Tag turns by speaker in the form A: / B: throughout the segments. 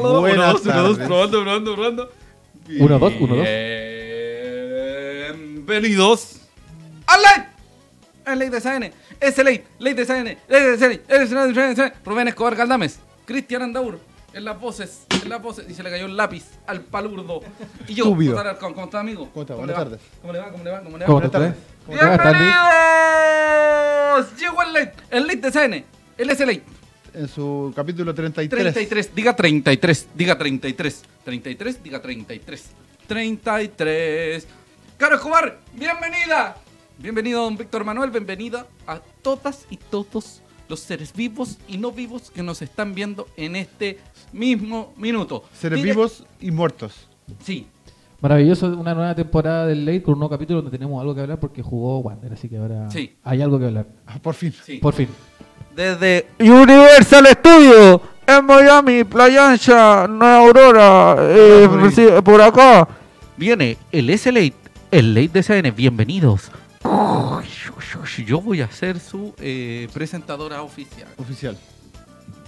A: dos, uno, dos, probando, probando, probando.
B: Uno, dos, uno, dos.
A: Bienvenidos a Live. A Ley de SN. Es Ley, Ley de SN. Ley de SN. Ley de SN. Rubén Escobar Galdames. Cristian Andaur. En las voces, en las voces. Y se le cayó el lápiz al palurdo. Y yo,
B: Estúpido.
A: César Alarcón. ¿Cómo está, amigo?
C: ¿Cómo está?
A: le
C: Buenas
A: va?
C: tardes.
A: ¿Cómo le va? ¿Cómo le va? ¿Cómo le va?
B: ¿Cómo
C: Buenas
B: te fue?
C: tardes.
B: ¿Cómo te va, Stanley?
A: ¡Bienvenidos! Llegó el late, el late de CN, el SLA
C: En su capítulo 33.
A: 33, diga 33, diga 33, 33, diga 33, 33. Caro Escobar, bienvenida. Bienvenido, don Víctor Manuel, bienvenida a todas y todos los seres vivos y no vivos que nos están viendo en este mismo minuto.
C: Seres
A: Direct-
C: vivos y muertos.
A: Sí,
B: Maravilloso, una nueva temporada del Late con un nuevo capítulo donde tenemos algo que hablar porque jugó Wander, así que ahora
A: Sí.
B: hay algo que hablar.
C: Ah, por fin.
A: sí.
B: Por fin.
A: Desde
D: Universal Studio en Miami, Playa Ancha, Nueva Aurora, eh,
C: por ahí.
D: sí, por acá.
A: Viene el S-Late, el Late de CN, bienvenidos. Yo voy a ser su eh, presentadora oficial.
C: Oficial.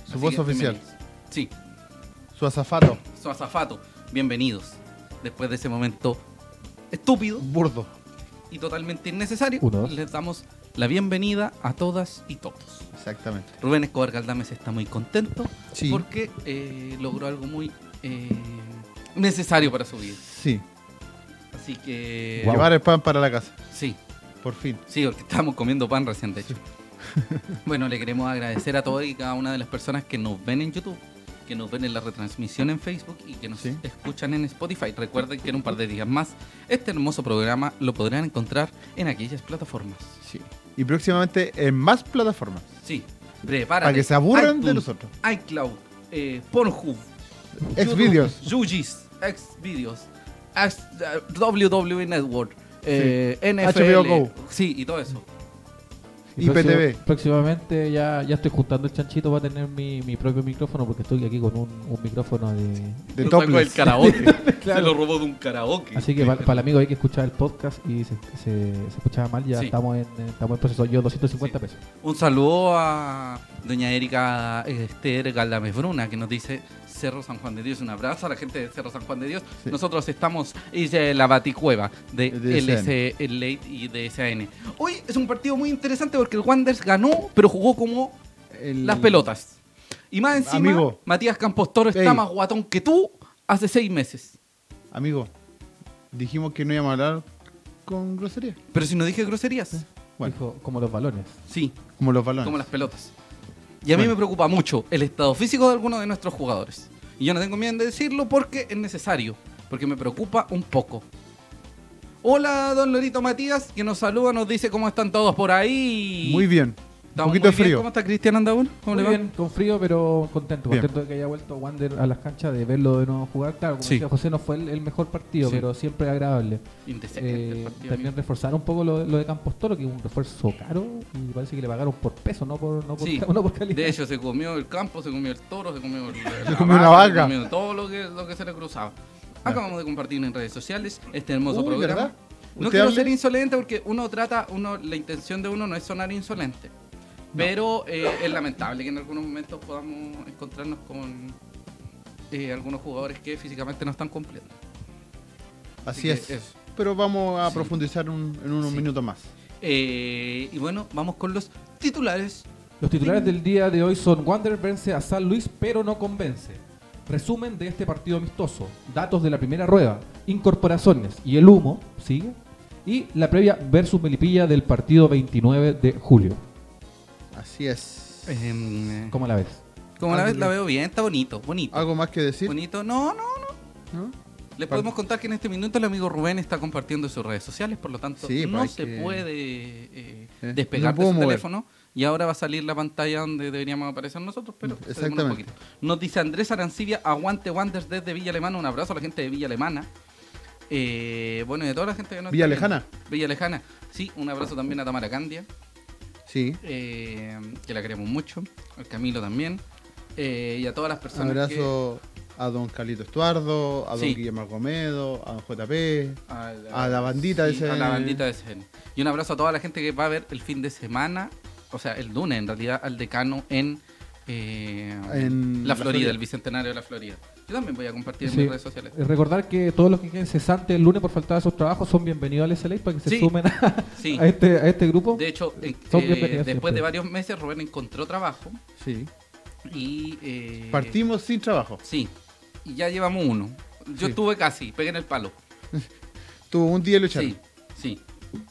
C: Su
A: Así
C: voz
A: que
C: oficial.
A: bienvenidos. Sí,
C: Su azafato.
A: su azafato. Bienvenidos. Después de ese momento estúpido
C: Burdo.
A: y totalmente innecesario,
B: Uno, dos.
A: les damos la bienvenida a todas y todos.
C: Exactamente.
A: Rubén Escobar Galdames está muy contento
C: Sí.
A: porque eh, logró algo muy eh, necesario para su vida.
C: Sí.
A: Así que...
C: Llevar el pan para la casa.
A: Sí,
C: Por fin.
A: Sí, porque estábamos comiendo pan recién, de hecho. bueno, le queremos agradecer a todas y cada una de las personas que nos ven en YouTube, que nos ven en la retransmisión en Facebook y que nos
C: Sí.
A: escuchan en Spotify. Recuerden que en un par de días más este hermoso programa lo podrán encontrar en aquellas plataformas.
C: Sí. Y próximamente en más plataformas.
A: Sí, prepárate.
C: Para que se aburran de
A: iTunes,
C: nosotros.
A: iCloud, eh, Pornhub,
C: Exvideos.
A: Yugis, Xvideos, X- eh, WWE Network, eh, NFL,
C: HBO Go.
A: sí, y todo eso.
C: Y IPTV.
B: próximamente ya, ya estoy juntando el chanchito para tener mi, mi propio micrófono porque estoy aquí con un, un micrófono de...
C: De
A: Lo sacó del
C: topless.
A: karaoke. Se lo robó de un karaoke.
B: Así que pa- para el amigo ahí que escuchaba el podcast y se, se- se escuchaba mal, ya
A: Sí.
B: estamos, en, estamos en proceso. Yo 250 pesos.
A: Un saludo a doña Erika Esther Galdames Bruna, que nos dice Cerro San Juan de Dios. Un abrazo a la gente de Cerro San Juan de Dios.
C: Sí.
A: Nosotros estamos en la Baticueva de
C: De
A: LC Late y de SAN. Hoy es un partido muy interesante porque el Wanderers ganó, pero jugó como
C: El-
A: las pelotas. Y más encima,
C: Amigo.
A: Matías Campos Toro está
C: Ey.
A: más guatón que tú hace seis meses.
C: Amigo, dijimos que no íbamos a hablar con grosería.
A: Pero si no dije groserías.
C: Bueno,
B: Dijo, como los balones.
A: Sí,
C: como los balones.
A: como las pelotas. Y a mí
C: Bueno.
A: me preocupa mucho el estado físico de algunos de nuestros jugadores. Y yo no tengo miedo en decirlo porque es necesario, porque me preocupa un poco. Hola, don Lorito Matías, que nos saluda, nos dice cómo están todos por ahí.
C: Muy bien. Un
A: Estamos
C: poquito de
A: muy bien.
C: frío.
A: ¿Cómo está Cristian Andaúl? ¿Cómo
B: Muy
A: le va?
B: bien, con frío, pero contento.
C: Bien.
B: Contento de que haya vuelto Wander a las canchas, de verlo de nuevo jugar. Claro, como
A: Sí.
B: decía José, no fue el, el mejor partido,
A: Sí.
B: pero siempre agradable.
A: Indecente el
B: Eh,
A: partido,
B: también
A: amigo.
B: reforzar un poco lo, lo de Campos Toro, que es un refuerzo caro y parece que le pagaron por peso, no por, no por,
A: Sí,
B: no por calidad.
A: de hecho se comió el campo, se comió el toro, se comió el, la
C: comió una
A: vaca, se
C: vaca.
A: comió todo lo que, lo que se le cruzaba. Acabamos de compartir en redes sociales este hermoso
C: Uy,
A: programa.
C: ¿verdad?
A: No
C: ¿Usted
A: quiero
C: hable?
A: ser insolente porque uno trata, uno, la intención de uno no es sonar insolente. Pero eh, es lamentable que en algunos momentos podamos encontrarnos con eh, algunos jugadores que físicamente no están cumpliendo.
C: Así
A: Así
C: es.
A: que eso.
C: Pero vamos a
A: Sí.
C: profundizar un- en unos
A: Sí.
C: minutos más.
A: Eh, y bueno, vamos con los titulares.
B: Los titulares del día de hoy son Wander vence a San Luis pero no convence. Resumen de este partido amistoso, datos de la primera rueda, incorporaciones y el humo, ¿sigue? Y la previa versus Melipilla del partido 29 de julio.
C: Así es.
A: Em,
B: ¿Cómo la ves?
A: como la, vez, la veo bien, está bonito, bonito.
C: ¿Algo más que decir?
A: Bonito. No, no, no.
C: ¿No?
A: Les
C: Par-
A: podemos contar que en este minuto el amigo Rubén está compartiendo en sus redes sociales, por lo tanto
C: Sí, pues
A: no
C: hay
A: se
C: que-
A: puede eh,
C: Eh, no
A: despegar de
C: puedo
A: su
C: mover.
A: teléfono y ahora va a salir la pantalla donde deberíamos aparecer nosotros, pero se demora un
C: Exactamente.
A: poquito. Nos dice Andrés Arancibia, aguante Wanders desde Villa Alemana, un abrazo a la gente de Villa Alemana. Eh, bueno, y de toda la gente que no
C: ¿Villa Lejana?
A: Villa Lejana, sí, un abrazo también a Tamara Candia,
C: Sí.
A: eh, que la queremos mucho, al Camilo también, eh, y a todas las
C: Un
A: personas que-
C: abrazo a don Carlito Estuardo, a don
A: Sí.
C: Guillermo Argomedo, a don JP.
A: A la,
C: A la bandita de
A: A
C: SN.
A: la bandita de SN. Y un abrazo a toda la gente que va a ver el fin de semana, o sea, el lunes en realidad, al decano en, eh,
C: En
A: la,
C: la
A: Florida,
C: Florida.
A: el Bicentenario de la Florida. Yo también voy a compartir en
B: Sí.
A: mis redes sociales.
B: Eh, Recordar que todos los que queden cesantes el lunes por faltar a sus trabajos son bienvenidos al SLA para que se
A: Sí.
B: sumen a,
A: Sí.
B: a este, a este grupo.
A: De hecho, eh,
B: Son
A: eh,
B: bienvenidos
A: después de
B: siempre.
A: varios meses Rubén encontró trabajo
B: Sí.
A: y... eh,
C: Partimos sin trabajo.
A: Sí, y ya llevamos uno. Yo
B: Sí.
A: estuve casi, pegué en el palo.
C: Tuvo un día y lo echaron.
A: Sí, sí.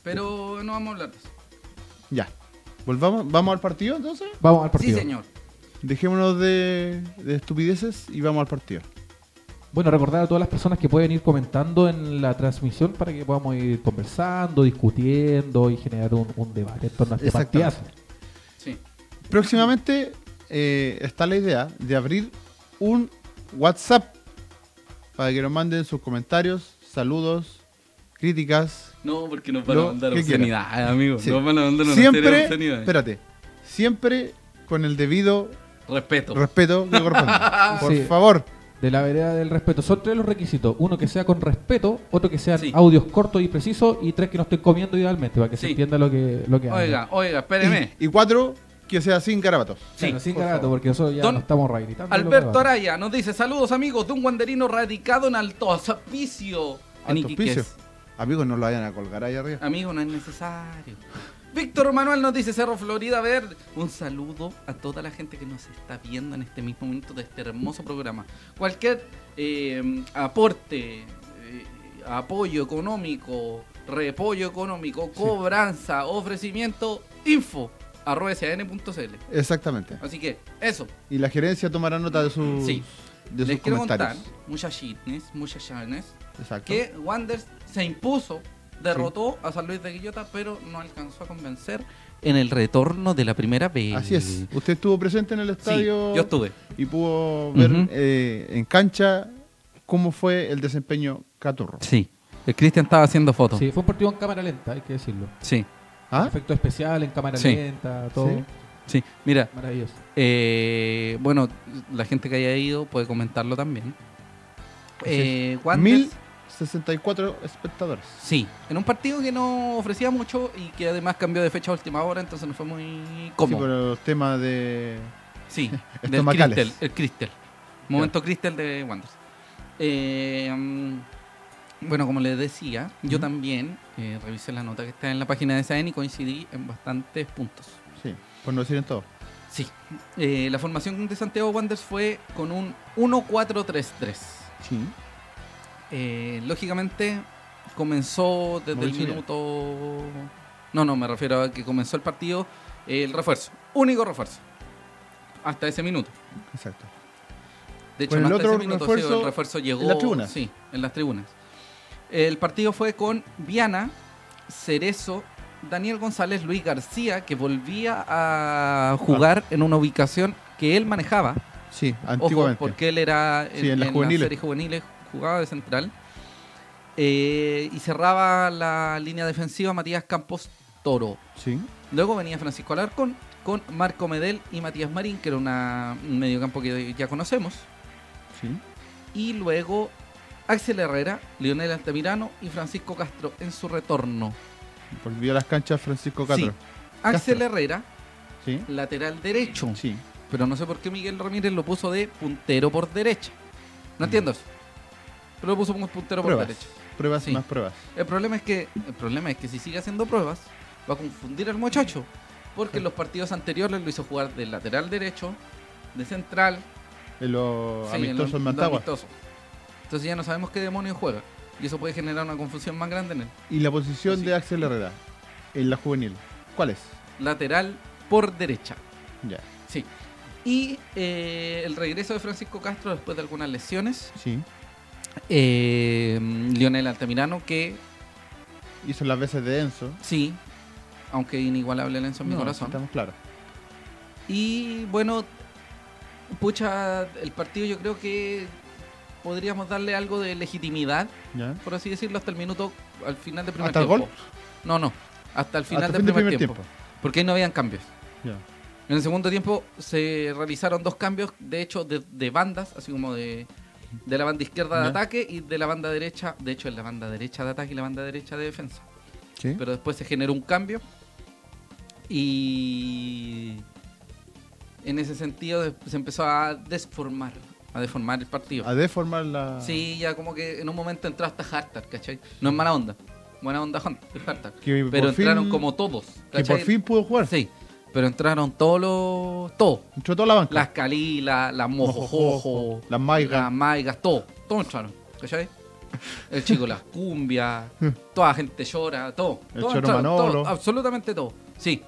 A: Pero no vamos a hablar de eso.
C: Ya. Volvamos, vamos al partido entonces.
B: Vamos al partido.
A: Sí, señor.
C: Dejémonos de, de estupideces y vamos al partido.
B: Bueno, recordar a todas las personas que pueden ir comentando en la transmisión para que podamos ir conversando, discutiendo y generar un, un debate en torno a este
C: Exactamente.
B: partidazo.
A: Sí.
C: Próximamente eh, está la idea de abrir un WhatsApp para que nos manden sus comentarios, saludos, críticas.
A: No, porque nos van a
C: Lo
A: mandar
C: que
A: obscenidad, amigo.
C: Sí.
A: Nos van a mandar una serie de
C: Siempre,
A: obscenidades.
C: espérate, siempre con el debido
A: Respeto.
C: respeto que corresponde. Por
B: Sí.
C: favor,
B: De la vereda del respeto. Son tres los requisitos. Uno que sea con respeto, otro que sean
A: Sí.
B: audios cortos y precisos y tres que no estén comiendo idealmente para que se
A: Sí.
B: entienda lo que, lo que
A: oiga,
B: hablan.
A: oiga, espéreme.
C: Y, y cuatro, que sea sin carapatos.
B: Claro,
A: sí,
B: sin
A: por
B: garato,
A: favor.
B: porque nosotros ya
A: Don
B: nos estamos reivindicando.
A: Alberto Araya nos dice, saludos amigos de un guanderino radicado en Alto Hospicio. En
C: Alto
A: Iquique.
C: auspicio. Amigos, no lo vayan a colgar ahí arriba.
A: Amigo, no es necesario. Víctor Manuel nos dice Cerro Florida Verde. Un saludo a toda la gente que nos está viendo en este mismo momento de este hermoso programa. Cualquier eh, aporte, eh, apoyo económico, repollo económico, cobranza, ofrecimiento, info arroba SAN.cl.
C: Exactamente.
A: Así que eso.
C: Y la gerencia tomará nota de sus,
A: Sí.
C: de
A: Les
C: sus
A: quiero
C: comentarios.
A: contar, muchachines, muchachanes,
C: Exacto.
A: que Wanders se impuso, derrotó a San Luis de Quillota, pero no alcanzó a convencer en el retorno de la primera vez.
C: Así es. Usted estuvo presente en el
A: Sí,
C: estadio
A: yo estuve.
C: y pudo ver
A: Ujú.
C: eh, en cancha cómo fue el desempeño Caturro.
A: Sí. El Cristian estaba haciendo fotos. Sí.
B: Sí, fue un partido en cámara lenta, hay que decirlo.
A: Sí.
C: ¿Ah?
B: Efecto especial en cámara
A: Sí.
B: lenta, todo.
C: Sí.
A: Mira,
B: Maravilloso.
A: eh, bueno, la gente que haya ido puede comentarlo también.
C: Así
A: Eh, Wanders-
C: 1064 espectadores.
A: Sí, en un partido que no ofrecía mucho y que además cambió de fecha a última hora, entonces no fue muy
C: Sí,
A: cómodo.
C: por los temas de.
A: Sí, del
C: Estomacales.
A: Cristel, el Cristel. Momento Cristel de Wanderers. Eh, mm, bueno, como les decía, yo también eh, revisé la nota que está en la página de SAN y coincidí en bastantes puntos.
C: Sí, por no decir en todo.
A: Sí, eh, la formación de Santiago Wanderers fue con un 1-4-3-3.
C: Sí.
A: Eh, lógicamente comenzó desde
C: Mauricio
A: el
C: Vidal.
A: minuto... No, no, me refiero a que comenzó el partido eh, el refuerzo, único refuerzo, hasta ese minuto.
C: Exacto.
A: De hecho,
C: Con
A: no
C: el
A: hasta
C: otro
A: ese minuto,
C: refuerzo
A: sí, el refuerzo llegó
C: en las tribunas.
A: Sí, en las tribunas. El partido fue con Viana, Cerezo, Daniel González, Luis García, que volvía a
C: Ah.
A: jugar en una ubicación que él manejaba.
C: Sí,
A: Ojo,
C: antiguamente.
A: porque él era
C: Sí, en las juveniles.
A: series juveniles, jugaba de central. Eh, y cerraba la línea defensiva Matías Campos Toro.
C: Sí.
A: Luego venía Francisco Alarcón con Marco Medel y Matías Marín, que era una- un mediocampo que ya conocemos
C: Sí.
A: y luego Axel Herrera, Leonel Altamirano y Francisco Castro en su retorno.
C: Volvió a las canchas Francisco Castro.
A: Sí. Axel Herrera,
C: Sí.
A: lateral derecho.
C: Sí.
A: Pero no sé por qué Miguel Ramírez lo puso de puntero por derecha. No entiendo eso. Pero lo puso como puntero
C: Mm. Pruebas.
A: por derecha.
C: Pruebas
A: Sí.
C: más pruebas.
A: El problema es que el problema es que si sigue haciendo pruebas va a confundir al muchacho, porque en los partidos anteriores lo hizo jugar de lateral derecho, de central,
C: En los
A: Sí,
C: amistosos
A: lo-
C: en
A: lo
C: Mantagua.
A: amistoso. Entonces ya no sabemos qué demonio juega. Y eso puede generar una confusión más grande en él.
C: Y la posición
A: Sí.
C: de Axel Herrera en la juvenil. ¿Cuál es?
A: Lateral por derecha.
C: Ya.
A: Sí. Y eh, el regreso de Francisco Castro después de algunas lesiones.
C: Sí.
A: Eh, Lionel Altamirano, que
C: Hizo las veces de Enzo.
A: sí, aunque inigualable Lenzo en mi
C: No,
A: corazón.
C: Estamos claros.
A: Y bueno, pucha, el partido yo creo que podríamos darle algo de legitimidad
C: Ya.
A: por así decirlo, hasta el minuto, al final del primer
C: ¿Hasta el
A: tiempo.
C: gol?
A: No, no, hasta el final
C: Hasta
A: del
C: el fin
A: primer, tiempo, Porque ahí no habían cambios.
C: Ya.
A: En el segundo tiempo se realizaron dos cambios, de hecho, de, de bandas, así como de, de la banda izquierda de
C: Ya.
A: ataque y de la banda derecha, de hecho, es la banda derecha de ataque y la banda derecha de defensa.
C: Sí.
A: Pero después se generó un cambio y en ese sentido de- se empezó a desformar a deformar el partido.
C: A deformar la.
A: Sí, ya como que en un momento entró hasta hashtag, ¿cachai? No es mala onda. Buena onda Hunt, es hashtag.
C: Que
A: pero
C: por fin-
A: entraron como todos.
C: que por
A: ¿cachai?
C: fin pudo jugar.
A: Sí, pero entraron todos los... Todos.
C: Entró toda la banca.
A: Las Calí, la, la Mojojojo,
C: Las Maigas.
A: Las Maigas, todo. Todo entraron, ¿cachai? El chico Las Cumbias, toda la gente llora, todo.
C: Hmm. El
A: todo
C: Choro
A: entraron,
C: Manolo.
A: todo, absolutamente todo. Sí.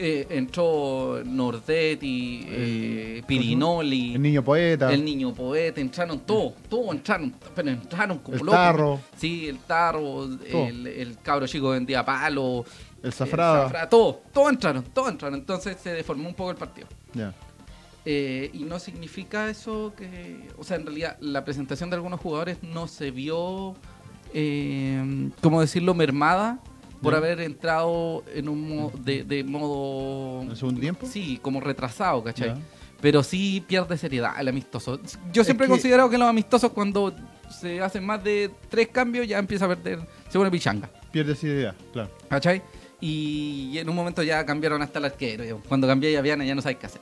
A: Eh, entró Nordetti, eh, Pirinoli.
C: El niño poeta.
A: El niño poeta, entraron todos, todos entraron, pero entraron como
C: El
A: locos.
C: tarro.
A: Sí, el tarro, el, el cabro chico vendía palo,
C: el
A: el
C: zafrada.
A: zafra- todo, todos entraron, todos entraron. Entonces se deformó un poco el partido.
C: Ya.
A: Eh, y no significa eso que. O sea, en realidad, la presentación de algunos jugadores no se vio, eh, ¿cómo decirlo?, mermada por
C: Ya.
A: haber entrado en un mo- de, de modo.
C: ¿En el segundo tiempo?
A: Sí, como retrasado, ¿cachai?
C: Ya.
A: Pero sí pierde seriedad el amistoso. Yo
C: Es
A: siempre he
C: que-
A: considerado que los amistosos, cuando se hacen más de tres cambios, ya empieza a perder. Se pone pichanga,
C: Pierdes idea, claro.
A: ¿cachai? Y en un momento ya cambiaron hasta el arquero. yo. Cuando cambié a Viana ya no sabes qué hacer.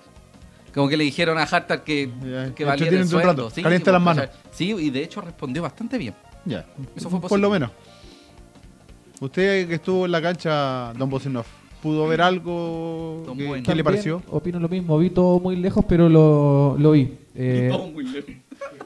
A: Como que le dijeron a Hartar que,
C: Ya,
A: que
C: entretén
A: valía el
C: un
A: sueldo.
C: rato,
A: Sí,
C: calienta
A: sí,
C: las
A: pues,
C: manos.
A: ¿cachai? Sí, y de hecho respondió bastante bien.
C: Ya.
A: Eso fue
C: Por lo
A: positivo.
C: menos. Usted que estuvo en la cancha, don Bocinov, ¿pudo ver algo?
A: Don
C: que- ¿Qué,
A: Bueno.
C: le
B: También
C: pareció?
B: Opino lo mismo, vi todo muy lejos, pero lo, lo vi. Eh,
A: Todo muy bien.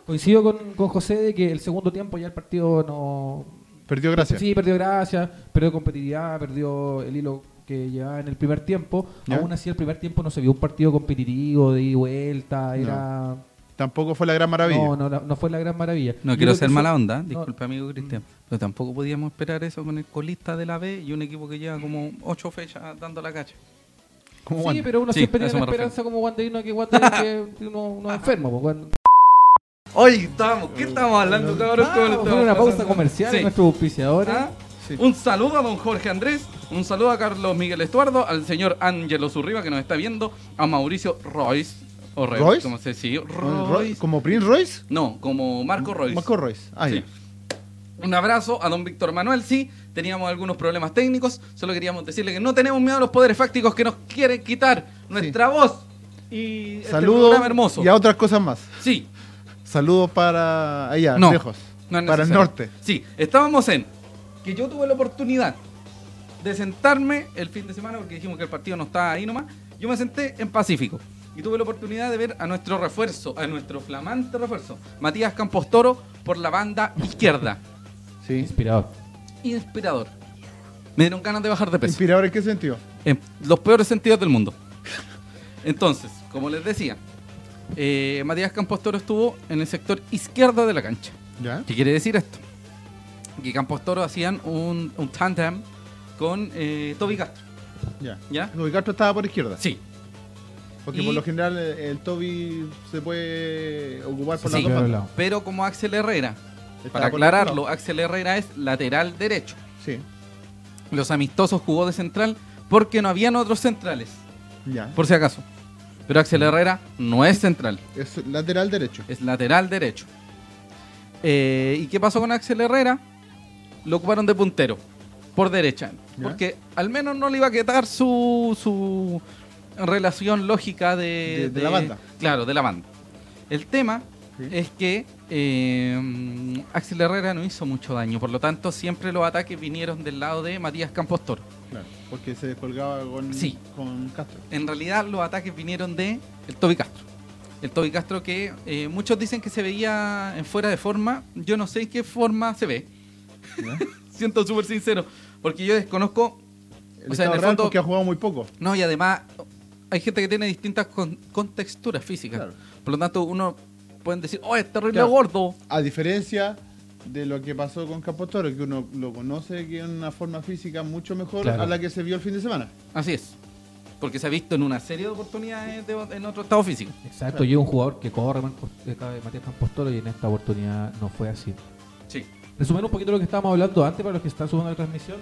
B: coincido con, con José de que el segundo tiempo ya el partido no...
C: Perdió gracia.
B: Sí, perdió gracia, perdió competitividad, perdió el hilo que llevaba en el primer tiempo.
C: ¿Ya?
B: Aún así, el primer tiempo no se vio un partido competitivo, de ida y vuelta, era...
C: Tampoco fue la gran maravilla.
B: No, no, la- no fue la gran maravilla.
A: No quiero
B: Yo creo
A: ser
B: que
A: mala
B: eso-
A: onda,
B: no.
A: disculpe amigo Cristian,
C: Mm.
A: pero tampoco podíamos esperar eso con el colista de la B y un equipo que lleva como ocho fechas dando la cacha.
C: Como
B: Sí,
C: Wanda.
B: pero uno
A: Sí,
B: siempre
A: a
B: tiene
A: eso
B: la
A: me refiero.
B: esperanza como Wanderino que Wander que uno, uno es enfermo. pues, cuando-
A: Hoy estábamos, ¿qué estábamos hablando, cabrón? ¿Cómo lo
B: Ah, Vamos a
A: estábamos
B: hacer una pausa
A: pasando?
B: comercial
A: Sí.
B: en nuestros auspiciadores.
A: Ah,
C: Sí.
A: Un saludo a don Jorge Andrés, un saludo a Carlos Miguel Estuardo, al señor Ángelo Zurriba que nos está viendo, a Mauricio Royce. O Reus,
C: ¿Royce?
A: Como se sí,
C: ¿Como Roy-
A: Royce.
C: ¿Como Prince Royce?
A: No, como Marco Royce.
C: Marco Royce. Ah,
A: Sí.
C: ya.
A: Un abrazo a don Víctor Manuel, sí, teníamos algunos problemas técnicos, solo queríamos decirle que no tenemos miedo a los poderes fácticos que nos quieren quitar nuestra voz y este
C: Saludos
A: programa hermoso.
C: y a otras cosas más.
A: Sí,
C: Saludos para allá,
A: No,
C: lejos.
A: no es
C: para el
A: necesario.
C: norte.
A: Sí, estábamos en que yo tuve la oportunidad de sentarme el fin de semana porque dijimos que el partido no estaba ahí nomás. Yo me senté en Pacífico y tuve la oportunidad de ver a nuestro refuerzo, a nuestro flamante refuerzo, Matías Campos Toro por la banda izquierda.
C: Sí.
B: Inspirador.
A: Inspirador. Me dieron ganas de bajar de peso
C: ¿Inspirador en qué sentido?
A: en los peores sentidos del mundo. Entonces, como les decía, eh, Matías Campos Toro estuvo en el sector izquierdo de la cancha.
C: ¿Ya?
A: ¿Qué quiere decir esto? Que Campos Toro hacían un, un tandem con eh, Toby Castro.
C: Ya.
A: ¿Ya?
C: No, y Castro estaba por izquierda.
A: Sí,
C: Porque
A: Y-
C: por lo general el, el Toby se puede ocupar por
A: Sí.
C: las dos
B: Claro,
C: bandas.
B: claro.
A: pero como Axel Herrera,
C: Estaba por
A: para
C: el otro
A: aclararlo,
C: lado.
A: Axel Herrera es lateral derecho.
C: Sí.
A: Los amistosos jugó de central porque no habían otros centrales,
C: Ya.
A: por si acaso. Pero Axel Herrera no es central.
C: Es lateral derecho.
A: es lateral derecho. Eh, ¿Y qué pasó con Axel Herrera? Lo ocuparon de puntero, por derecha,
C: Ya.
A: porque al menos no le iba a quitar su, su relación lógica de,
C: De- de la banda.
A: Claro, de la banda. El tema
C: Sí.
A: es que eh, Axel Herrera no hizo mucho daño, por lo tanto siempre los ataques vinieron del lado de Matías Campos Toro.
C: Claro. Porque se descolgaba con,
A: Sí.
C: con Castro.
A: En realidad los ataques vinieron de el Toby Castro. El Toby Castro que eh, muchos dicen que se veía en fuera de forma. Yo no sé en qué forma se ve.
C: ¿Ya?
A: Siento súper sincero. Porque yo desconozco.
C: El
A: O sea, en
C: estado
A: el
C: real
A: fondo-
C: porque ha jugado muy poco.
A: No, y además hay gente que tiene distintas con- contexturas físicas.
C: Claro.
A: Por lo tanto, uno pueden decir, oh, es terrible
C: Claro.
A: gordo.
C: A diferencia de lo que pasó con Capotoro, que uno lo conoce que es una forma física mucho mejor
B: Claro.
C: a la que se vio el fin de semana.
A: Así es. Porque se ha visto en una serie de oportunidades de- en otro estado físico.
B: Exacto, y es un jugador que corre Marcos- eh, Matías Campos Toro y en esta oportunidad no fue así.
A: Sí.
B: Resumiendo un poquito lo que estábamos hablando antes para los que están subiendo la transmisión.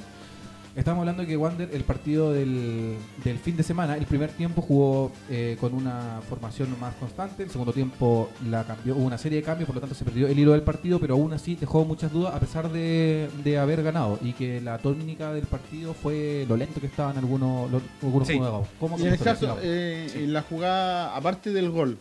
B: Estábamos hablando de que Wander, el partido del, del fin de semana, el primer tiempo jugó eh, con una formación más constante, el segundo tiempo la cambió, hubo una serie de cambios, por lo tanto se perdió el hilo del partido, pero aún así dejó muchas dudas a pesar de, de haber ganado y que la tónica del partido fue lo lento que estaban algunos, los- algunos
A: Sí.
B: jugadores. ¿Cómo
C: Y en, el eh,
B: comenzó?
C: caso, eh, en la jugada, aparte del gol,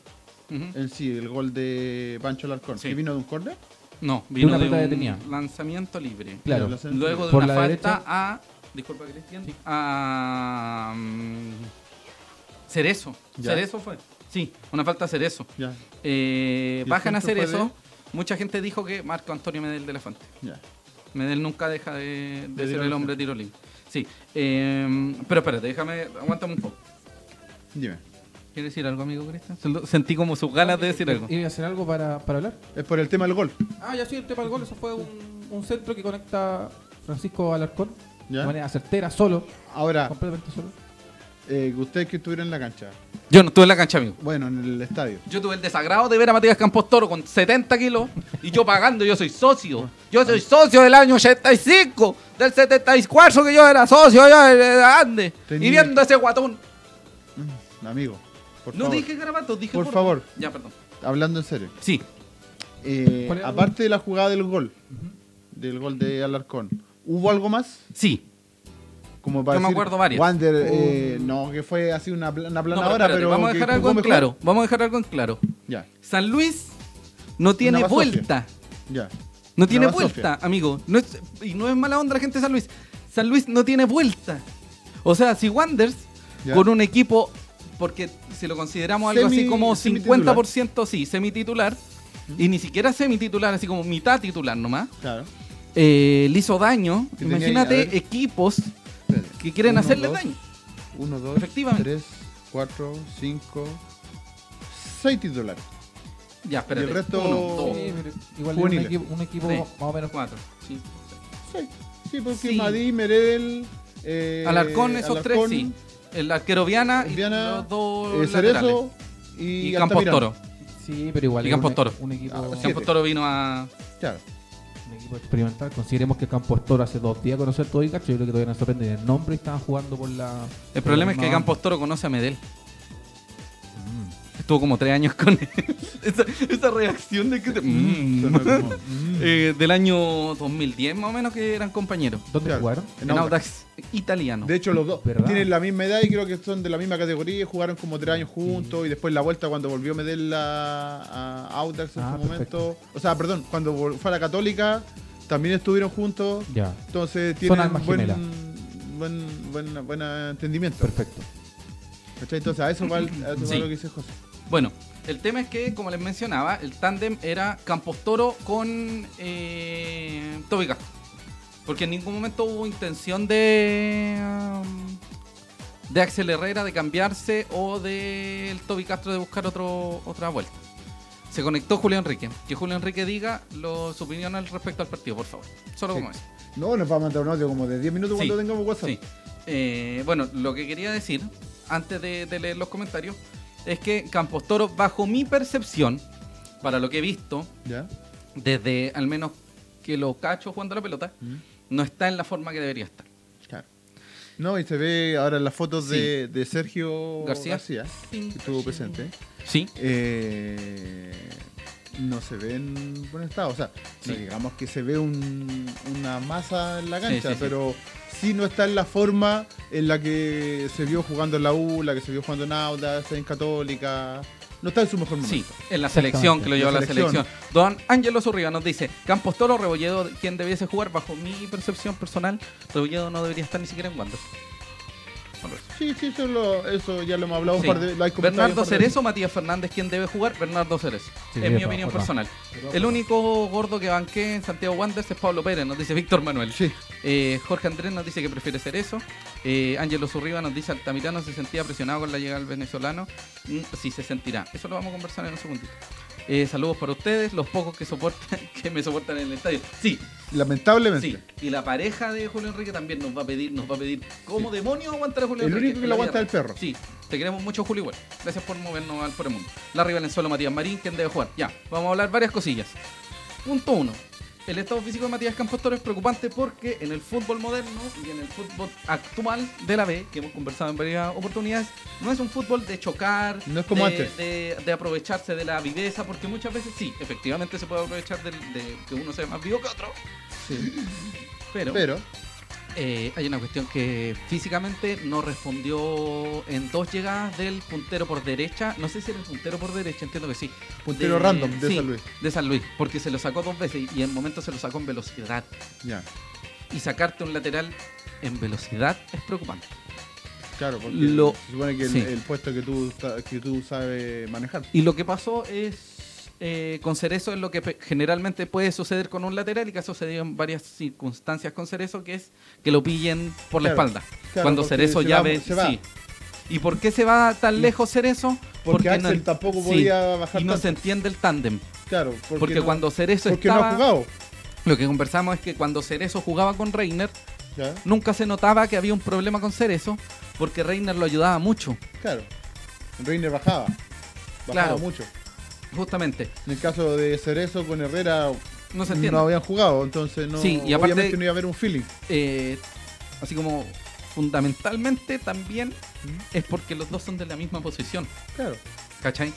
A: Ujú.
C: El sí, el gol de Pancho Alarcón.
A: Sí.
C: ¿Que vino de un córner?
A: No, vino
B: una
A: de,
B: pelota
A: un
B: detenida.
A: lanzamiento libre.
B: Claro.
C: Lo sé.
A: Luego de
B: Por
A: una
B: la
A: falta
B: derecha.
A: a. Disculpa, Cristian. A. mm, Cerezo.
C: Ya.
A: Cerezo fue. Sí, una falta a Cerezo.
C: Ya,
A: Eh,
C: ¿Y el
A: bajan a
C: punto fue
A: Cerezo.
C: de?
A: Mucha gente dijo que Marco Antonio Medel de la Fuente.
C: ya.
A: Medel nunca deja
C: De
A: de, de ser
C: tiro
A: el
C: libre.
A: hombre de tiro libre. Sí. eh, pero espérate, déjame. Aguántame un poco.
C: Dime.
A: ¿Quieres decir algo, amigo Cristian? Se lo- Sentí como sus ganas de decir algo.
B: ¿Iba a hacer algo para, para hablar?
C: Es por el tema del gol.
B: Ah, ya sí, el tema del gol. Eso fue un, un centro que conecta Francisco Alarcón.
C: Ya. Ah.
B: De manera certera, solo.
C: Ahora,
B: Completamente solo.
C: eh, ustedes que estuvieron en la cancha,
A: Yo no estuve en la cancha, amigo.
C: bueno, en el estadio,
A: Yo tuve el desagrado de ver a Matías Campos Toro con 70 kilos y yo pagando, yo soy socio. Yo soy
C: Ah.
A: socio del año 85, del 74 que yo era socio, yo era grande.
C: Tenía-
A: Y viendo a ese guatón.
C: amigo. Por
A: no
C: favor,
A: dije garabato, dije
C: Por favor.
A: Ya, perdón.
C: hablando en serio.
A: Sí.
C: Eh,
B: ¿Cuál era?
C: aparte de la jugada del gol, del gol de Alarcón, ¿hubo algo más?
A: Sí.
C: Como para
A: Yo me
C: decir,
A: acuerdo varias.
C: Wander, eh, no, que fue así una, pla- una
A: No, pero
C: planadora,
A: espérate,
C: pero.
A: vamos a
C: que
A: dejar
C: jugó
A: algo en
C: mejor.
A: claro. Vamos a dejar algo en claro.
C: Ya,
A: San Luis no tiene
C: Nova Sofia.
A: vuelta.
C: ya.
A: No tiene
C: Nova
A: vuelta,
C: Sofia.
A: amigo. No es- y no es mala onda la gente de San Luis. San Luis no tiene vuelta. O sea, si Wanders,
C: Ya.
A: con un equipo, porque si lo consideramos algo así
C: Semi-
A: como
C: semititular.
A: 50%, sí, semititular, y ni siquiera semititular, así como mitad titular nomás,
C: Claro.
A: eh, le hizo daño.
C: Que tenía- a
A: Imagínate
C: ver.
A: equipos
C: Espérate.
A: que quieren
C: Uno,
A: hacerle
C: dos,
A: daño.
C: Uno, dos,
A: Efectivamente.
C: tres, cuatro, cinco, seis titulares.
A: Ya, espérate.
C: Y el resto-
A: Uno,
C: Oh.
A: dos,
B: Sí, pero igual era un
C: Juveniles.
B: equipo, un equipo
A: Sí.
B: más o menos.
A: cuatro, cinco.
C: Sí, sí porque
A: Sí.
C: Madí, Merel, eh,
A: Alarcón, esos tres,
C: Alarcón,
A: sí. El arquero Viana, y
C: Viana,
A: los dos
C: eh,
A: laterales.
C: Cerezo y,
A: y Campos
C: Altamirano.
A: Toro.
B: Sí, pero igual.
A: Y
B: era
A: Campos
B: un-
A: Toro.
B: Un equipo,
C: Ah, sí.
A: Campos
C: Siete.
A: Toro vino a.
C: Claro.
B: un equipo experimental. Consideremos que Campos Toro hace dos días conocer todo y cacho. Yo creo que todavía no sorprende el nombre y estaban jugando por la.
A: El problema es que Campos Toro conoce a Medel. Estuvo como tres años con él. Esa, esa reacción de que te- Mm.
C: Sonó como,
A: Eh, del año 2010 más o menos que eran compañeros.
B: ¿Dónde
C: Claro.
B: jugaron?
A: En
C: Audax.
A: Audax italiano.
C: De hecho, los dos
B: ¿Verdad?
C: tienen la misma edad y creo que son de la misma categoría. Jugaron como tres años juntos y después la vuelta cuando volvió Medel a, a Audax en
B: Ah,
C: su momento. O sea, perdón, cuando vol- fue a la Católica también estuvieron juntos.
B: Ya,
C: Entonces tienen
B: almas
C: buen,
B: gemelas.
C: buen, buen, buen entendimiento.
B: perfecto.
C: ¿Cachai? Entonces, a eso va, el- a eso va
A: Sí.
C: lo que dice José.
A: Bueno, el tema es que, como les mencionaba, el tándem era Campos Toro con eh, Toby Gasco. Porque en ningún momento hubo intención de. um, de Axel Herrera de cambiarse o de el Toby Castro de buscar otro, otra vuelta. Se conectó Julio Enrique. Que Julio Enrique diga lo- su opinión al respecto al partido, por favor. Solo
C: Sí.
A: como eso.
C: No, nos va a mandar un audio como de 10 minutos
A: Sí,
C: cuando tengamos WhatsApp.
A: Sí. Eh, bueno, lo que quería decir, antes de, de leer los comentarios, es que Campos Toro, bajo mi percepción, para lo que he visto,
C: ¿Ya?
A: desde al menos que lo cacho jugando a la pelota,
C: Mm.
A: no está en la forma que debería estar.
C: Claro. No, y se ve ahora en las fotos
A: Sí.
C: de, de Sergio
A: García.
C: Oh, García, que estuvo presente.
A: Sí.
C: Eh, no se ve en buen estado. O sea,
A: Sí.
C: no digamos que se ve un- una masa en la
A: Sí,
C: cancha,
A: sí, sí.
C: pero sí no está en la forma en la que se vio jugando en la U, la que se vio jugando en Audax, en Católica. No está en su mejor momento.
A: Sí, en la selección que lo lleva
C: La
A: la selección.
C: selección.
A: Don Ángelo Zurriba nos dice, Campos Toro, Rebolledo, quien debiese jugar bajo mi percepción personal, Rebolledo no debería estar ni siquiera en Wander.
C: Sí, sí, eso, lo- eso ya lo hemos hablado
A: Sí.
C: un par de lo hay comentado
A: Bernardo
C: un par de veces.
A: Cerezo, Matías Fernández, ¿quién debe jugar? Bernardo Cerezo.
B: Sí,
A: es mi
B: de
A: opinión
B: todas
A: personal.
B: formas.
A: El único gordo que banqué en Santiago Wanderers es Pablo Pérez, nos dice Víctor Manuel.
C: Sí.
A: Eh, Jorge Andrés nos dice que prefiere Cerezo. Eh, Ángelo Zurriba nos dice Altamirano se sentía presionado con la llegada del venezolano. Mm, sí, se sentirá. Eso lo vamos a conversar en un segundito. Eh, saludos para ustedes, los pocos que soportan, que me soportan en el estadio. Sí,
C: Lamentablemente.
A: sí. Y la pareja de Julio Enrique también nos va a pedir, nos va a pedir cómo demonios aguantar a Julio
C: El
A: Enrique.
C: único que
A: en
C: lo
A: la
C: aguanta
A: vida
C: es el perro.
A: Sí, te queremos mucho, Julio. Igual. Gracias por movernos al por el mundo. Larry Valenzuela, Matías Marín, quien debe jugar. Ya, vamos a hablar varias cosillas. Punto 1. El estado físico de Matías Campos Toro es preocupante porque en el fútbol moderno y en el fútbol actual de la B, que hemos conversado en varias oportunidades, no es un fútbol de chocar,
C: No es como
A: de,
C: antes.
A: de- de aprovecharse de la viveza, porque muchas veces sí, efectivamente se puede aprovechar del- de, que uno sea más vivo que otro,
C: Sí.
A: pero,
C: Pero
A: eh, hay una cuestión que físicamente no respondió en dos llegadas del puntero por derecha. No sé si era el puntero por derecha, entiendo que sí.
C: Puntero random de
A: sí,
C: San Luis.
A: De San Luis, porque se lo sacó dos veces y en momento se lo sacó en velocidad.
C: Ya,
A: Y sacarte un lateral en velocidad es preocupante.
C: claro, porque
A: Lo-
C: se supone que el,
A: sí.
C: el puesto que tú, ta- que tú sabes manejar.
A: Y lo que pasó es, eh, con Cerezo es lo que pe- generalmente puede suceder con un lateral y que ha sucedido en varias circunstancias con Cerezo, que es que lo pillen por la
C: Claro,
A: espalda.
C: claro,
A: cuando
C: porque
A: Cerezo
C: se
A: ya
C: va-
A: ve...
C: se va.
A: sí. ¿Y por qué se va tan lejos Cerezo?
C: Porque,
A: no-
C: Axel tampoco
A: sí,
C: podía bajar
A: Y no
C: tanto.
A: se entiende el tándem.
C: Claro,
A: Porque,
C: porque, no-
A: cuando Cerezo
C: porque no
A: estaba...
C: ha jugado.
A: Lo que conversamos es que cuando Cerezo jugaba con Reiner,
C: Ya,
A: nunca se notaba que había un problema con Cerezo, porque Reiner lo ayudaba mucho,
C: claro. Reiner bajaba. Bajaba
A: Claro.
C: mucho.
A: justamente.
C: En el caso de Cerezo con Herrera
A: No se entiende.
C: no habían jugado, entonces no,
A: Sí, y aparte-
C: obviamente no iba a haber un feeling.
A: eh, así como fundamentalmente también es porque los dos son de la misma posición,
C: Claro.
A: ¿cachai?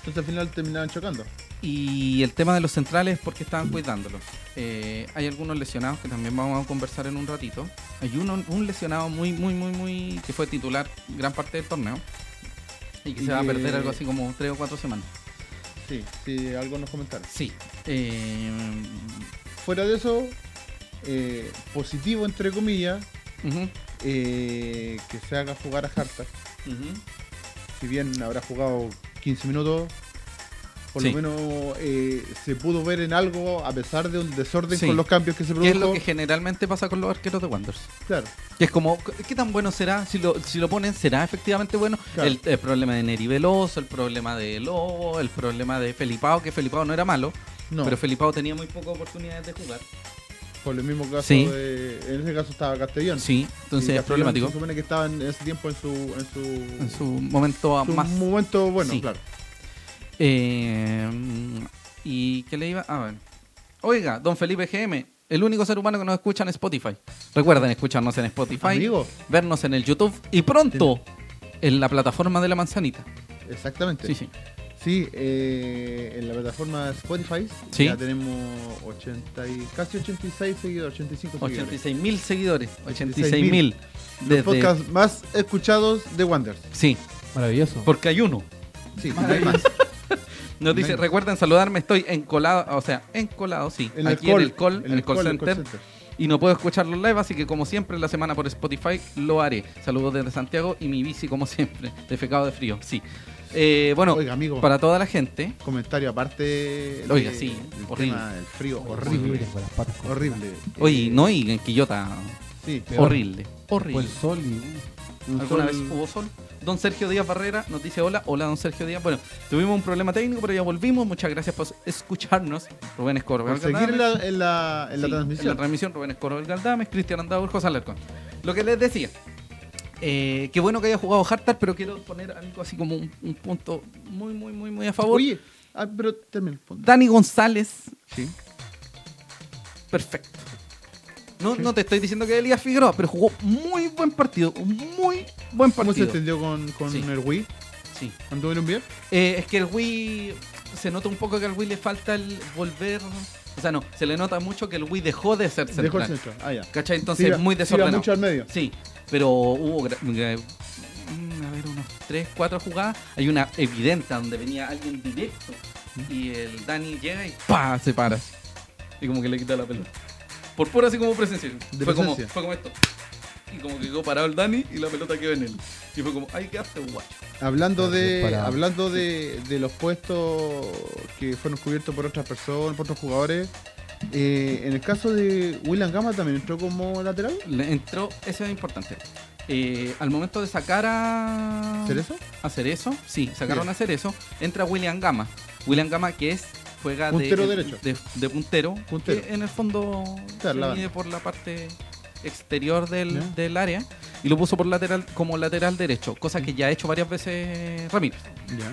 C: Entonces al final terminaban chocando.
A: Y el tema de los centrales es porque estaban cuidándolos. Eh, hay algunos lesionados que también vamos a conversar en un ratito. Hay uno, un lesionado muy, muy, muy, muy que fue titular gran parte del torneo y que
C: Y
A: se va a
C: que-
A: perder algo así como tres o cuatro semanas.
C: Sí, sí, algo nos comentaron.
A: Sí. Eh,
C: Fuera de eso, eh, positivo entre comillas,
A: ujú,
C: eh, que se haga jugar a Harta.
A: ujú.
C: Si bien habrá jugado 15 minutos, por
A: Sí.
C: lo menos eh, se pudo ver en algo a pesar de un desorden
A: Sí.
C: con los cambios que se
A: ¿Qué
C: produjo.
A: es lo que generalmente pasa con los arqueros de Wanderers?
C: Claro,
A: Que es como, ¿qué tan bueno será? Si lo, si lo ponen, ¿será efectivamente bueno?
C: Claro.
A: El, el problema de Neri Veloso, el problema de Lobo, el problema de Felipao, que Felipao no era malo,
C: no.
A: pero Felipao tenía muy pocas oportunidades de jugar.
C: por el mismo caso,
A: Sí.
C: de- en ese caso estaba Castellón.
A: Sí, entonces
C: Y
A: es
C: Castellón
A: problemático.
C: Se supone que estaba en ese tiempo en su, en su,
A: En su momento
C: su
A: más.
C: momento bueno,
A: Sí.
C: claro.
A: Eh, ¿Y qué le iba? A ver. Oiga, don Felipe GM, el único ser humano que nos escucha en Spotify. Recuerden escucharnos en Spotify,
C: Amigo.
A: vernos en el YouTube y pronto en la plataforma de la manzanita.
C: Exactamente.
A: Sí, sí.
C: Sí, eh, en la plataforma Spotify
A: Sí.
C: ya tenemos 80 y, casi 86 seguidores, 85 seguidores.
A: 86 mil seguidores. 86
C: 86.000.
A: mil. Desde...
C: Podcast más escuchados de Wonders.
A: Sí,
B: Maravilloso.
A: porque hay uno.
C: Sí, no hay más.
A: Nos dice,
C: Ven.
A: recuerden saludarme, estoy encolado, o sea, encolado, sí.
C: En el
A: aquí
C: call,
A: en el call, en el call,
C: en el
A: center, Y no puedo escuchar los live, así que como siempre, la semana por Spotify lo haré. Saludos desde Santiago y mi bici, como siempre, defecado de frío, sí. Eh, bueno,
C: Oiga, amigo.
A: para toda la gente,
C: Comentario aparte.
A: Oiga,
C: de-
A: sí,
C: del
A: horrible.
C: tema del frío,
B: Horrible,
C: horrible.
B: con las patas cortadas.
C: Horrible.
A: oye,
C: Eh,
A: no, y en Quillota,
C: Sí,
B: Peor. Pues
A: horrible,
B: Fue el
A: horrible.
B: sol y.
C: un
A: ¿Alguna
C: sol-
A: vez hubo sol? Don Sergio Díaz Barrera nos dice hola, hola don Sergio Díaz. Bueno, tuvimos un problema técnico, pero ya volvimos. Muchas gracias por escucharnos. Rubén Escobar.
C: Por seguir en la, en la, en la
A: Sí,
C: transmisión.
A: En la transmisión, Rubén Escobar Galdames, Cristian Andador, José Alarcón. Lo que les decía, eh, qué bueno que haya jugado Hartar, pero quiero poner algo así como un, un punto muy, muy, muy, muy a favor.
C: Oye, ah, pero termina el punto.
A: Dani González,
C: Sí.
A: perfecto. No, no te estoy diciendo que Elías Figueroa, pero jugó muy buen partido, un muy buen
C: ¿Cómo se
A: partido.
C: entendió con, con
A: Sí.
C: el Wii?
A: Sí.
C: ¿Anduvieron bien?
A: Eh, es que el Wii se nota un poco que al Wii le falta el volver. O sea, no, se le nota mucho que el Wii dejó de ser
C: Dejó el
A: central.
C: centro. Ah, ya.
A: ¿Cachai? Entonces
C: Tira-
A: es muy
C: tira
A: desordenado.
C: mucho al medio.
A: Sí, pero hubo. gra- gra- mm, A ver, unos 3, 4 jugadas. Hay una evidente donde venía alguien directo y el Dani llega y ¡pa! se para. así. Y como que le quita la pelota. Por pura así como presencia.
C: De
A: fue, Como,
C: presencia.
A: fue como esto. Y como que quedó parado el Dani y la pelota quedó en él. Y fue como, ¡ay, qué hace guacho!
C: Hablando
B: Claro,
C: de
B: para-
C: hablando de, de los puestos que fueron cubiertos por otras personas, por otros jugadores, eh, en el caso de William Gama también entró como lateral.
A: Le entró, eso es importante. Eh, al momento de sacar a.
C: ¿Cerezo?
A: hacer eso, sí, sacaron
C: Bien.
A: a hacer eso, entra William Gama. William Gama que es juega
C: Puntero
A: de,
C: derecho.
A: de, de puntero,
C: Puntero.
A: que en el fondo
C: Claro, la
A: se mide
C: banda.
A: por la parte exterior del,
C: Ya.
A: del área y lo puso por lateral como lateral derecho, cosa que ya ha hecho varias veces Ramírez.
C: Ya,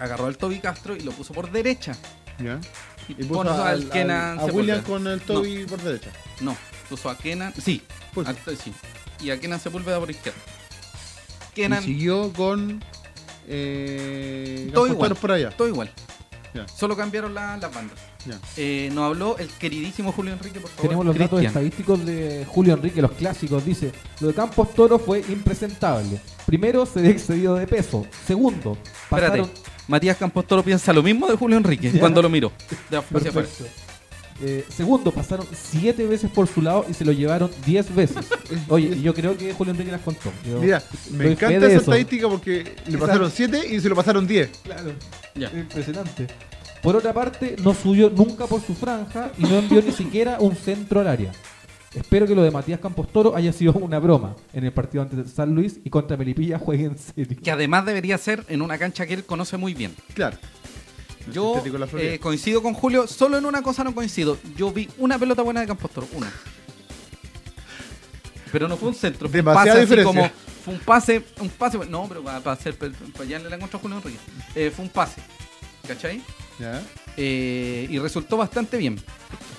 A: Agarró al Toby Castro y lo puso por derecha.
C: ya.
A: Y,
C: Y puso
A: puso
C: al-
A: al
C: al-
A: Kenan
C: a William
A: Sepúlveda.
C: con el Toby por derecha.
A: No, puso a Kenan, sí,
B: Pues
C: Puso.
A: al- sí, y a Kenan Sepúlveda por izquierda.
C: Y
A: Kenan
C: siguió con eh,
A: Todo
C: Campos
A: igual.
C: Toros por allá.
A: Todo igual.
C: Ya.
A: Solo cambiaron la- las bandas.
C: Ya.
A: Eh, nos habló el queridísimo Julio Enrique, por favor.
B: Tenemos los datos
A: Cristian.
B: estadísticos de Julio Enrique, los clásicos. Dice, lo de Campos Toro fue impresentable. Primero, se ve excedido de peso. Segundo,
A: Espérate.
B: pasaron...
A: Matías Campos Toro piensa lo mismo de Julio Enrique
B: Ya.
A: cuando lo miro. De af- hacia afuera.
B: Perfecto. Eh, segundo, pasaron siete veces por su lado y se lo llevaron 10 veces. Oye, yo creo que Julio Enrique las contó. Yo-
C: Mira,
B: doy
C: me
B: fe
C: encanta
B: de
C: esa
B: eso.
C: estadística porque le pasaron 7 y se lo pasaron 10.
B: Claro.
A: Ya.
B: Impresionante. Por otra parte, no subió nunca por su franja y no envió ni siquiera un centro al área. Espero que lo de Matías Campos Toro haya sido una broma en el partido ante San Luis y contra Melipilla juegue en serio.
A: Que además debería ser en una cancha que él conoce muy bien.
C: Claro. El
A: Yo
C: sintético de la Florida.
A: eh, coincido con Julio, solo en una cosa no coincido. Yo vi una pelota buena de Campos Toro, una. Pero no fue un centro, fue
C: Demasiada
A: un pase así
C: diferencia.
A: como fue un pase, un pase, no, pero para, para hacer para ya le la contra Julio Enrique. Eh, fue un pase. ¿Cachai?
C: Ya.
A: Eh, y resultó bastante bien.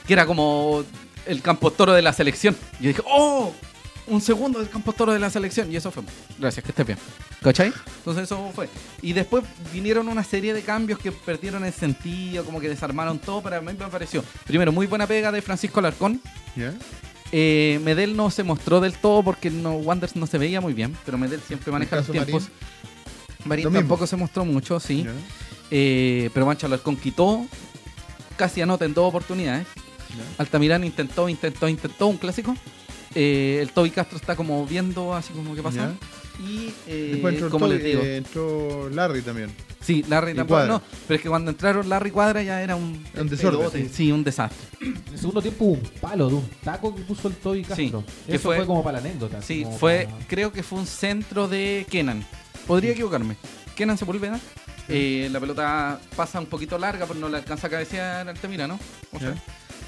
A: Que era como el Campos Toro de la selección. Yo dije, "Oh, un segundo del Campos Toro de la selección." Y eso fue. Gracias, que estés bien. ¿Cachai? Entonces eso fue. Y después vinieron una serie de cambios que perdieron el sentido, como que desarmaron todo, pero a mí me pareció. Primero, muy buena pega de Francisco Alarcón.
C: Ya.
A: Eh, Medel no se mostró del todo porque no, Wanders no se veía muy bien, pero Medel siempre maneja los
C: caso Marín.
A: tiempos. Marín
C: Lo mismo.
A: tampoco se mostró mucho, sí.
C: Ya.
A: Eh, pero Mancha Alarcón quitó. Casi anota en dos oportunidades.
C: Ya.
A: Altamirano intentó, intentó, intentó un clásico. Eh, el Toby Castro está como viendo así como que pasa. Y
C: Después
A: eh,
C: entró,
A: como
C: el
A: les
C: Toby,
A: digo.
C: eh, entró Larry también.
A: sí, Larry
C: y
A: tampoco.
C: Cuadra.
A: No, pero es que cuando entraron Larry Cuadra ya era un,
C: Un desorden,
A: pelote,
C: sí.
A: Sí, un desastre.
B: En el segundo tiempo hubo un palo de un taco que puso el Toby Castro.
A: Sí, que
B: Eso fue,
A: fue-
B: como para la anécdota.
A: Sí,
B: como
A: fue,
B: para-
A: creo que fue un centro de Kenan. Podría
C: Mm.
A: equivocarme. Kenan Sepúlveda. Eh, la pelota pasa un poquito larga, pero no le alcanza a cabecear a Altamirano. O sea,
C: Ya.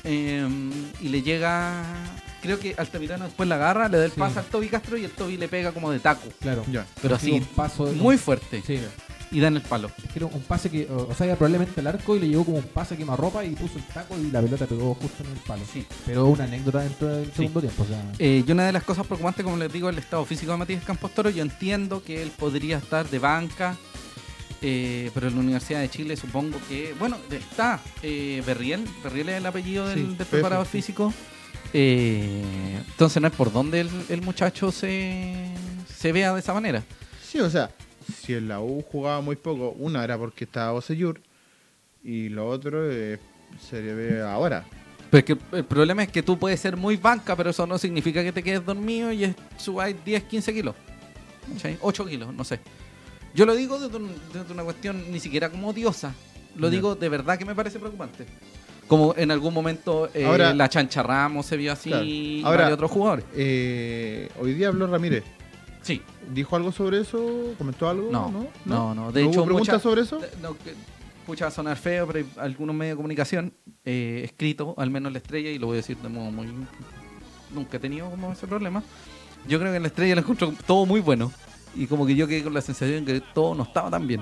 A: eh, y le llega. Creo que Altamirano después la agarra, le da el
B: Sí.
A: pase al Toby Castro y el Toby le pega como de taco.
B: Claro.
C: Ya.
A: Pero
B: Sí,
A: así,
B: un paso de-
A: muy fuerte.
B: Sí.
A: Y dan el palo.
B: Era un pase que, o o sea, era probablemente el arco y le llegó como un pase quemarropa y puso el taco y la pelota pegó justo en el palo.
A: Sí.
B: Pero una anécdota dentro del segundo tiempo. O sea,
A: Eh, y una de las cosas preocupantes, como les digo, el estado físico de Matías Campos Toro, yo entiendo que él podría estar de banca, eh, pero en la Universidad de Chile supongo que, bueno, está eh, Berriel, Berriel es el apellido del,
C: Sí,
A: del
C: Pepe,
A: preparador
C: sí.
A: físico, eh, entonces no es por donde el, el muchacho se, se vea de esa manera.
C: Sí, o sea, si en la U jugaba muy poco, una era porque estaba Oseyur y lo otro eh, se le ve ahora.
A: Pero es que el problema es que tú puedes ser muy banca, pero eso no significa que te quedes dormido y es- subáis 10, 15 kilos. ¿Cachai? 8 kilos, no sé. Yo lo digo desde, un- desde una cuestión ni siquiera como odiosa. Lo
C: Ya.
A: digo de verdad que me parece preocupante. Como en algún momento eh,
C: Ahora-
A: la chancha Ramos se vio así
C: Claro.
A: y
C: Ahora-
A: varios otros jugadores.
C: Eh, hoy día habló Ramírez.
A: Sí.
C: ¿Dijo algo sobre eso? ¿Comentó algo?
A: No,
C: no,
A: no, no. De
C: ¿No hubo
A: hecho,
C: preguntas
A: mucha- Eh,
C: sobre eso?
A: No, que- pucha, va a sonar feo, pero hay algunos medios de comunicación, eh, escrito, al menos la estrella, y lo voy a decir de modo muy. Nunca he tenido como ese problema. Yo creo que en la estrella lo encuentro todo muy bueno. Y como que yo quedé con la sensación que todo no estaba tan bien.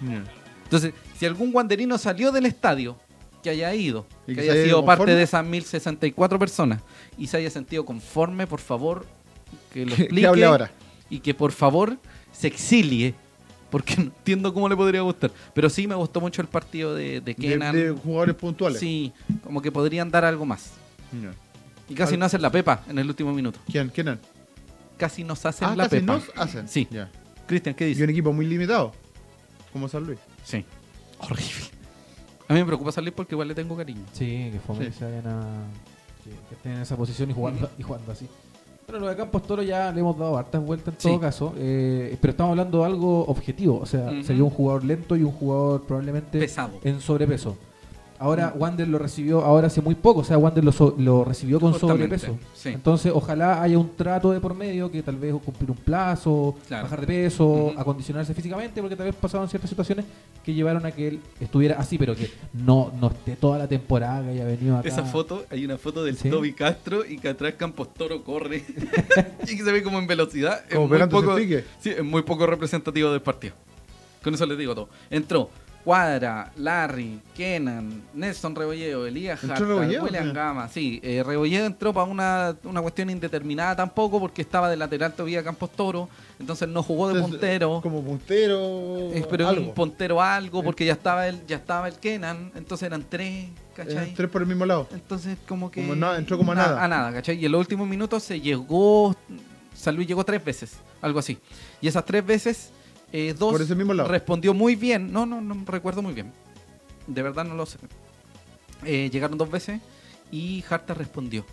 C: Ya.
A: Entonces, si algún guanderino salió del estadio, que haya ido,
C: Y
A: que,
C: que se
A: haya
C: haya ido
A: sido parte
C: conforme.
A: de esas 1064 personas, y se haya sentido conforme, por favor, que lo
C: Que- que
A: explique.
C: hable ahora.
A: Y que por favor se exilie. Porque no entiendo cómo le podría gustar. Pero sí me gustó mucho el partido de, de
C: De,
A: Kenan.
C: de jugadores puntuales.
A: sí, como que podrían dar algo más.
C: Ya.
A: Y casi
C: Al-
A: no hacen la pepa en el último minuto.
C: ¿Quién? ¿Quién eran?
A: Casi nos hacen
C: Ah,
A: la
C: casi
A: pepa.
C: nos hacen.
A: Sí.
C: Ya.
A: Cristian, ¿qué
C: Y
A: dices?
C: un equipo muy limitado, como San Luis.
A: Sí. Horrible. A mí me preocupa salir porque igual le tengo cariño.
B: Sí, que fome
C: Sí.
B: que se vayan a. Que, que estén en esa posición y jugando, y jugando así. Bueno, lo de Campos Toro ya le hemos dado hartas vueltas en todo
A: Sí.
B: caso, eh, pero estamos hablando de algo objetivo. O sea,
A: Ujú.
B: sería un jugador lento y un jugador probablemente
A: Pesado.
B: en sobrepeso. Ahora Wander lo recibió ahora hace muy poco, o sea, Wander lo, so- lo recibió con
A: Justamente,
B: sobrepeso.
A: sí.
B: Entonces, ojalá haya un trato de por medio que tal vez cumplir un plazo,
A: Claro.
B: bajar de peso,
A: Ujú.
B: acondicionarse físicamente, porque tal vez pasaron ciertas situaciones que llevaron a que él estuviera así, pero que no, no esté toda la temporada que haya venido acá.
A: Esa foto, hay una foto del
B: Sí.
A: Toby Castro y que atrás Campos Toro corre y que se ve como en velocidad.
C: Como
A: es, muy
C: pegándose
A: poco,
C: el pique.
A: sí, es muy poco representativo del partido. Con eso les digo todo. Entró Cuadra, Larry, Kenan, Nelson Rebolledo, Elías
C: ¿Entró
A: Hashtag,
C: Rebolledo?
A: William
C: Ah.
A: Gama. Sí, eh, Rebolledo entró para una, una cuestión indeterminada tampoco porque estaba de lateral todavía Campos Toro, entonces no jugó de
C: Entonces,
A: puntero.
C: Como puntero.
A: Eh, pero
C: algo. Eh.
A: un puntero algo porque ya estaba el, ya estaba el Kenan, entonces eran tres, ¿cachai?
C: Eh, tres por el mismo lado.
A: Entonces, como que.
C: Como na- entró como a
A: Na-
C: nada.
A: A nada, ¿cachai? Y en los últimos minutos se llegó. San Luis llegó tres veces, algo así. Y esas tres veces, eh, dos.
C: Por ese mismo lado.
A: Respondió muy bien. No, no, no recuerdo muy bien. De verdad no lo sé. Eh, llegaron dos veces y Harta respondió.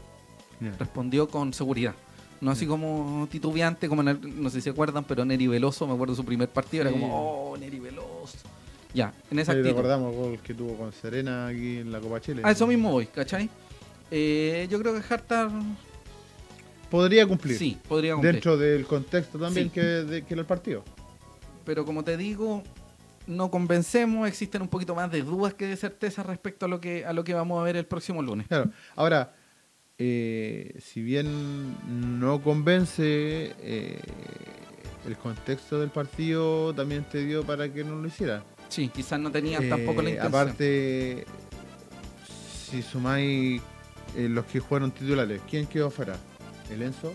A: Respondió con seguridad. No
C: Mm.
A: así como titubeante, como en el- no sé si se acuerdan, pero Neri Veloso, me acuerdo de su primer partido, era
C: Sí.
A: como, oh, Neri Veloso. Ya, en esa
C: Ahí
A: actitud.
C: recordamos el gol que tuvo con Serena aquí en la Copa Chile.
A: A Ah, eso mismo voy, ¿cachai? Eh, yo creo que Hartar
C: Podría cumplir.
A: sí, podría cumplir.
C: Dentro del contexto también
A: Sí.
C: que, de- que era el partido.
A: Pero como te digo, no convencemos, existen un poquito más de dudas que de certezas respecto a lo que, a lo que vamos a ver el próximo lunes.
C: Claro. Ahora, eh, si bien no convence, eh, el contexto del partido también te dio para que no lo hicieran.
A: Sí, quizás no tenían
C: Eh,
A: tampoco la intención.
C: Aparte, si sumáis eh, los que jugaron titulares, ¿quién quedó fuera? ¿El Enzo?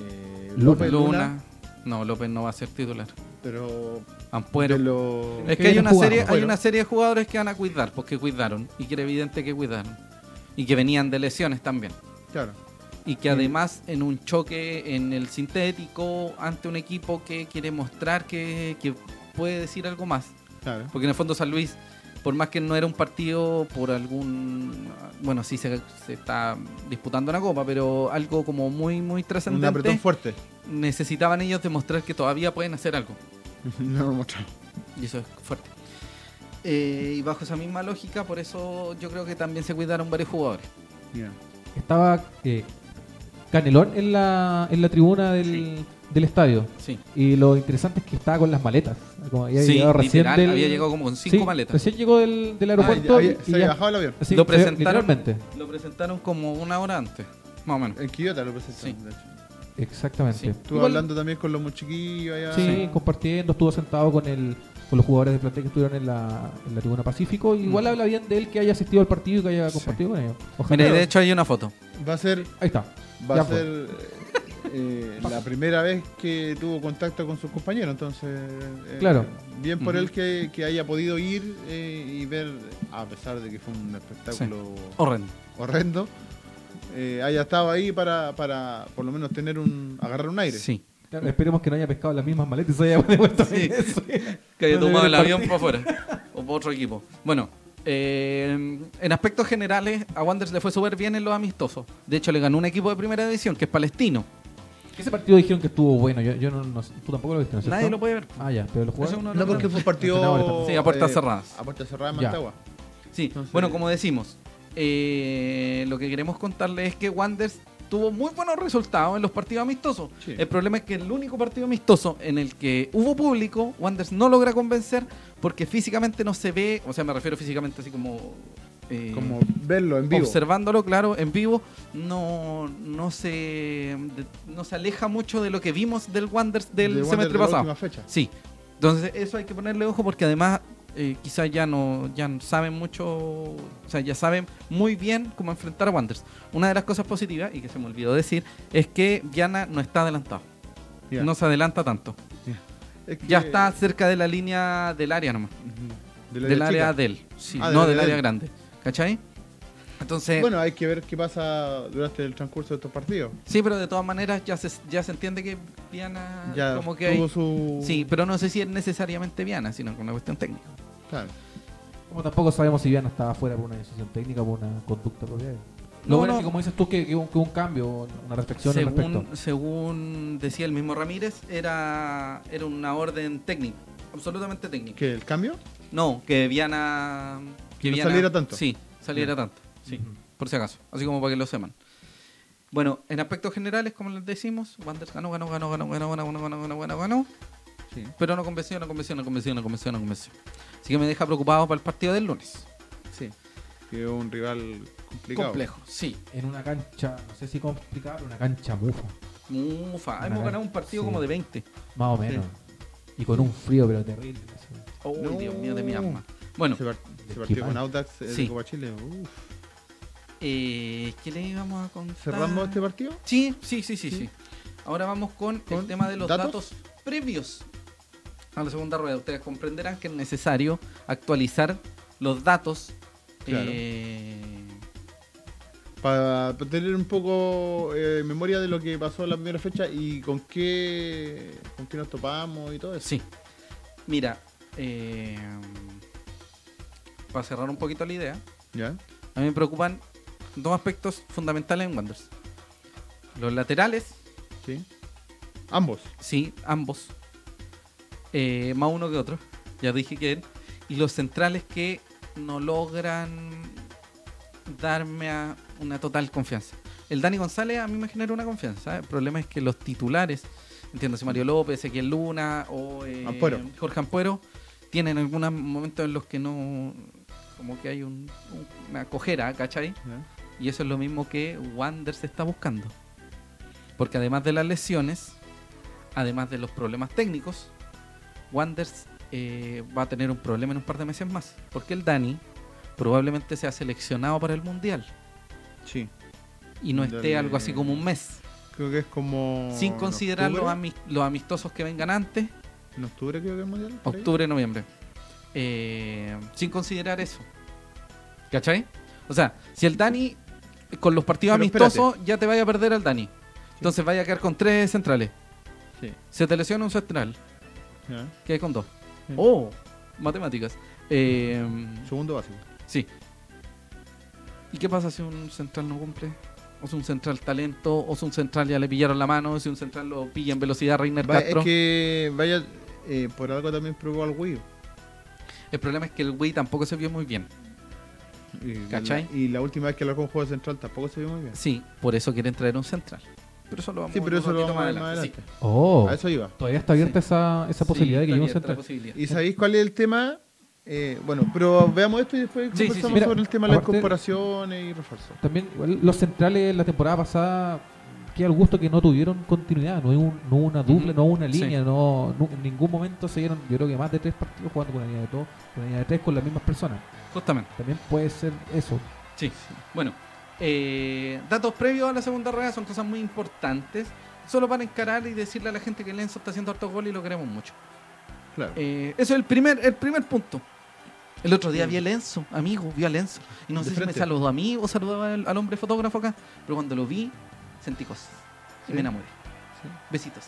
C: Eh,
B: Luna.
A: Luna, No, López no va a ser titular.
C: Pero,
A: Ampuero.
C: de los-
A: Es que
B: que
A: hay una,
B: jugaron.
A: serie, hay
C: Bueno.
A: una serie de jugadores que van a cuidar, porque cuidaron, y que era evidente que cuidaron. Y que venían de lesiones también.
C: Claro.
A: Y que además en un choque en el sintético ante un equipo que quiere mostrar que, que puede decir algo más.
C: Claro.
A: Porque en el fondo San Luis, por más que no era un partido por algún... Bueno, sí se, se está disputando una copa, pero algo como muy, muy
C: Un apretón
A: trascendente.
C: fuerte.
A: Necesitaban ellos demostrar que todavía pueden hacer algo.
C: no lo mostró.
A: Y eso es fuerte. Eh, y bajo esa misma lógica, por eso yo creo que también se cuidaron varios jugadores.
C: Ya.
B: Estaba eh, Canelón en la, en la tribuna del, del estadio.
A: Sí.
B: Y lo interesante es que estaba con las maletas. Como había
A: Sí,
B: llegado recién
A: literal,
B: del-
A: había llegado como con cinco
B: Sí,
A: maletas.
B: Recién llegó del, del aeropuerto.
C: Ah, ya-
B: y-
C: se
B: y
C: había
B: ya-
C: bajado el avión.
B: sí,
A: lo
B: se-
A: presentaron
B: literalmente.
A: lo presentaron como una hora antes más o menos
C: En Quillota lo presentaron.
A: Sí.
C: de hecho.
B: Exactamente.
A: Sí.
C: Estuvo
B: Igual-
C: hablando también con los muy chiquillos allá.
B: Sí, compartiendo, estuvo sentado con el con los jugadores de plantel que estuvieron en la, en la tribuna Pacífico. Igual
A: Mm.
B: habla bien de él que haya asistido al partido y que haya
A: Sí.
B: compartido con ellos. Ojalá.
A: Mira, y de hecho hay una foto
C: Va a ser,
B: Ahí está.
C: va
B: Ya pues.
C: a
B: fue.
C: ser eh, eh, la primera vez que tuvo contacto con sus compañeros. Entonces, eh,
B: Claro.
C: bien por
A: Ujú.
C: él que, que haya podido ir eh, y ver, a pesar de que fue un espectáculo
A: horrendo
C: horrendo, eh, haya estado ahí para, para por lo menos tener un agarrar un aire.
A: sí
B: Claro, esperemos que no haya pescado las mismas maletas y se haya devuelto.
A: Mm. Sí.
B: eso.
A: que haya
B: No
A: tomado
B: debería
A: el avión
B: partir.
A: para afuera o para otro equipo bueno eh, en aspectos generales a Wanderers le fue súper bien en los amistosos de hecho le ganó un equipo de primera división que es palestino
B: Ese partido dijeron que estuvo bueno. Yo, yo no, no sé. Tú tampoco lo viste, ¿no es
A: nadie
B: cierto?
A: lo puede ver
B: Ah, ya, pero lo
A: Eso es
B: jugaron.
A: una-
C: No, porque fue un partido. eh,
A: Sí, a puertas cerradas.
C: A puertas cerradas en
B: Ya.
C: Mantagua.
A: sí
C: Entonces-
A: bueno como decimos eh, lo que queremos contarles es que Wanderers tuvo muy buenos resultados en los partidos amistosos
C: Sí.
A: El problema es que el único partido amistoso en el que hubo público, Wanderers no logra convencer porque físicamente no se ve, o sea, me refiero físicamente así como... eh,
C: Como verlo en vivo.
A: Observándolo, claro, en vivo, no, no, se, de- no se aleja mucho de lo que vimos del Wanderers del
C: De Wander
A: semestre
C: de la
A: pasado.
C: última fecha.
A: Sí, entonces eso hay que ponerle ojo porque además eh, quizás ya no ya no saben mucho, o sea, ya saben muy bien cómo enfrentar a Wanderers. Una de las cosas positivas, y que se me olvidó decir, es que Viana no está adelantado
C: Ya.
A: no se adelanta tanto.
C: Es que-
A: Ya está cerca de la línea del área nomás.
C: Del
A: Del área
C: chica.
A: de él. Sí,
C: Ah, del
A: no
C: área
A: del área
C: del.
A: grande. ¿Cachai? Entonces,
C: Bueno, hay que ver qué pasa durante el transcurso de estos partidos.
A: sí, pero de todas maneras ya se, ya se entiende que Viana
C: Ya
A: Ah, como que
C: tuvo
A: hay-
C: su.
A: Sí, pero no sé si es necesariamente Viana, sino que una cuestión técnica.
C: Claro.
B: Como tampoco sabemos si Viana estaba fuera por una decisión técnica o por una conducta propia. de él. Lo
A: No,
B: bueno
A: no.
B: es que, como dices tú, que, que hubo que hubo un cambio, una reflexión al respecto.
A: Según, según decía el mismo Ramírez, era, era una orden técnica. Absolutamente técnica.
C: ¿Qué? ¿El cambio?
A: No, que Viana.
C: Que no saliera tanto.
A: Sí, saliera tanto. Sí,
B: Ujú.
A: por si acaso. Así como para que lo sepan. Bueno, en aspectos generales, como les decimos, Wanderers ganó, ganó, ganó, ganó, ganó, ganó, ganó, ganó, ganó, ganó, ganó.
C: Sí.
A: Pero no convenció, no convenció, no convenció, no convenció, no convenció. Así que me deja preocupado para el partido del lunes.
C: Sí. Que es un rival complicado.
A: Complejo, sí.
B: En una cancha, no sé si complicada, pero una cancha mufa.
A: Mufa.
B: Una
A: Hemos
B: gran-
A: ganado un partido
B: sí.
A: como de 20.
B: Más o menos. Y con un frío, pero terrible. así.
A: Uy,
C: No.
A: Dios mío, de mi alma. Bueno,
C: se, par- se
B: qué
C: partió con
B: mal.
C: Audax eh,
A: Sí.
C: de Copa Chile. Uf.
A: eh, ¿qué le íbamos a contar?
C: ¿Cerramos este partido?
A: Sí, sí, sí, sí,
C: Sí.
A: sí. Ahora vamos con, el
C: ¿Con
A: tema de los datos?
C: datos?
A: previos a la segunda rueda. Ustedes comprenderán que es necesario actualizar los datos.
C: Claro.
A: eh,
C: Para tener un poco eh, memoria de lo que pasó en la primera fecha y con qué, con qué nos topamos y todo eso.
A: sí. Mira, eh, para cerrar un poquito la idea,
C: ¿Ya?
A: a mí me preocupan dos aspectos fundamentales en Wanderers. Los laterales,
C: Sí. Ambos.
A: sí, ambos. Eh, más uno que otro. Ya dije que él. Y los centrales que no logran darme a una total confianza. El Dani González a mí me genera una confianza. ¿eh? El problema es que los titulares, entiendo si Mario López, Ezequiel Luna o eh,
C: Ampuero.
A: Jorge Ampuero, tienen algunos momentos en los que no. como que hay un- un- una cojera, ¿cachai?
C: ¿Ya?
A: Y eso es lo mismo que Wander se está buscando. Porque además de las lesiones, además de los problemas técnicos, Wanders eh, va a tener un problema en un par de meses más. Porque el Dani probablemente sea seleccionado para el Mundial
C: Sí.
A: y no esté
C: Dale.
A: algo así como un mes.
C: Creo que es como.
A: sin
C: en
A: considerar los,
C: octubre.
A: ami- los amistosos que vengan antes,
C: En octubre creo que es mundial. por ahí.
A: octubre, noviembre. Eh, sin considerar eso. ¿Cachai? O sea, si el Dani con los partidos
C: Pero espérate.
A: amistosos ya te vaya a perder al Dani. Entonces vaya a quedar con tres centrales.
C: Sí.
A: Se te lesiona un central,
C: ¿Ya?
A: queda con dos.
C: Sí.
A: Oh, matemáticas. Eh,
C: Segundo básico.
A: sí. ¿Y qué pasa si un central no cumple? O si un central talento, o si un central ya le pillaron la mano, o si un central lo pilla en velocidad Reiner
C: Va-
A: Castro.
C: es que vaya. eh, por algo también probó al Wii.
A: El problema es que el Wii tampoco se vio muy bien.
C: Y-
A: ¿Cachai?
C: Y la última vez que lo con juego central tampoco se vio muy bien.
A: Sí, por eso quieren traer un central. Pero eso lo vamos
C: Sí,
A: a
C: pero
A: ver
C: eso
A: un
C: lo
A: ratito
C: vamos a ver
A: más
C: más
A: adelante.
C: adelante.
A: Sí.
B: Oh,
C: A eso iba.
B: todavía está abierta esa, esa posibilidad
A: Sí,
B: de que llegue un
A: está abierta la
B: central.
A: posibilidad.
C: ¿Y sabéis cuál es el tema? Eh, bueno, pero veamos esto y después
A: Sí, sí,
C: conversamos
A: sí.
B: Mira,
C: sobre el tema de las
B: aparte-
C: incorporaciones y refuerzos.
B: También igual, los centrales la temporada pasada, que al gusto que no tuvieron continuidad, no hubo, un- no hubo una dupla,
A: Ujú.
B: no hubo una
A: Sí.
B: línea, no, nu- en ningún momento se dieron, yo creo que más de tres partidos jugando con una línea de dos, con una línea de tres con las mismas personas.
A: Justamente.
B: También puede ser eso.
A: Sí, bueno. eh, datos previos a la segunda rueda son cosas muy importantes. Solo para encarar y decirle a la gente que Lenzo está haciendo hartos goles y lo queremos mucho.
C: Claro.
A: Eh, eso es el primer, el primer punto. El otro día vi a Lenzo, amigo, vi a Lenzo. Y no
C: De
A: sé si
C: frente.
A: me saludó a mí o saludaba al, al hombre fotógrafo acá. Pero cuando lo vi, sentí cosas. Y
C: Sí.
A: me enamoré.
C: Sí.
A: Besitos.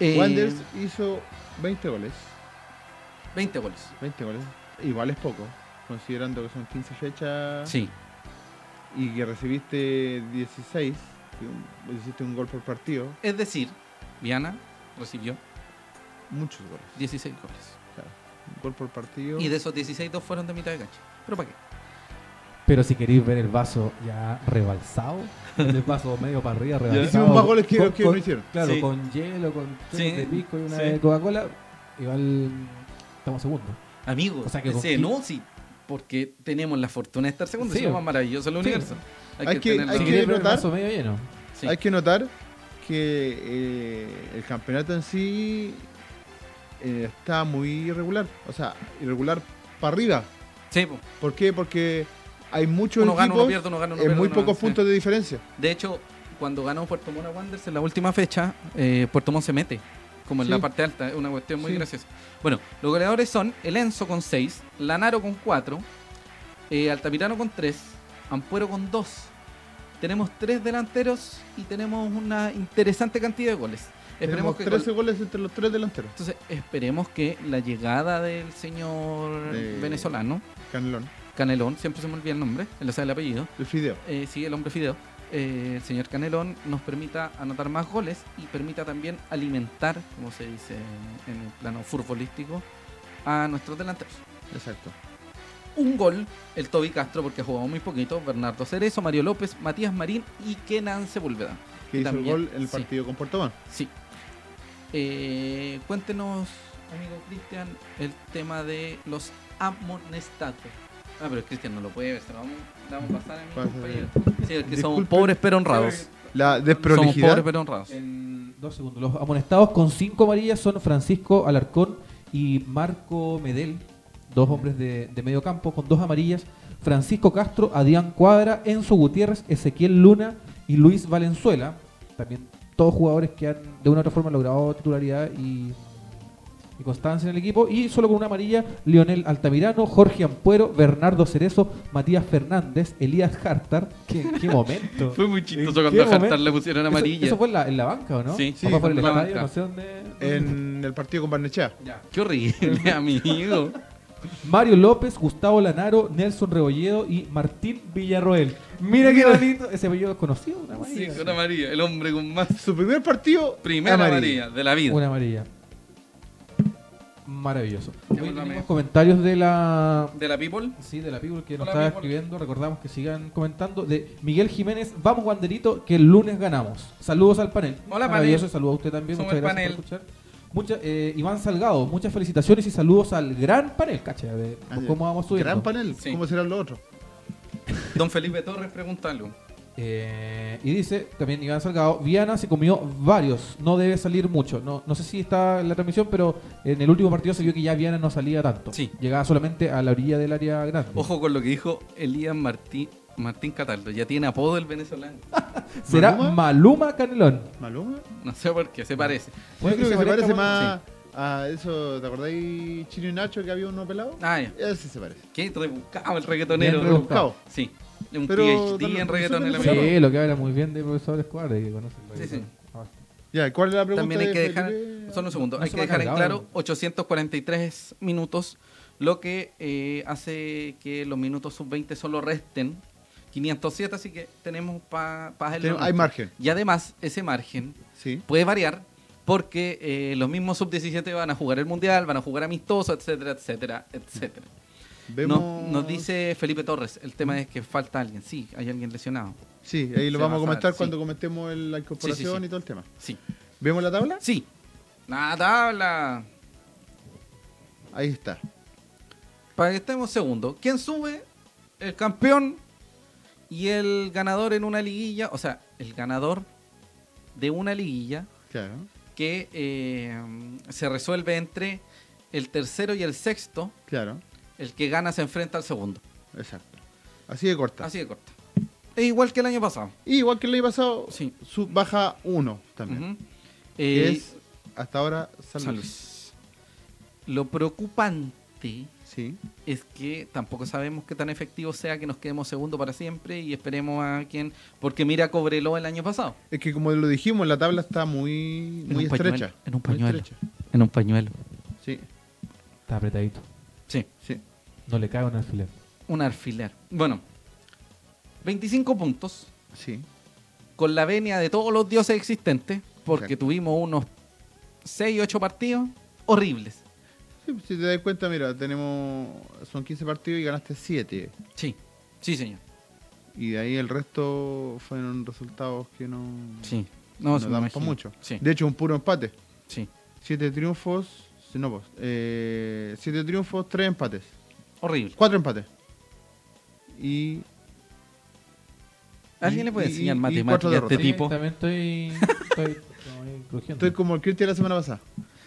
A: Eh,
C: Wanders hizo 20 goles.
A: 20 goles.
C: 20 goles. Igual es poco, considerando que son 15 fechas
A: Sí,
C: y que recibiste 16. que un- Hiciste un gol por partido.
A: es decir, Viana recibió
C: Muchos goles.
A: 16 goles.
C: claro. Un gol por partido.
A: Y de esos 16, dos fueron de mitad de cancha. ¿Pero para qué?
B: Pero si queréis ver el vaso ya rebalsado, el vaso medio para arriba rebalsado.
C: hicimos más goles que
B: Ah, con-
C: los que
B: con-
C: no hicieron.
B: Claro,
A: Sí.
B: con hielo, con tres
A: Sí,
B: de pico y una
A: sí.
B: de Coca-Cola, igual estamos segundos.
A: Amigo,
B: O sea que
A: sí,
B: con quin-
A: no, sí, porque tenemos la fortuna de estar segundos,
B: Sí.
A: es lo más maravilloso del
B: Sí.
A: universo. Hay,
C: Hay
A: que,
C: que-
A: tenerlo-
C: hay
B: Si
C: que
B: queréis ver el
C: notar-
B: vaso medio lleno.
A: sí.
C: Hay que notar que eh, el campeonato en sí eh, está muy irregular. O sea, irregular para arriba.
A: Sí, po.
C: ¿Por qué? Porque hay muchos
A: uno gana, uno
C: equipos
A: pierde, uno gana, uno
C: en
A: pierde.
C: muy
A: uno
C: pocos
A: gana, sí.
C: puntos de diferencia.
A: De hecho, cuando ganó Puerto Montt a Wanderers en la última fecha, eh, Puerto Montt se mete, como en
C: Sí.
A: la parte alta, es una cuestión muy
C: Sí.
A: graciosa. Bueno, los goleadores son El Enzo con 6, Lanaro con 4, Altamirano con 3, Ampuero con 2. Tenemos tres delanteros y tenemos una interesante cantidad de goles. Esperemos
C: Tenemos
A: que
C: 13
A: con-
C: goles entre los tres delanteros.
A: Entonces, esperemos que la llegada del señor
C: De-
A: venezolano,
C: Canelón,
A: Canelón, siempre se me olvida el nombre, él lo sabe el apellido,
C: el fideo.
A: eh, sí, el hombre fideo, eh, el señor Canelón nos permita anotar más goles y permita también alimentar, como se dice en el plano futbolístico, a nuestros delanteros.
C: Exacto.
A: Un gol, el Toby Castro, porque ha jugado muy poquito, Bernardo Cerezo, Mario López, Matías Marín y Kenan Sepúlveda.
C: Que hizo
A: También,
C: el gol en el
A: sí.
C: partido con Puerto Montt.
A: Sí. Eh, cuéntenos, amigo Cristian, el tema de los amonestados. Ah, pero Cristian no lo puede ver, se lo vamos, le vamos a pasar a mi
C: Pásale.
A: compañero. Sí, es que somos
C: Disculpen.
A: pobres pero honrados.
C: La
A: Somos pobres
C: desprolijidad.
A: pero honrados.
B: En dos segundos. Los amonestados con cinco amarillas son Francisco Alarcón y Marco Medel, dos hombres de, de medio campo con dos amarillas, Francisco Castro, Adrián Cuadra, Enzo Gutiérrez, Ezequiel Luna y Luis Valenzuela, también todos jugadores que han de una u otra forma logrado titularidad y, y constancia en el equipo, y solo con una amarilla, Lionel Altamirano, Jorge Ampuero, Bernardo Cerezo, Matías Fernández, Elías Hartar, qué, qué momento.
A: Fue muy chistoso
B: ¿En
A: cuando
B: qué
A: a Hartar
B: momento?
A: le pusieron
B: Eso-
A: amarilla.
B: Eso, fue en la, en la banca, ¿o no?
A: Sí, sí,
B: O fue
A: fue
B: por el
A: en la
B: estadio,
A: banca.
B: no sé dónde.
C: En el partido con Barnechea.
B: Ya.
A: Qué horrible, amigo.
B: Mario López, Gustavo Lanaro, Nelson Rebolledo y Martín Villarroel. Mira qué bonito. Ese apellido es conocido, una
A: Sí,
B: amarilla.
A: con amarilla. El hombre con más.
C: Su primer partido.
A: Primera amarilla, de la vida.
B: Una amarilla. Maravilloso. Hoy
A: Llámame.
B: tenemos comentarios de la
A: De la People.
B: Sí, de la people que nos
A: Hola,
B: estaba
A: people.
B: escribiendo, recordamos que sigan comentando. De Miguel Jiménez, vamos Wanderito, que el lunes ganamos. Saludos al panel.
A: Hola, panel.
B: Maravilloso, saludos a usted también,
A: Somos
B: muchas gracias
A: el
B: por escuchar. Mucha- eh, Iván Salgado, muchas felicitaciones y saludos al gran panel, cacha, de por
C: Ah, ya.
B: cómo vamos subiendo.
C: Gran panel.
A: Sí.
C: ¿Cómo serán los otros?
A: Don Felipe Torres, pregúntalo.
B: Eh, y dice también Iván Salgado, Viana se comió varios, no debe salir mucho. No, no sé si está en la transmisión, pero en el último partido se vio que ya Viana no salía tanto.
A: Sí.
B: Llegaba solamente a la orilla del área grande.
A: Ojo con lo que dijo Elías Martí, Martín Cataldo. Ya tiene apodo el venezolano.
B: Será
C: ¿Maluma?
B: Maluma Canelón.
C: ¿Maluma?
A: No sé por qué, se parece.
C: Yo creo que se parece
B: bueno.
C: más a eso. ¿Te acordáis, Chino y Nacho, que había uno pelado?
A: Ah, ya.
C: Ese se parece.
A: Qué rebuscado el reggaetonero.
B: Bien rebuscado.
C: Buscado.
A: Sí. Un
C: Pero,
A: PhD
C: dale,
A: en reggaeton en la
C: Sí,
A: vida.
B: Sí, lo que habla muy bien de profesor Escobar, de que conoce el
A: Sí, sí.
B: reggaetón. Ah,
C: Ya, ¿cuál es la pregunta?
A: También hay
C: de
A: que dejar,
C: Felipe?
A: solo un segundo,
B: No
A: hay
B: se
A: que
B: me ha
A: dejar en
B: cargado.
A: claro 843 minutos, lo que eh, hace que los minutos sub-20 solo resten 507, así que tenemos para
C: Tenemos- hay margen.
A: Y además, ese margen
C: Sí.
A: puede variar porque eh, los mismos sub-17 van a jugar el mundial, van a jugar amistoso, etcétera, etcétera, etcétera.
C: Vemos...
A: Nos, nos dice Felipe Torres, el tema es que falta alguien, sí, hay alguien lesionado.
C: Sí, ahí lo
A: Se
C: vamos
A: va
C: a
A: a
C: comentar
A: saber, sí.
C: cuando comentemos el- la incorporación
A: Sí, sí, sí.
C: y todo el tema.
A: Sí,
C: ¿Vemos la tabla?
A: sí. La tabla.
C: Ahí está.
A: Para que estemos segundo. ¿Quién sube? El campeón y el ganador en una liguilla. O sea, el ganador de una liguilla
C: Claro,
A: que eh, se resuelve entre el tercero y el sexto.
C: claro.
A: El que gana se enfrenta al segundo.
C: Exacto. Así de corta.
A: Así de corta. Es igual que el año pasado.
C: Y igual que el año pasado,
A: Sí.
C: su- baja uno también.
A: Ujú.
C: que
A: Eh,
C: es hasta ahora San
A: San
C: Luis.
A: Luis. Lo preocupante
C: Sí.
A: es que tampoco sabemos qué tan efectivo sea que nos quedemos segundo para siempre y esperemos a quien. Porque mira, Cobreló el año pasado.
C: Es que como lo dijimos, la tabla está muy, muy
A: un pañuelo,
C: estrecha.
A: en un
C: Muy
A: pañuelo.
C: estrecha.
A: En un pañuelo.
C: Sí,
B: Está apretadito.
A: Sí,
C: sí.
B: No le cae un alfiler.
A: un alfiler. Bueno, 25 puntos
C: Sí.
A: con la venia de todos los dioses existentes, porque
C: Exacto.
A: tuvimos unos 6, 8 partidos horribles.
C: Sí, pues, Si te das cuenta, mira, tenemos son 15 partidos y ganaste 7.
A: Sí, sí, señor.
C: Y de ahí el resto fueron resultados que no,
A: Sí,
C: no,
A: no, se me
C: dan
A: imagino.
C: para mucho.
A: Sí,
C: De hecho, un puro empate.
A: sí,
C: 7 triunfos, sí, no, pues, eh, 7 triunfos, 3 empates.
A: horrible.
C: 4 empates. Y
A: ¿Alguien le puede
C: y-
A: enseñar
C: y- y
A: matemáticas
C: cuatro
A: a este
C: derrotas.
A: tipo?
B: También estoy. Estoy, estoy crujiendo.
C: estoy como el Cristian la semana pasada.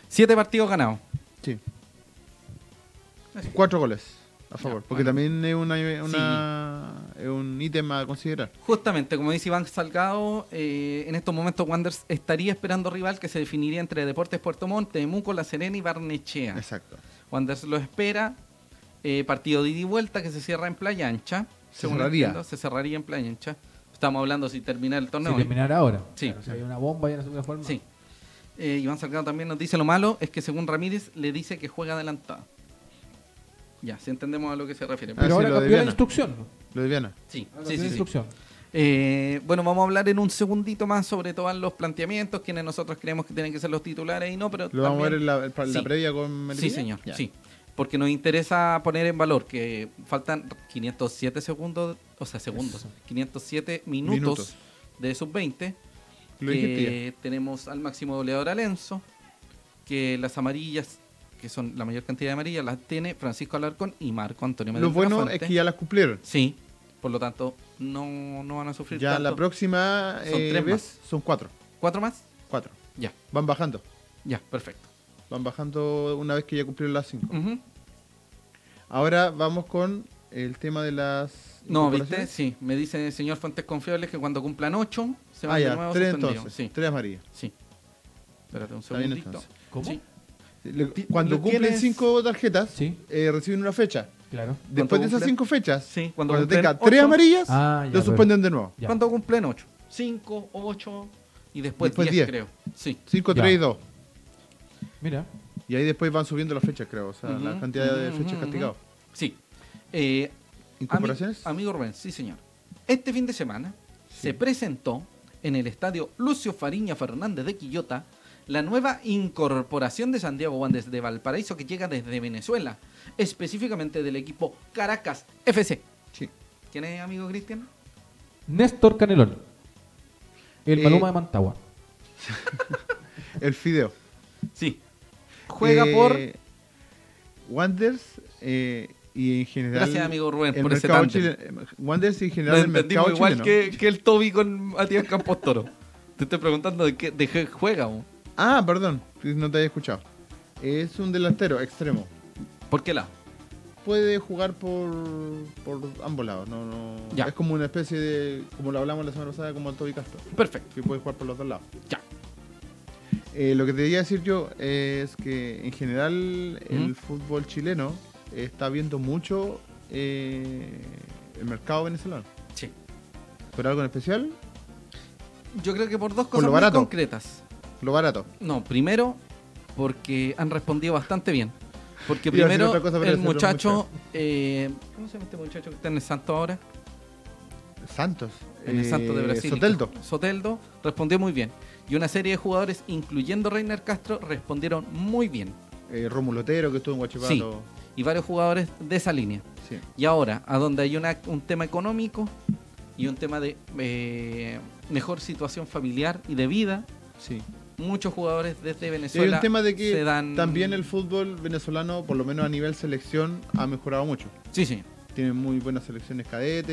A: 7 partidos ganados.
C: Sí. 4 goles a favor.
A: Ah, Ya,
C: porque
A: bueno.
C: también es, una, una- es un ítem a considerar.
A: Justamente, como dice Iván Salgado, eh, en estos momentos Wanderers estaría esperando rival que se definiría entre Deportes Puerto Montt, Temuco, La Serena y Barnechea.
C: Exacto.
A: Wanderers lo espera. eh, partido de ida y vuelta que se cierra en Playa Ancha.
C: Se
A: Según
C: cerraría.
A: entiendo, se cerraría en Playa Ancha. Estamos hablando si termina el
B: Si
A: torneo. hoy.
B: terminara ahora.
A: eh. Sí.
B: Claro, si hay una bomba y una segunda forma.
A: Sí. Eh, Iván Salgado también nos dice lo malo es que según Ramírez le dice que juega adelantado. Ya, si entendemos a lo que se refiere.
C: Ah, sí,
B: Pero ahora
C: lo de
B: cambió la
C: Viana.
B: instrucción.
C: Lo de Viana.
A: Sí,
B: Ahora
A: sí,
B: cambió la
A: sí, sí.
B: instrucción.
A: Eh, bueno, vamos a hablar en un segundito más sobre todos los planteamientos, quienes nosotros creemos que tienen que ser los titulares y no, pero
C: Lo vamos a ver en
A: también-
C: la, en la
A: Sí.
C: previa con
A: Sí,
C: Melipilla.
A: señor,
C: Ya.
A: sí. Porque nos interesa poner en valor que faltan 507 segundos, o sea, segundos,
B: Eso.
A: 507 minutos,
C: Minutos.
A: de sub-20.
C: Lo dijiste
A: que tenemos al máximo goleador Alenzo, que las amarillas, que son la mayor cantidad de amarillas, las tiene Francisco Alarcón y Marco
C: ya.
A: Antonio Medel
C: Lo
A: de la
C: bueno es
A: Fuente.
C: que ya las cumplieron.
A: Sí, por lo tanto, no, no van a sufrir
C: Ya
A: tanto.
C: la próxima
A: Son
C: eh,
A: tres
C: vez son cuatro.
A: ¿Cuatro más?
C: Cuatro.
A: Ya,
C: Van bajando.
A: ya, perfecto.
C: Van bajando una vez que ya cumplieron las 5.
A: Ujú.
C: Ahora vamos con el tema de las.
A: No, ¿viste?
C: incorporaciones.
A: Sí, me dice el señor Fuentes Confiables que cuando cumplan 8 se van
C: Ah,
A: de
C: ya,
A: nuevo
C: tres
A: suspendidos.
C: entonces.
A: Sí,
C: Tres amarillas.
A: sí. Espérate un
C: Está bien,
A: segundito.
C: entonces.
B: ¿Cómo?
A: Sí.
C: Le-
A: Ti-
C: Cuando
A: lo
C: cumplen
A: tienes-
C: cinco tarjetas,
B: Sí.
C: eh, reciben una fecha.
B: Claro.
C: Después de esas
A: cumplen-
C: cinco fechas,
A: Sí,
C: cuando,
A: cuando cumplen
C: tenga
A: ocho-
C: tres amarillas,
B: Ah, ya,
C: lo suspenden de nuevo.
B: Ya.
A: ¿Cuándo cumplen 8? 5, 8 y después
C: Después
A: 10,
C: diez.
A: creo. Sí.
C: 5,
B: Ya.
C: 3 y 2.
B: Mira.
C: Y ahí después van subiendo las fechas, creo. O sea, la
A: Ujú,
C: cantidad de
A: ujú,
C: fechas
A: ujú,
C: castigadas.
A: Sí. Eh,
C: ¿Incorporaciones?
A: ami- amigo Rubén, sí, señor. Este fin de semana se presentó en el estadio Lucio Fariña Fernández de Quillota la nueva incorporación de Santiago Wanderers de Valparaíso que llega desde Venezuela, específicamente del equipo Caracas FC.
C: Sí.
A: ¿Quién es, amigo Cristian?
B: Néstor Canelón. El
C: Eh,
B: Maloma de Mantagua.
C: El fideo.
A: Sí. Juega por.
C: Eh, Wanders eh, y en general.
A: Gracias, amigo Rubén,
C: el
A: por ese
C: mercado
A: tándem.
C: chileno- eh, Wanders y en
A: Lo
C: general el mercado
A: entendimos igual
C: chileno.
A: que, que el Toby con Matías Campos Toro. Te estoy preguntando de qué, de qué juega. bo.
C: Ah, perdón, no te había escuchado. Es un delantero extremo.
A: ¿Por qué la?
C: Puede jugar por, por ambos lados. No, no,
A: Ya.
C: Es como una especie de. Como lo hablamos la semana pasada, como el Toby Castro.
A: Perfecto.
C: Que puede jugar por los dos lados.
A: Ya.
C: Eh, lo que te quería decir yo es que en general
A: ¿Mm?
C: el fútbol chileno está viendo mucho eh, el mercado venezolano.
A: Sí.
C: ¿Por algo en especial?
A: Yo creo que por dos
C: Por
A: cosas
C: lo
A: muy
C: barato.
A: concretas.
C: Lo barato.
A: No, primero, porque han respondido bastante bien. Porque
C: Iba a decir
A: primero
C: otra cosa, pero
A: el
C: eso es lo
A: muchacho. eh, ¿Cómo se llama este muchacho que está en el Santo ahora?
C: Santos.
A: En el
C: eh,
A: Santo de Brasil.
C: Soteldo.
A: Soteldo respondió muy bien. Y una serie de jugadores, incluyendo Reiner Castro, respondieron muy bien.
C: Eh, Rómulo Otero, que estuvo en Guachipato.
A: Y varios jugadores de esa línea.
C: Sí.
A: Y ahora, a donde hay una- un tema económico y un tema de eh, mejor situación familiar y de vida,
C: sí.
A: muchos jugadores desde
C: Hay
A: Venezuela
C: un tema de que
A: se dan...
C: también el fútbol venezolano, por lo menos a nivel selección, ha mejorado mucho.
A: Sí, sí.
C: Tienen muy buenas selecciones cadete.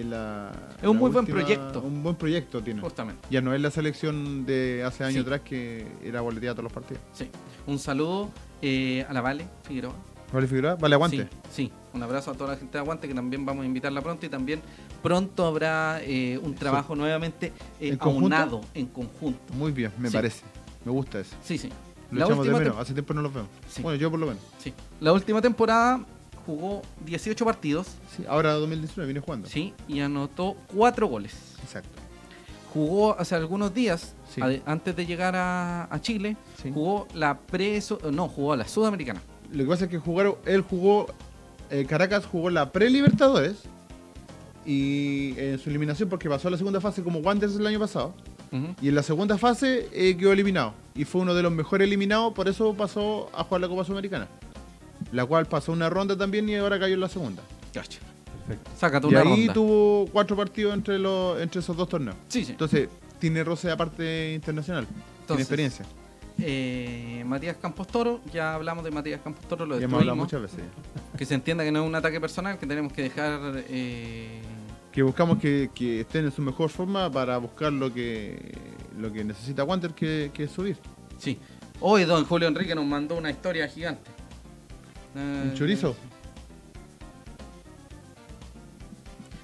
C: eh, la-
A: Es un
C: la
A: muy buen proyecto.
C: Un buen proyecto tiene.
A: Justamente,
C: Ya no es la selección de hace años
A: Sí.
C: atrás que era boleteada todos los partidos.
A: sí. Un saludo eh, a la Vale Figueroa.
C: Vale, figura, vale, aguante.
A: Sí, sí. Un abrazo a toda la gente de Aguante, que también vamos a invitarla pronto. Y también pronto habrá eh, un trabajo nuevamente eh,
C: ¿En conjunto?
A: aunado en conjunto.
C: Muy bien, me
A: Sí.
C: parece. Me gusta eso.
A: Sí, sí.
C: Lo
A: La
C: echamos de
A: última,
C: menos.
A: tem-
C: Hace tiempo no los vemos.
A: Sí.
C: Bueno, yo por lo menos.
A: sí. La última temporada jugó 18 partidos
C: Sí, ahora 2019 viene jugando.
A: sí, y anotó 4 goles.
C: Exacto.
A: jugó hace algunos días,
C: Sí.
A: ade- antes de llegar a, a Chile,
C: Sí.
A: jugó la pre no, jugó a la Sudamericana.
C: Lo que pasa es que jugaron, él jugó, eh, Caracas jugó la pre-Libertadores y en su eliminación porque pasó a la segunda fase como Wanderers el año pasado. Y en la segunda fase eh, quedó eliminado. Y fue uno de los mejores eliminados, por eso pasó a jugar la Copa Sudamericana. La cual pasó una ronda también y ahora cayó en la segunda.
A: Cacha.
B: Perfecto.
A: Sácate
C: y
A: una
C: ahí
A: ronda.
C: tuvo cuatro partidos entre, los, entre esos dos torneos.
A: Sí, sí.
C: Entonces, tiene roce aparte internacional. tiene
A: Entonces,
C: experiencia.
A: Eh, Matías Campos Toro, ya hablamos de Matías Campos Toro, lo
C: Ya hemos hablado
A: destruimos.
C: muchas veces.
A: Que se entienda que no es un ataque personal, que tenemos que dejar... eh,
C: Que buscamos que, que estén en su mejor forma para buscar lo que lo que necesita Wander, que, que es subir.
A: Sí. Hoy don Julio Enrique nos mandó una historia gigante.
C: Un
A: Eh,
C: chorizo.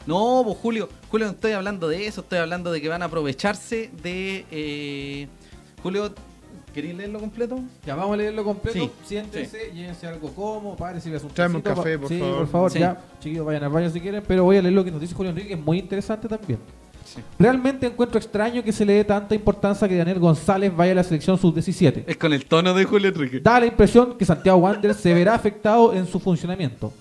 A: No, pues Julio, Julio, no estoy hablando de eso, estoy hablando de que van a aprovecharse de. eh, Julio, ¿queréis leerlo completo?
B: Ya vamos a leerlo completo.
A: Sí,
B: Siéntense, llévense algo como, pare, si un
C: Tráeme un
B: tecito,
C: café,
B: pa-
C: por
B: sí,
C: favor.
B: por favor,
A: Sí.
B: ya. Chiquillos, vayan al baño si quieren, pero voy a leer lo que nos dice Julio Enrique, que es muy interesante también.
A: Sí.
B: Realmente encuentro extraño que se le dé tanta importancia que Daniel González vaya a la selección sub-17.
A: Es con el tono de Julio Enrique.
B: Da la impresión que Santiago Wanderers se verá afectado en su funcionamiento.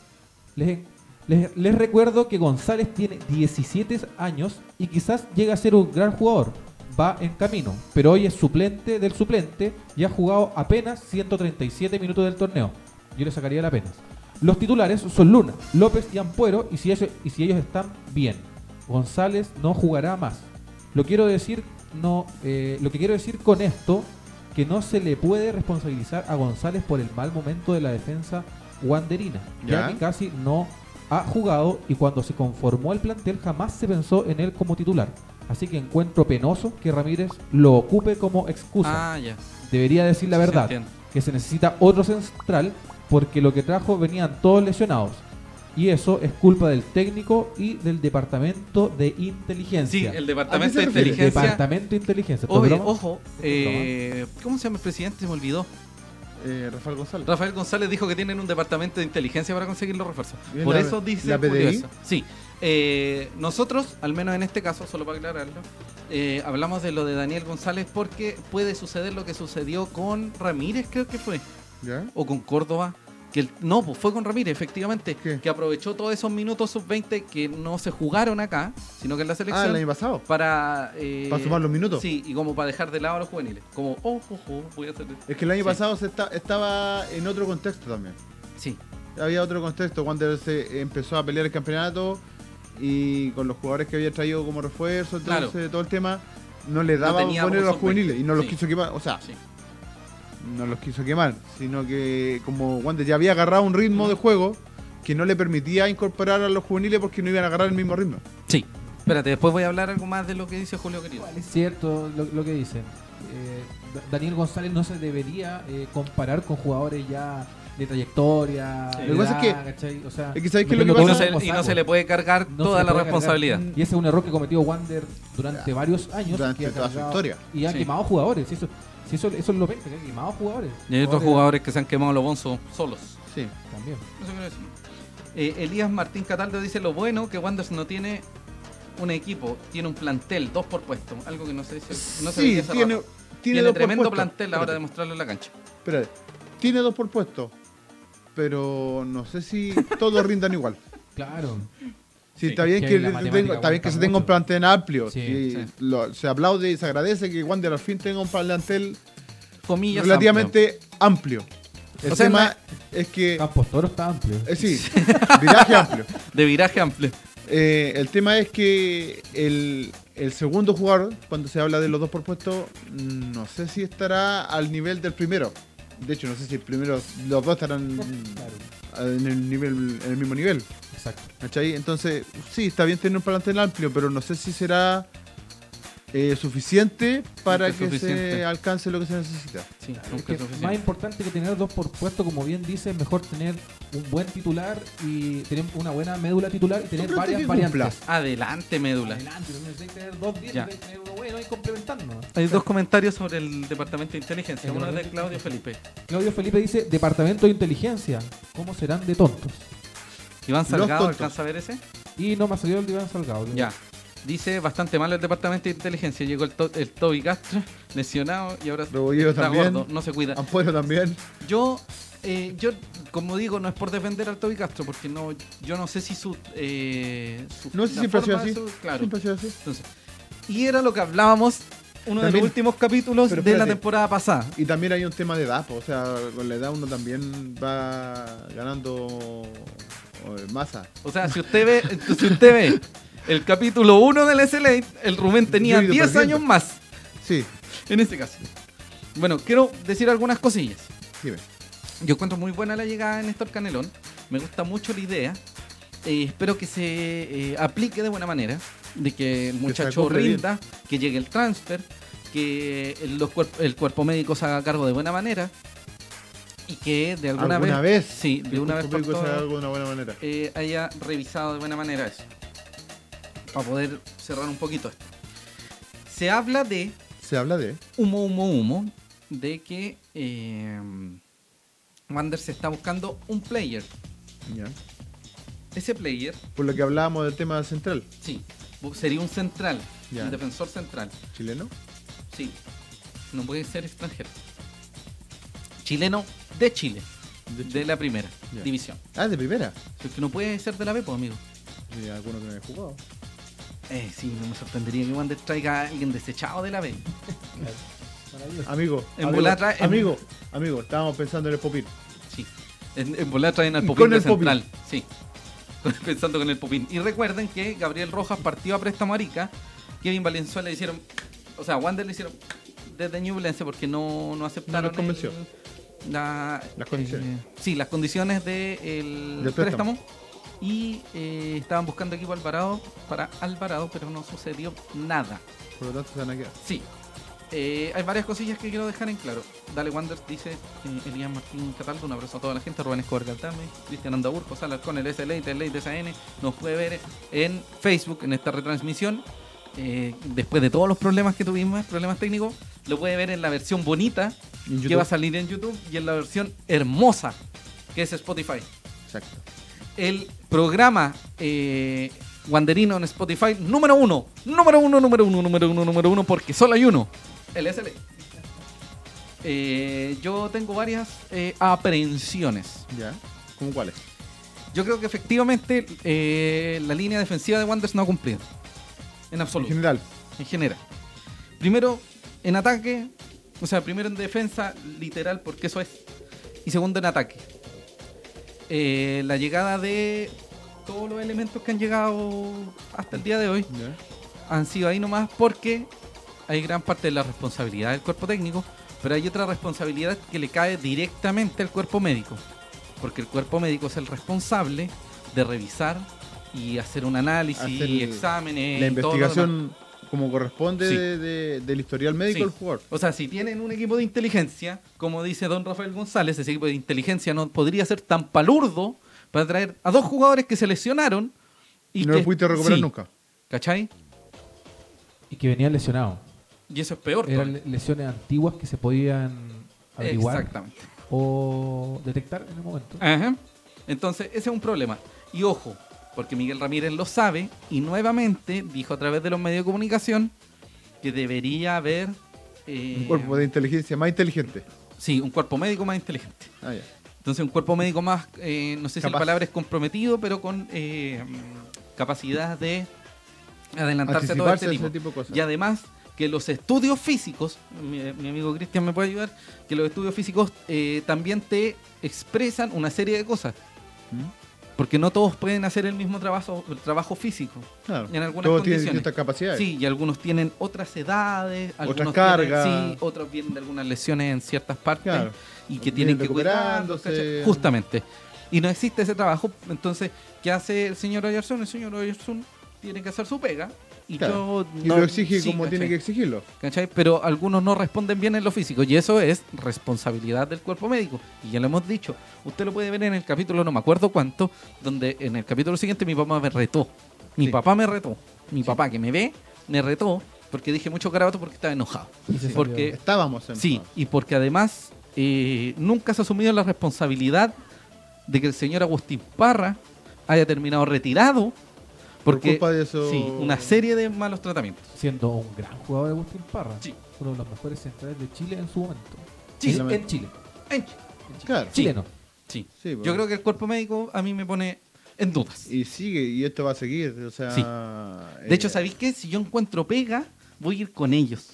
B: Les, les- les recuerdo que González tiene 17 años y quizás llegue a ser un gran jugador. Va en camino, pero hoy es suplente del suplente y ha jugado apenas 137 minutos del torneo. Yo le sacaría la apenas. Los titulares son Luna, López y Ampuero y si, ellos, y si ellos están bien, González no jugará más. Lo quiero decir, no, eh, lo que quiero decir con esto que no se le puede responsabilizar a González por el mal momento de la defensa wanderina,
C: Ya.
B: ya, que casi no ha jugado y cuando se conformó el plantel jamás se pensó en él como titular. Así que encuentro penoso que Ramírez lo ocupe como excusa.
A: Ah, ya.
B: Debería decir la
A: Sí, se
B: verdad.
A: entiende.
B: que se necesita otro central porque lo que trajo venían todos lesionados. Y eso es culpa del técnico y del departamento de
A: Sí,
B: inteligencia.
A: el departamento de
C: ¿A qué se refiere?
A: inteligencia.
B: Departamento de inteligencia. ¿esto es
A: Oye,
B: broma?
A: ojo, eh, ¿cómo se llama el presidente? Se me olvidó.
C: Eh, Rafael González.
A: Rafael González dijo que tienen un departamento de inteligencia para conseguir los refuerzos.
C: ¿Y
A: Por
C: la-
A: eso dice
C: la
A: Julio
C: PDI?
A: eso. Sí. Eh, nosotros, al menos en este caso, solo para aclararlo, eh, hablamos de lo de Daniel González porque puede suceder lo que sucedió con Ramírez, creo que fue,
C: ¿Ya?
A: o con Córdoba. Que el- no, pues fue con Ramírez, efectivamente,
C: ¿Qué?
A: que aprovechó todos esos minutos sub-20 que no se jugaron acá, sino que en la
C: Ah,
A: selección
C: el año pasado.
A: para... eh,
C: ¿Para sumar los minutos?
A: Sí, y como para dejar de lado a los juveniles. Como, ojo, ojo, voy a hacer...
C: Es que el año
A: Sí.
C: pasado se esta- estaba en otro contexto también.
A: Sí,
C: Había otro contexto. Cuando se empezó a pelear el campeonato y con los jugadores que había traído como refuerzo, entonces
A: Claro.
C: todo el tema, no le daba
A: tenía
C: poner a
A: como
C: los
A: sub-20.
C: juveniles y no los
A: Sí.
C: quiso quemar. O sea,
A: sí.
C: no los quiso quemar, sino que como Wander ya había agarrado un ritmo de juego que no le permitía incorporar a los juveniles porque no iban a agarrar el mismo ritmo.
A: Sí. Espérate, después voy a hablar algo más de lo que dice Julio Querido.
B: Igual Es cierto lo, lo que dicen. Eh, Da- Daniel González no se debería eh, comparar con jugadores ya de trayectoria.
A: Sí.
B: de
A: Lo
C: que pasa es
B: edad, ¿cachai? O sea,
C: es que ¿sabes qué es lo
B: metiendo
C: que
A: Y
B: todo
A: no,
C: pasa?
A: se,
B: como
A: y no
B: saco.
A: se le puede cargar
B: No
A: toda
B: se le
A: la
B: puede cargar.
A: responsabilidad.
B: Y ese es un error que cometió Wander durante varios años.
C: Durante
B: que ha
C: toda su
B: cargado-
C: historia.
B: Y ha
A: Sí.
B: quemado jugadores. Eso, si eso, eso es lo peor, que ha quemado jugadores.
A: Y hay otros jugadores que se han quemado los bonzos solos.
C: Sí.
B: También.
A: Eso quiero decir. Eh, Elías Martín Cataldo dice lo bueno que Wanderers no tiene un equipo, tiene un plantel, dos por puesto. Algo que no se, no se
C: sí,
A: veía hace
C: tiene,
A: rato.
C: tiene,
A: Tiene
C: dos
A: tremendo
C: por puesto.
A: plantel ahora de
C: Espérate,
A: mostrarlo en la cancha.
C: espérate. Tiene dos por puesto, pero no sé si todos rindan igual.
B: Claro.
C: Sí,
A: Sí,
C: está bien
B: que
C: que,
B: la
C: le-
B: matemática
C: tenga- está bien que
B: cuenta
C: se tenga un
B: mucho.
C: plantel amplio.
B: Sí,
C: y
A: sí.
C: lo- se aplaude y se agradece que Wander al fin tenga un plantel
A: Comillas.
C: relativamente amplio. El
A: O sea,
C: tema
A: la-
C: es que.
B: Campos Toro está amplio.
C: eh, sí, viraje amplio.
A: amplio, de viraje amplio.
C: Eh, el tema es que el, el segundo jugador, cuando se habla de los dos por puesto, no sé si estará al nivel del primero. De hecho, no sé si el primero, los dos estarán
B: Claro,
C: en el, nivel, en el mismo nivel.
B: exacto.
C: ¿Cachai? Entonces, sí, está bien tener un plantel amplio, pero no sé si será eh, suficiente para
A: Nunca
C: que
A: es
C: se
A: suficiente.
C: alcance lo que se necesita.
A: Sí, nunca
B: Es
A: es
B: que
A: suficiente.
B: más importante que tener dos por puesto, como bien dice, es mejor tener un buen titular y tener una buena médula titular y tener
C: creo que
B: varias
C: cumpla.
B: variantes.
A: Adelante, médula.
B: Adelante, no necesitáis tener dos bien,
A: Ya.
B: necesitáis tener uno bueno y complementarnos.
A: Hay dos comentarios sobre el departamento de inteligencia.
B: El
A: Uno es de
B: departamento
A: Claudio
B: de
A: Felipe.
B: Claudio Felipe dice, departamento de inteligencia, ¿cómo serán de tontos?
A: Iván Salgado,
C: tontos.
A: ¿alcanza a ver ese?
B: Y no me ha salido el diván Salgado.
A: Ya. Dice bastante mal el departamento de inteligencia. Llegó el, to- el Toby Castro lesionado y ahora
C: Rebolledo
A: está
C: también. Ah.
A: gordo, no se cuida.
C: Ampuero también.
A: Yo, eh, yo, como digo, no es por defender al Toby Castro, porque no, yo no sé si su. eh, su-
C: No sé si
A: la
C: siempre ha sido
A: forma de
C: así.
A: su- claro.
C: Siempre ha sido así.
A: Entonces, y era lo que hablábamos uno de
C: También-
A: los últimos capítulos
C: pero
A: de la
C: espérate.
A: temporada pasada.
C: Y también hay un tema de edad, po, o sea, con la edad uno también va ganando eh, masa.
A: O sea, si usted ve, si usted ve el capítulo 1 del SLA, el Rubén tenía
C: Yo he ido
A: 10
C: perdiendo.
A: años más.
C: Sí,
A: En este caso. Bueno, quiero decir algunas cosillas.
C: dime.
A: Yo encuentro muy buena la llegada de Néstor Canelón. Me gusta mucho la idea. Eh, espero que se eh, aplique de buena manera. De que el muchacho
C: compre bien.
A: rinda, que llegue el transfer, que el, los cuerp- el cuerpo médico se haga cargo de buena manera. Y que de alguna,
C: ¿Alguna vez?
A: Sí, de
C: Que
A: una vez
C: el
A: por
C: público se haga
A: todas,
C: algo de una buena manera.
A: eh, haya revisado de buena manera eso. Para poder cerrar un poquito esto. Se habla de
C: Se habla de.
A: humo, humo, humo de que eh, Wander se está buscando un player.
C: ya.
A: Ese player,
C: Por lo que hablábamos del tema central,
A: sí, bu- sería un central,
C: Ya.
A: un defensor central.
C: chileno.
A: Sí, no puede ser extranjero. Chileno de Chile, de, la primera
C: Ya.
A: división.
C: Ah, de primera.
A: Porque no puede ser de la B, pues, amigo.
C: Y alguno que no había jugado.
A: Eh, sí, no me sorprendería que Wander traiga a alguien desechado de la B.
B: Maravilloso.
C: Amigo,
A: En
C: amigo,
A: volá trae- en-
C: amigo, amigo, estábamos pensando en el popín.
A: Sí. En, en volar traen al
C: Y
A: Popín
C: con
A: de
C: el Popín.
A: central. Sí. Pensando con el Popín. Y recuerden que Gabriel Rojas partió a préstamo a Arica. Kevin Valenzuela le hicieron. O sea, Wander le hicieron desde Ñublense porque no, no aceptaron.
C: los convenció.
A: el- la-
C: Las condiciones.
A: eh, sí, las condiciones del
C: Del
A: préstamo.
C: préstamo.
A: Y eh, estaban buscando equipo Alvarado para Alvarado, pero no sucedió nada.
C: Por lo tanto, se van a quedar.
A: Sí. Eh, hay varias cosillas que quiero dejar en claro. Dale Wanders dice eh, Elías Martín Cataldo, un abrazo a toda la gente, Rubén Escobar Galtame, Cristian Andaur, José Alarcón, el SLA, el ley de SAN, nos puede ver en Facebook en esta retransmisión. Eh, después de todos los problemas que tuvimos, problemas técnicos, lo puede ver en la versión bonita
C: En
A: que
C: YouTube.
A: va a salir en YouTube y en la versión hermosa que es Spotify.
C: Exacto.
A: El programa eh, Wanderino en Spotify número uno, número uno, número uno, número uno, número uno, porque solo hay uno. El SL. Eh, yo tengo varias eh, aprehensiones.
C: ¿Ya? ¿Cómo cuáles?
A: Yo creo que efectivamente eh, la línea defensiva de Wanders no ha cumplido. En
C: En
A: absoluto
C: general.
A: en general. Primero, en ataque, o sea, primero en defensa, literal, porque eso es. Y segundo, en ataque. Eh, la llegada de todos los elementos que han llegado hasta el día de hoy
C: ¿Ya?
A: han sido ahí nomás porque hay gran parte de la responsabilidad del cuerpo técnico, pero hay otra responsabilidad que le cae directamente al cuerpo médico, porque el cuerpo médico es el responsable de revisar y hacer un análisis,
C: Hacer
A: y exámenes,
C: La
A: y todo lo demás.
C: investigación como corresponde
A: Sí.
C: de- de- del historial médico
A: Sí.
C: del jugador.
A: O sea, si tienen un equipo de inteligencia, como dice don Rafael González, ese equipo de inteligencia no podría ser tan palurdo para traer a dos jugadores que se lesionaron
C: Y
A: y
C: no
A: que-
C: lo pudiste recuperar
A: sí,
C: nunca.
A: ¿Cachai?
B: Y que venían lesionados.
A: Y eso es peor.
B: Eran
A: todavía.
B: le- lesiones antiguas que se podían averiguar
A: Exactamente. Ah,
B: o detectar en el momento.
A: Ajá. Entonces, ese es un problema. Y ojo, porque Miguel Ramírez lo sabe y nuevamente dijo a través de los medios de comunicación que debería haber. eh,
C: Un cuerpo de inteligencia más inteligente.
A: Sí, un cuerpo médico más inteligente.
C: Ah, ya.
A: Entonces un cuerpo médico más, eh, no sé si la
C: Capaz.
A: palabra es comprometido, pero con eh, mm, capacidad de adelantarse a todo
C: Anticiparse
A: este
C: a
A: tipo.
C: ese tipo de cosas.
A: Y además que los estudios físicos, mi, mi amigo Cristian me puede ayudar, que los estudios físicos eh, también te expresan una serie de cosas.
C: ¿Mm?
A: Porque no todos pueden hacer el mismo trabajo, el trabajo físico.
C: Claro.
A: En algunas
C: Todos tienen
A: condiciones.
C: distintas capacidades.
A: Sí, y algunos tienen otras edades, algunos
C: cargas.
A: Tienen, sí, otros vienen de algunas lesiones en ciertas partes
C: Claro.
A: y que tienen que cuidarlos,
C: recuperándose.
A: ¿cachai? Justamente. Y no existe ese trabajo. Entonces, ¿qué hace el señor Oyerson? El señor Oyerson tiene que hacer su pega. Y,
C: Claro.
A: yo
C: Y
A: no-
C: lo exige
A: sí,
C: como tiene que
A: ¿cachai?
C: exigirlo.
A: ¿Cachai? Pero algunos no responden bien en lo físico. Y eso es responsabilidad del cuerpo médico. Y ya lo hemos dicho. Usted lo puede ver en el capítulo, no me acuerdo cuánto, donde en el capítulo siguiente mi papá me retó. Mi
C: Sí.
A: papá me retó. Mi papá que me ve, me retó porque dije mucho garabato porque estaba enojado.
B: Y se
A: Porque
B: salió.
C: Estábamos en
A: Eh, Sí, y porque además eh, nunca se ha asumido la responsabilidad de que el señor Agustín Parra haya terminado retirado porque
C: culpa de eso-
A: sí, una serie de malos tratamientos.
B: Siendo un gran jugador de Agustín Parra.
A: Sí.
B: Uno de los mejores centrales de Chile en su momento.
A: Sí,
B: En, en Chile.
A: en-
C: Claro.
A: Sí.
B: Chileno.
A: sí.
C: Sí, pues.
A: Yo creo que el cuerpo médico a mí me pone en dudas.
C: Y sigue, y esto va a seguir. O sea,
A: Sí. De hecho,
C: eh,
A: ¿sabéis qué? Si yo encuentro pega, voy a ir con ellos.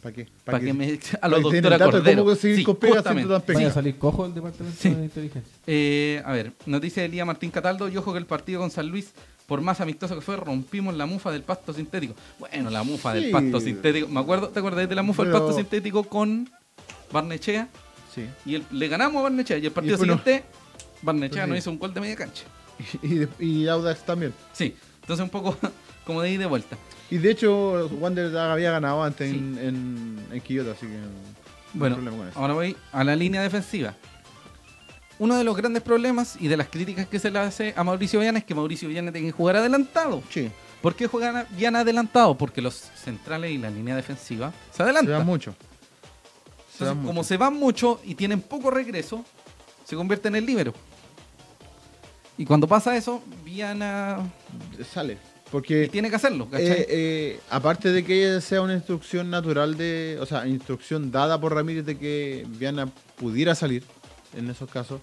C: ¿Para qué?
A: Para que
C: qué?
A: me a
C: para
A: los
C: que tienen
A: doctora
C: datos de
A: Cordero.
C: cómo conseguir
A: Sí,
C: con pega siendo
A: justamente.
C: tan pequeño.
B: Vaya a salir cojo del departamento
A: Sí.
B: de inteligencia.
A: Eh, a ver, nos dice Elías Martín Cataldo, y ojo que el partido con San Luis, por más amistoso que fue, rompimos la mufa del pasto sintético. Bueno, la mufa
C: Sí.
A: del pasto sintético. Me acuerdo, ¿te acordás de la mufa del
C: Pero-
A: pasto sintético con Barnechea?
C: Sí.
A: Y el- le ganamos a Barnechea. Y el partido
C: después no.
A: siguiente, Barnechea
C: Sí.
A: no hizo un gol de media cancha.
C: Y, de- y Audax también.
A: Sí, entonces un poco como de ida y de vuelta.
C: Y de hecho, Wander había ganado antes
A: Sí.
C: en, en, en Quillota, así que. no hay
A: Bueno,
C: problema con eso.
A: ahora voy a la línea defensiva. Uno de los grandes problemas y de las críticas que se le hace a Mauricio Viana es que Mauricio Viana tiene que jugar adelantado.
C: Sí,
A: ¿Por qué juegan bien adelantado? Porque los centrales y la línea defensiva se
C: se
A: adelantan.
C: da mucho. Se
A: Entonces,
C: da mucho.
A: como se van mucho y tienen poco regreso, se convierten en líbero. Y cuando pasa eso, Viana
C: Sale.
A: y
C: Porque.
A: tiene que hacerlo, ¿cachai?
C: eh, eh, aparte de que sea una instrucción natural de, o sea, instrucción dada por Ramírez de que Viana pudiera salir en esos casos,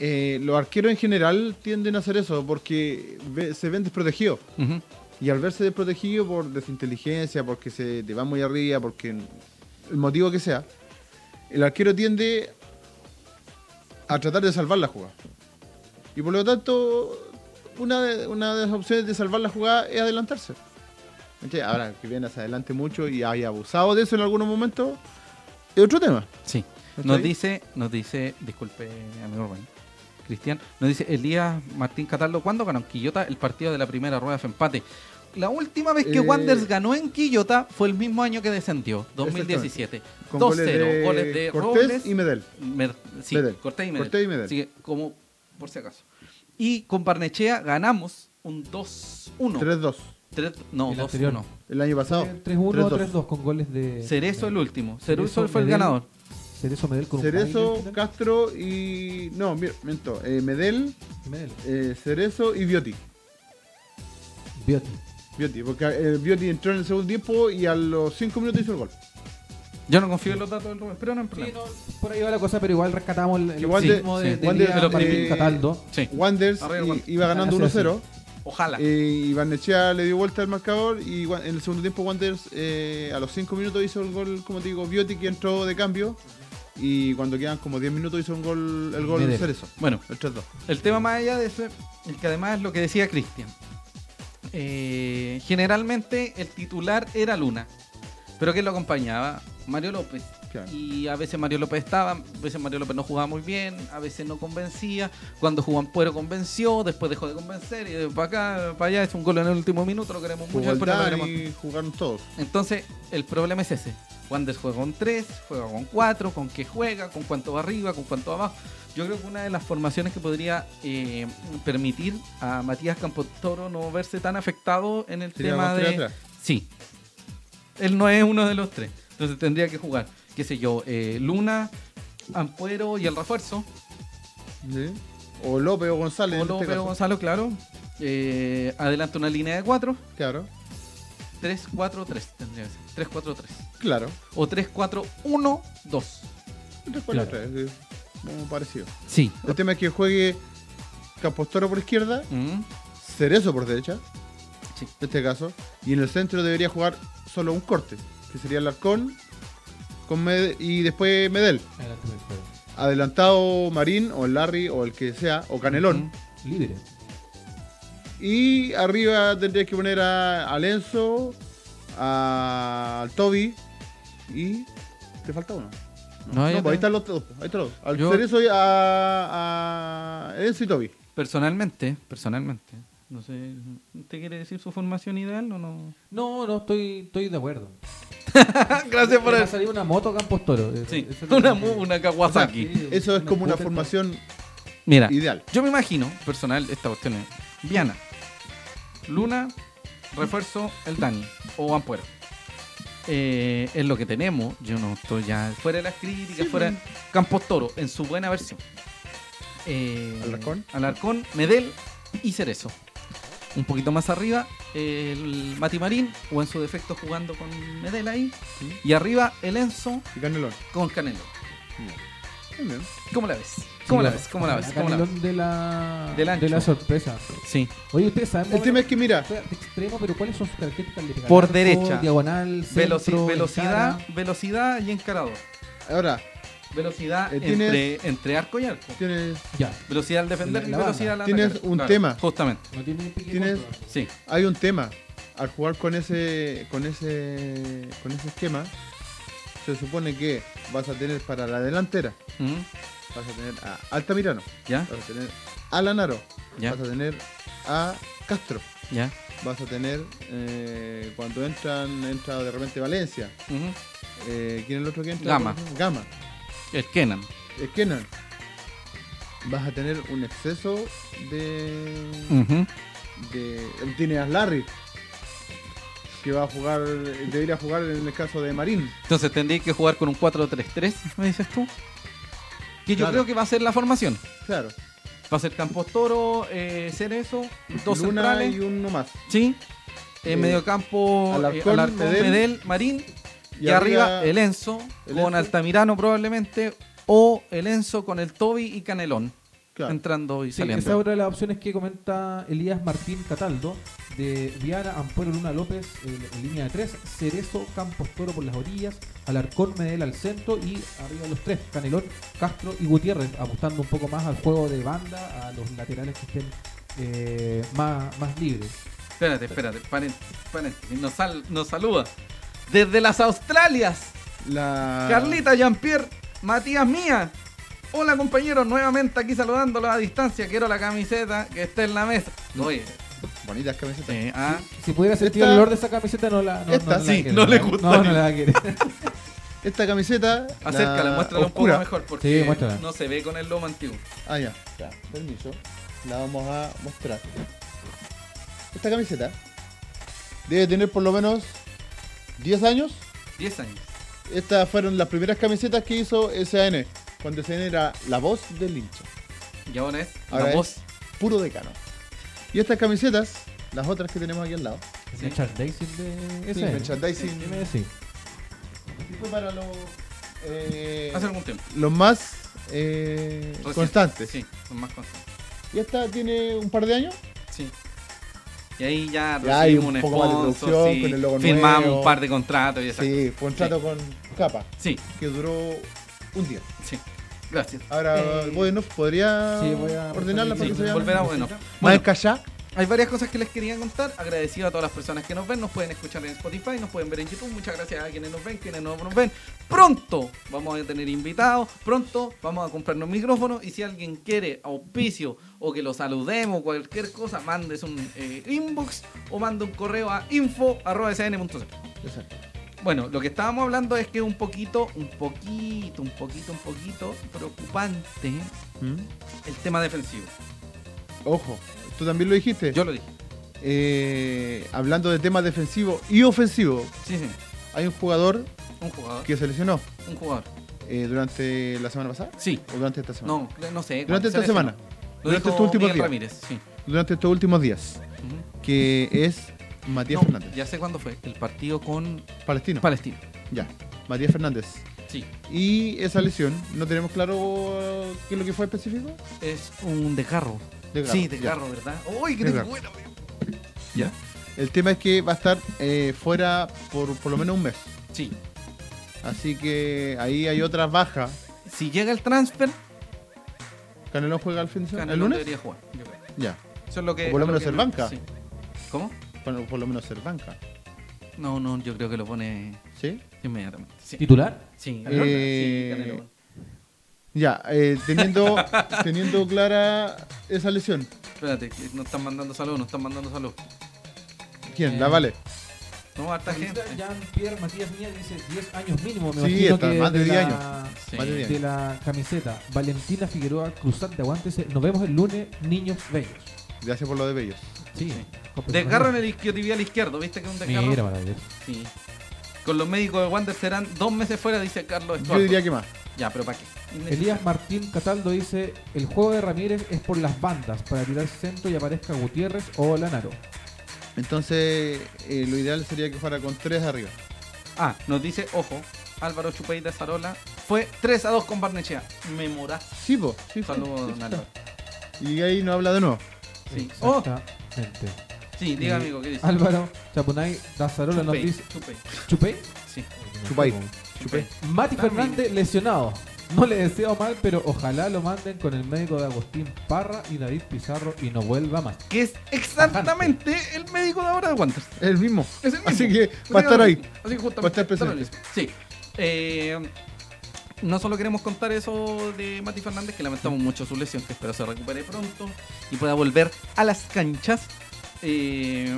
C: eh, los arqueros en general tienden a hacer eso porque ve- se ven desprotegidos.
A: Ujú.
C: Y al verse desprotegido por desinteligencia, porque se te va muy arriba, porque el motivo que sea, el arquero tiende a tratar de salvar la jugada. Y por lo tanto, una de, una de las opciones de salvar la jugada es adelantarse. ¿Cachai? Ahora que viene hacia adelante mucho y haya abusado de eso en algunos momentos, es otro tema.
A: Sí.
C: ¿Está
A: Nos
C: ahí?
A: dice, nos dice, disculpe, amigo Rubén, Cristian, nos dice Elías Martín Cataldo, ¿cuándo ganó en Quillota el partido de la primera rueda de empate? La última vez que
C: Eh,
A: Wanderers ganó en Quillota fue el mismo año que descendió, 2017. 2-0,
C: Con
A: goles de,
C: Cortés
A: Robles
C: y Medel.
A: Mer- sí,
C: Medel.
A: Cortés y Medel.
C: Cortés y Medel.
A: Así que, como por si acaso. Y con Barnechea ganamos un 2-1.
C: 3-2.
A: Tres- No,
B: El anterior
A: 2-1.
C: El año pasado.
B: 3-1 o 3-2 con goles de.
A: Cerezo el último. Cerezo
B: Cerezo,
A: fue el
B: Medel.
A: ganador.
B: Cerezo Medel con un
C: Cerezo,
B: baile,
C: Castro y. No, mi- miento. eh, Medel,
B: Medel.
C: eh, Cerezo y Bioti.
B: Bioti.
C: Bioti, porque eh, Bioti entró en el segundo tiempo y a los 5 minutos hizo el gol.
A: Yo no confío en los datos del Rubén, pero no hay problema.
B: por ahí va la cosa, pero igual rescatamos el, el
C: Igual
A: de-
B: optimismo
A: sí.
B: de, de,
C: Igual de-
B: Díaz,
A: pero-
B: Martín
C: eh,
B: Cataldo.
A: Sí.
C: Wanderers
A: Arriba,
C: i-
A: Wanderers.
C: iba ganando
B: Ojalá sea
C: 1-0.
A: Ojalá.
C: eh, Y Barnechea le dio vuelta al marcador. Y Wa- en el segundo tiempo, Wanderers eh, a los 5 minutos hizo el gol, como te digo, Bioti que entró de cambio. Y cuando quedan como 10 minutos hizo un gol, el gol
B: Medel.
C: Cerezo.
A: Bueno,
C: El 3-2.
A: El tema más allá de eso es el que además es lo que decía Cristian. Eh, generalmente el titular era Luna, pero ¿quién lo acompañaba? Mario López.
C: Claro.
A: Y a veces Mario López estaba, a veces Mario López no jugaba muy bien, a veces no convencía. Cuando Juan Puero convenció, después dejó de convencer y de para acá, para allá, es un gol en el último minuto, lo queremos
C: Jugó
A: mucho,
C: el
A: pero lo
C: Dani,
A: queremos.
C: jugaron todos.
A: Entonces, el problema es ese. Wander juega con 3, juega con 4, con qué juega, con cuánto va arriba, con cuánto va abajo. Yo creo que una de las formaciones que podría eh, permitir a Matías Campotoro no verse tan afectado en el
C: Sería
A: tema
C: con tres
A: de...
C: atrás.
A: Sí. Él no es uno de los tres. Entonces tendría que jugar, qué sé yo, eh, Luna, Ampuero y el refuerzo.
C: ¿Sí? O López o González. en
A: O
C: este
A: López o
C: caso.
A: Gonzalo, claro. Eh, adelante una línea de 4.
C: Claro,
A: 3-4-3 tendría que ser. 3-4-3.
C: claro.
A: O 3-4-1-2.
C: Tres, cuatro,
B: Claro.
C: tres, eh, como parecido.
A: Sí.
C: El tema es que juegue Capostoro por izquierda, Cerezo por derecha,
A: Sí.
C: en este caso, y en el centro debería jugar solo un corte, que sería Larcón con Med- y después Medel.
B: Adelante, Medel.
C: Adelantado Marín o Larry o el que sea, o Canelón.
A: Ujú.
B: Libre.
C: Y arriba tendría que poner a Alenzo, a al Toby y. ¿Te falta uno?
A: No,
C: No,
A: yo
C: pues ahí están los dos. Ahí están los dos. Al
A: Yo-
C: Cerezo y a, a Enzo y Toby.
A: Personalmente, personalmente. No sé, ¿te quiere decir su formación ideal o no?
B: No, no, estoy, estoy de acuerdo.
A: Gracias
B: Va a salir una moto Campos Toro. eh,
A: Sí,
B: eso es lo
A: una,
B: que-
A: mu- una Kawasaki.
B: O sea, sí.
C: Eso es
B: Una
C: como una
B: puta
C: formación
A: Mira,
C: ideal.
A: yo me imagino, personal, esta cuestión es Viana, Luna, refuerzo, el Dani o Ampuero. Eh, es lo que tenemos. Yo no estoy ya fuera de las críticas, fuera Campos Toro, en su buena versión. Eh,
C: Alarcón.
A: Alarcón, Medel y Cerezo. Un poquito más arriba, el Mati Marín, o en su defecto jugando con Medel ahí. Y arriba, el Enzo
C: Y Canelón.
A: con Canelo.
C: También.
A: ¿Cómo la ves? ¿Cómo la
B: Sí,
A: ves? ¿Cómo la ves? ¿Cómo la ves?
B: Canelón de la,
A: Del ancho.
B: de la sorpresa.
A: Sí.
B: Oye, ustedes saben.
C: El tema es que, mira,
B: de extremo, pero ¿cuáles son sus características? Le pega
A: Por
B: largo,
A: derecha.
B: Diagonal,
A: Veloci-
B: centro,
A: velocidad,
B: escala.
A: velocidad y encarador.
C: ahora
A: Velocidad
C: Eh, tienes-
A: entre, entre arco y arco.
C: tienes,
B: Ya.
A: Velocidad al defender
B: En
A: y
B: la
A: velocidad al atacar.
C: Tienes un tema.
A: Justamente.
B: No tiene pique
C: Tienes-
B: corto.
A: Sí.
C: hay un tema. Al jugar con ese, con ese, con ese esquema, se supone que vas a tener para la delantera,
A: Mm,
C: vas a tener a Altamirano,
A: ¿Ya?
C: vas a tener a Lanaro,
A: Ya.
C: vas a tener a Castro,
A: ¿Ya?
C: vas a tener eh, cuando entran, entra de repente Valencia,
A: Ujú.
C: eh, ¿quién es el otro que entra?
A: Gama.
C: Gama.
A: El Kenan.
C: Eh, Kenan, vas a tener un exceso de.
A: Ujú.
C: de tienes a Larry, que va a jugar, debería jugar en el caso de Marín.
A: Entonces tendría que jugar con un 4-3-3, me dices tú. Que yo
C: Claro.
A: creo que va a ser la formación.
C: Claro,
A: Va a ser Campos Toro, eh, Cerezo, dos
C: Luna
A: centrales.
C: y uno más.
A: Sí. En
C: Eh,
A: medio campo,
C: Alarcón, Medel.
A: Medel, Marín. Y, arriba, el Enzo,
C: el
A: con
C: Enzo.
A: Altamirano probablemente. O el Enzo con el Toby y Canelón.
C: Claro.
A: Entrando y
B: Sí,
A: saliendo.
B: esa es otra de las opciones que comenta Elías Martín Cataldo, de Viana, Ampuero, Luna López en, en línea de tres, Cerezo, Campos Toro por las orillas, Alarcón, Medel al centro y arriba los tres, Canelón, Castro y Gutiérrez, apostando un poco más al juego de banda, a los laterales que estén eh, más, más libres.
A: Espérate, espérate, paréntesis, paréntesis. Nos, sal- nos saluda. Desde las Australias,
C: La...
A: Carlita Jean-Pierre, Matías Mía. Hola compañeros, nuevamente aquí saludándolos a distancia. Quiero la camiseta que está en la mesa. Oye,
C: Bonitas camisetas.
A: Eh, ah.
B: Si pudiera sentir el
C: Esta-
B: olor de esa camiseta, no la. No,
C: Esta-
B: la
A: sí,
B: quiere,
A: no le
B: la-
A: gusta
B: No,
A: ni-
B: no la quiere.
C: Esta camiseta.
A: Acércala,
C: la
A: muéstrala un
C: oscura.
A: poco mejor porque
B: Sí, muéstrala.
A: no se ve con el lomo antiguo.
C: Ah, ya. Ya, Permiso. La vamos a mostrar. Esta camiseta debe tener por lo menos 10 años.
A: 10 años.
C: Estas fueron las primeras camisetas que hizo SAN. Cuando SAN era la voz del hincha.
A: Y ahora es
C: Ahora
A: la
C: es.
A: voz.
C: Puro decano. Y estas camisetas, las otras que tenemos aquí al lado.
A: Sí.
B: Merchandising de.
C: Sí,
B: ese.
C: merchandising.
B: Dime, sí.
C: Fue para los. eh,
A: Hace algún tiempo.
C: los más eh,
A: Reciente.
C: constantes.
A: Sí, son más constantes.
C: Y esta tiene un par de años.
A: Sí. Y ahí ya
C: Ya hay
A: recibimos un
C: un poco más de
A: sponsor,
C: producción,
A: sí,
C: con el logo
A: firmamos
C: nuevo.
A: un par de contratos y esas
C: Sí, contrato
A: Sí.
C: con capa,
A: cosas. Sí,
C: que duró un día.
A: sí. Gracias.
C: Ahora,
B: Eh,
C: bueno, podría
B: sí, voy a-
C: ordenarla
B: Sí,
C: para
A: Sí,
C: que se vea
A: volver a bueno.
C: más
A: Bueno,
C: encallada.
A: hay varias cosas que les quería contar. Agradecido a todas las personas que nos ven, nos pueden escuchar en Spotify, nos pueden ver en YouTube. Muchas gracias a quienes nos ven, quienes no nos ven. Pronto vamos a tener invitados, pronto vamos a comprarnos micrófonos y si alguien quiere auspicio o que lo saludemos, cualquier cosa, mandes un eh, inbox o manda un correo a info.sn.cl.
C: Exacto.
A: Bueno, lo que estábamos hablando es que un poquito, un poquito, un poquito, un poquito preocupante
C: ¿Mm?
A: el tema defensivo.
C: Ojo, tú también lo dijiste.
A: Yo lo dije.
C: Eh, hablando de temas defensivos y ofensivos,
A: Sí, sí.
C: hay un jugador
A: Un jugador.
C: que se lesionó
A: Un jugador.
C: eh, durante la semana pasada
A: Sí.
C: o durante esta semana.
A: No, no sé.
C: Durante
A: Se
C: esta
A: lesionó.
C: semana.
A: Lo
C: Durante este
A: dijo
C: estos últimos
A: Miguel
C: días.
A: Ramírez, sí.
C: Durante estos últimos días.
A: Ujú.
C: Que es Matías
A: No,
C: Fernández.
A: ya sé cuándo fue. El partido con
C: Palestino.
A: Palestina.
C: ya. Matías Fernández.
A: Sí.
C: Y esa lesión, no tenemos claro qué es lo que fue específico.
A: Es un desgarro.
C: Desgarro,
A: Sí,
C: ya.
A: desgarro, ¿verdad? ¡Uy, qué
C: Desgarro.
A: buena! ¿Ya?
C: El tema es que va a estar eh, fuera por por lo menos un mes.
A: Sí.
C: Así que ahí hay otras bajas.
A: Si llega el transfer,
C: Canelón juega el fin de semana. ¿El
A: Canelo
C: lunes?
A: debería jugar. yo creo.
C: Ya.
A: Eso es lo que.
C: O por lo
A: a
C: menos
A: que-
C: el banca.
A: sí. ¿Cómo?
C: Bueno, por lo menos ser banca.
A: No, no, yo creo que lo pone
C: ¿Sí?
A: inmediatamente. Sí.
B: ¿Titular?
A: Sí,
C: Canelo.
A: sí,
C: Eh,
A: Canelo.
C: Ya, eh, teniendo, teniendo clara esa lesión.
A: Espérate, que no están mandando saludos, no están mandando saludos.
C: ¿Quién?
B: Eh,
C: La vale.
A: No, harta gente.
B: Jean-Pierre Matías Mier dice 10 años mínimo, me
C: Sí,
B: imagino
C: está,
B: que
C: más de 10
B: la-
A: Sí.
C: Vale, bien.
B: de la camiseta. Valentina Figueroa Cruzante, aguántese. Nos vemos el lunes, niños bellos.
C: Gracias por lo de Bellos.
B: Sí.
A: Desgarro en el isquiotibial izquierdo, ¿viste que es un desgarro?
B: Mira, maravilloso.
A: Sí. Con los médicos de Wander serán dos meses fuera, dice Carlos
C: Yo
A: Estuardo.
C: diría que más.
A: Ya, pero ¿para qué?
B: Elías Martín Cataldo dice, el juego de Ramírez es por las bandas, para tirar centro y aparezca Gutiérrez o Lanaro.
C: Entonces, eh, lo ideal sería que fuera con tres arriba.
A: Ah, nos dice, ojo, Álvaro Chupeita Zarola fue 3 a 2 con Barnechea. Memorá.
C: Sí, po. Sí, fue.
A: Saludos,
C: Sí,
A: don Álvaro.
C: fue. Y ahí no habla de nuevo.
A: Sí. Oh,
B: Exactamente.
A: sí, diga
C: Eh,
B: Y
A: amigo, ¿qué dice?
B: Álvaro Chapunay Dazarola nos
A: Chupey,
B: dice,
A: Chupey.
B: ¿chupé?
A: Sí,
C: Chupay.
A: Chupey.
B: Mati
A: También.
B: Fernández lesionado. No le deseo mal, pero ojalá lo manden con el médico de Agustín Parra y David Pizarro y no vuelva más.
A: Que es exactamente el médico de ahora de Wander.
C: El mismo.
A: Es el mismo.
C: Así que va a estar ahí.
A: Así que justamente
C: Va a estar presente.
A: está lo mismo. Sí. Eh, no solo queremos contar eso de Mati Fernández, que lamentamos mucho su lesión, que espero se recupere pronto y pueda volver a las canchas. Eh,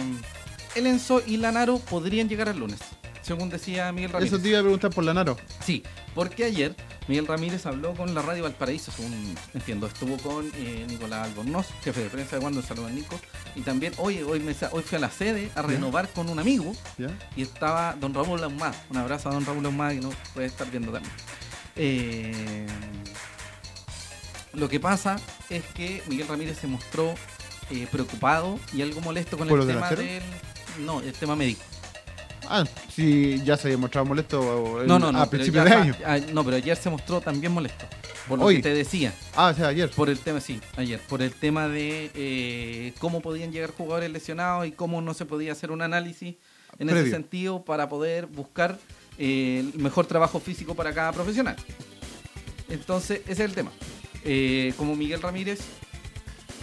A: el Enzo y Lanaro podrían llegar el lunes, según decía Miguel Ramírez.
C: Eso te iba a preguntar por Lanaro.
A: Sí, porque ayer Miguel Ramírez habló con la Radio Valparaíso, según entiendo, estuvo con eh, Nicolás Albornoz, jefe de prensa de Wander, saludos a Nico, y también, oye, hoy, me, sa- hoy fui a la sede a renovar con un amigo,
C: ¿Ya?
A: y estaba don Raúl Laumá. Un abrazo a don Raúl Laumá que nos puede estar viendo también. Eh, lo que pasa es que Miguel Ramírez se mostró eh, preocupado y algo molesto con
C: ¿Por
A: el
C: los
A: tema
C: delanteros?
A: del. No, el tema médico.
C: Ah, sí, ya se había mostrado molesto el-
A: no, no, no.
C: a
A: pero
C: principios de
A: ya-
C: año.
A: ah, no, pero ayer se mostró también molesto. Por lo
C: Hoy.
A: que te decía.
C: Ah, o sea, ayer.
A: Por el tema, sí, ayer, por el tema de eh, cómo podían llegar jugadores lesionados y cómo no se podía hacer un análisis en ese
C: Previo.
A: sentido para poder buscar eh, el mejor trabajo físico para cada profesional. Entonces, ese es el tema. Eh, como Miguel Ramírez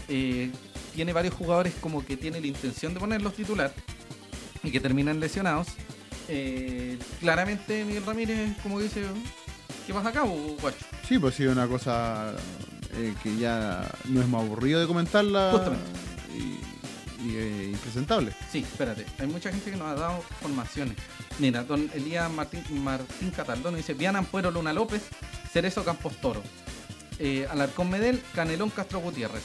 A: eh, tiene varios jugadores como que tiene la intención de ponerlos titular y que terminan lesionados, eh, claramente Miguel Ramírez como que dice, ¿qué pasa acá, guacho?
C: Sí, pues sí, una cosa eh, que ya no es más aburrido de comentarla.
A: Justamente.
C: Y, y, eh, impresentable.
A: Sí, espérate. Hay mucha gente que nos ha dado formaciones. Mira, don Elías Martín, Martín Cataldono dice: Viana Ampuero Luna López, Cerezo Campos Toro, eh, Alarcón Medel, Canelón Castro Gutiérrez.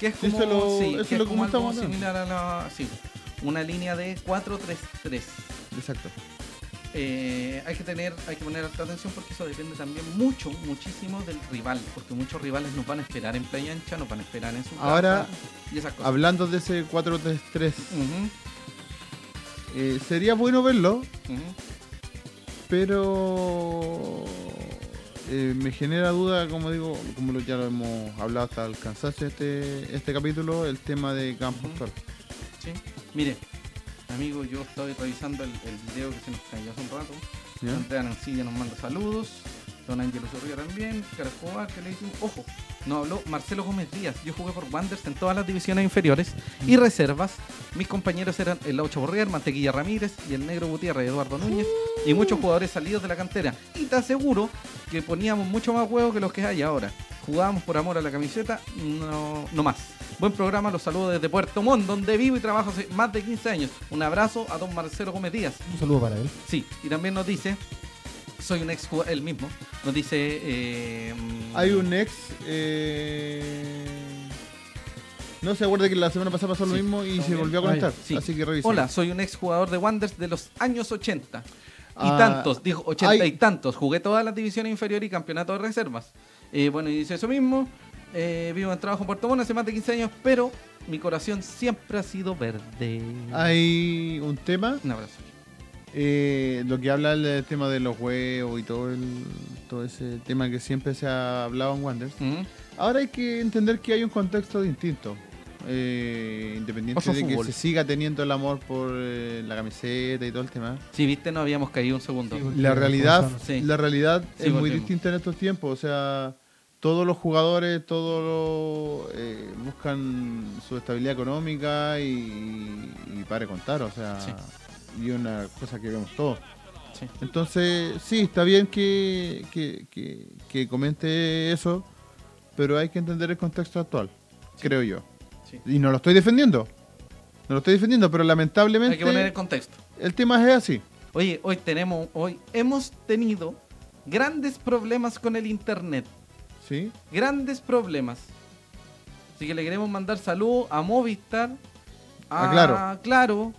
A: Que es
C: Sí,
A: como,
C: eso lo-
A: sí,
C: eso
A: que
C: lo
A: es como
C: que
A: algo
C: estamos hablando.
A: similar a la. Sí, una línea de 4-3-3.
C: Exacto.
A: Eh, hay que tener, hay que poner alta atención porque eso depende también mucho, muchísimo del rival, porque muchos rivales nos van a esperar en playa ancha, nos van a esperar en su casa
C: Ahora,
A: y esas cosas.
C: Hablando de ese 4-3-3,
A: Ujú,
C: eh, sería bueno verlo,
A: ujú.
C: pero eh, me genera duda, como digo, como lo- ya lo hemos hablado hasta el cansancio este, este capítulo, el tema de Campos
A: Ujú.
C: Toro.
A: Sí. Mire, amigo, yo estoy revisando el, el video que se nos cayó hace un rato.
C: ¿Ya?
A: Andrea Nancilla nos manda saludos. Don Ángelo Zorrilla también. Caracoa, que le hizo un ojo. No habló Marcelo Gómez Díaz. Yo jugué por Wanderers en todas las divisiones inferiores y reservas. Mis compañeros eran el Laucho Borrier, Mantequilla Ramírez y el Negro Gutiérrez, Eduardo Núñez y muchos jugadores salidos de la cantera. Y te aseguro que poníamos mucho más huevos que los que hay ahora. Jugábamos por amor a la camiseta, no, no más. Buen programa, los saludo desde Puerto Montt, donde vivo y trabajo hace más de 15 años. Un abrazo a don Marcelo Gómez Díaz.
B: Un saludo para él.
A: Sí, y también nos dice, soy un ex jugador, él mismo, nos dice... eh, mm,
C: Hay un ex. eh, No se acuerda que la semana pasada pasó lo
A: Sí,
C: mismo y
A: estamos
C: se
A: bien.
C: volvió a
B: Ah, ya,
C: conectar.
A: sí.
C: Así que revisa.
A: Hola, soy un ex jugador de Wanderers de los años 80. Y
C: Ah,
A: tantos, dijo 80 y
C: hay-
A: tantos. Jugué todas las divisiones inferiores y campeonato de reservas. Eh, bueno, y dice eso mismo. eh, vivo en trabajo en Puerto Montt hace más de 15 años, pero mi corazón siempre ha sido verde.
C: Hay un tema,
A: Un abrazo.
C: eh, lo que habla el tema de los huevos y todo el, todo ese tema que siempre se ha hablado en Wanderers.
A: Ujú.
C: Ahora hay que entender que hay un contexto distinto. Eh, independiente
A: Otro
C: de que
A: fútbol.
C: se siga teniendo el amor por eh, la camiseta y todo el tema.
A: Sí, viste, no habíamos caído un segundo.
B: Sí, bueno.
C: La
B: Sí,
C: realidad,
B: volvemos.
A: Sí.
C: la realidad
A: Sí,
C: es muy
A: volvemos.
C: distinta en estos tiempos. O sea, todos los jugadores, todos los, eh, buscan su estabilidad económica y, y para de contar. O sea,
A: Sí.
C: y una cosa que vemos todos.
A: Sí.
C: Entonces, sí, está bien que, que, que- que comente eso, pero hay que entender el contexto actual, creo yo.
A: Sí.
C: Y no lo estoy defendiendo. No lo estoy defendiendo, pero
A: Hay que poner el
C: lamentablemente
A: contexto.
C: el tema es así.
A: Oye, hoy tenemos, hoy hemos tenido grandes problemas con el internet.
C: ¿sí?
A: Grandes problemas. Así que le queremos mandar saludos a Movistar, a
C: A Ah, Claro.
A: Claro,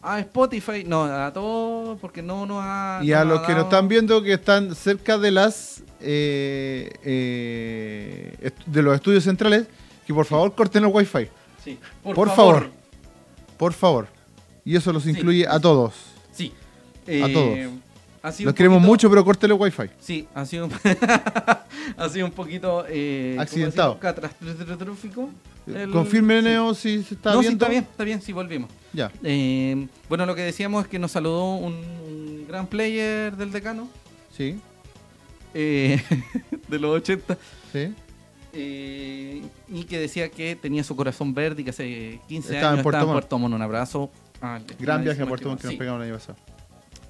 A: a Spotify, no, a todos, porque no nos ha.
C: Y a
A: nos
C: los
A: ha
C: que nos
A: dado-
C: están viendo que están cerca de las eh, eh, est- de los estudios centrales, que por favor corten el wifi,
A: Sí,
C: Por favor. por favor. Y eso los
A: Sí.
C: incluye a todos.
A: Sí. Eh,
C: todos.
A: Ha sido
C: Los
A: un
C: queremos
A: poquito-
C: mucho, pero corten el wifi.
A: Sí, ha sido, un- ha sido un poquito. eh, ¿cómo
C: Accidentado.
A: decirlo? Catastrófico. El-
C: Confirmeneo si se está
A: no, sí,
C: viendo.
A: está bien, está bien, sí, volvimos.
C: Ya.
A: Eh, bueno, lo que decíamos es que nos saludó un gran player del decano,
C: Sí,
A: eh, de los 80,
C: sí.
A: eh, y que decía que tenía su corazón verde y que hace 15
C: Estaba en
A: años
C: Puerto
A: estaba en
C: Montt.
A: Puerto Montt. Un abrazo. al
C: Gran viaje a
A: estimadísimo
C: Puerto Montt que nos
A: estimado.
C: pegamos el año pasado.
A: Sí.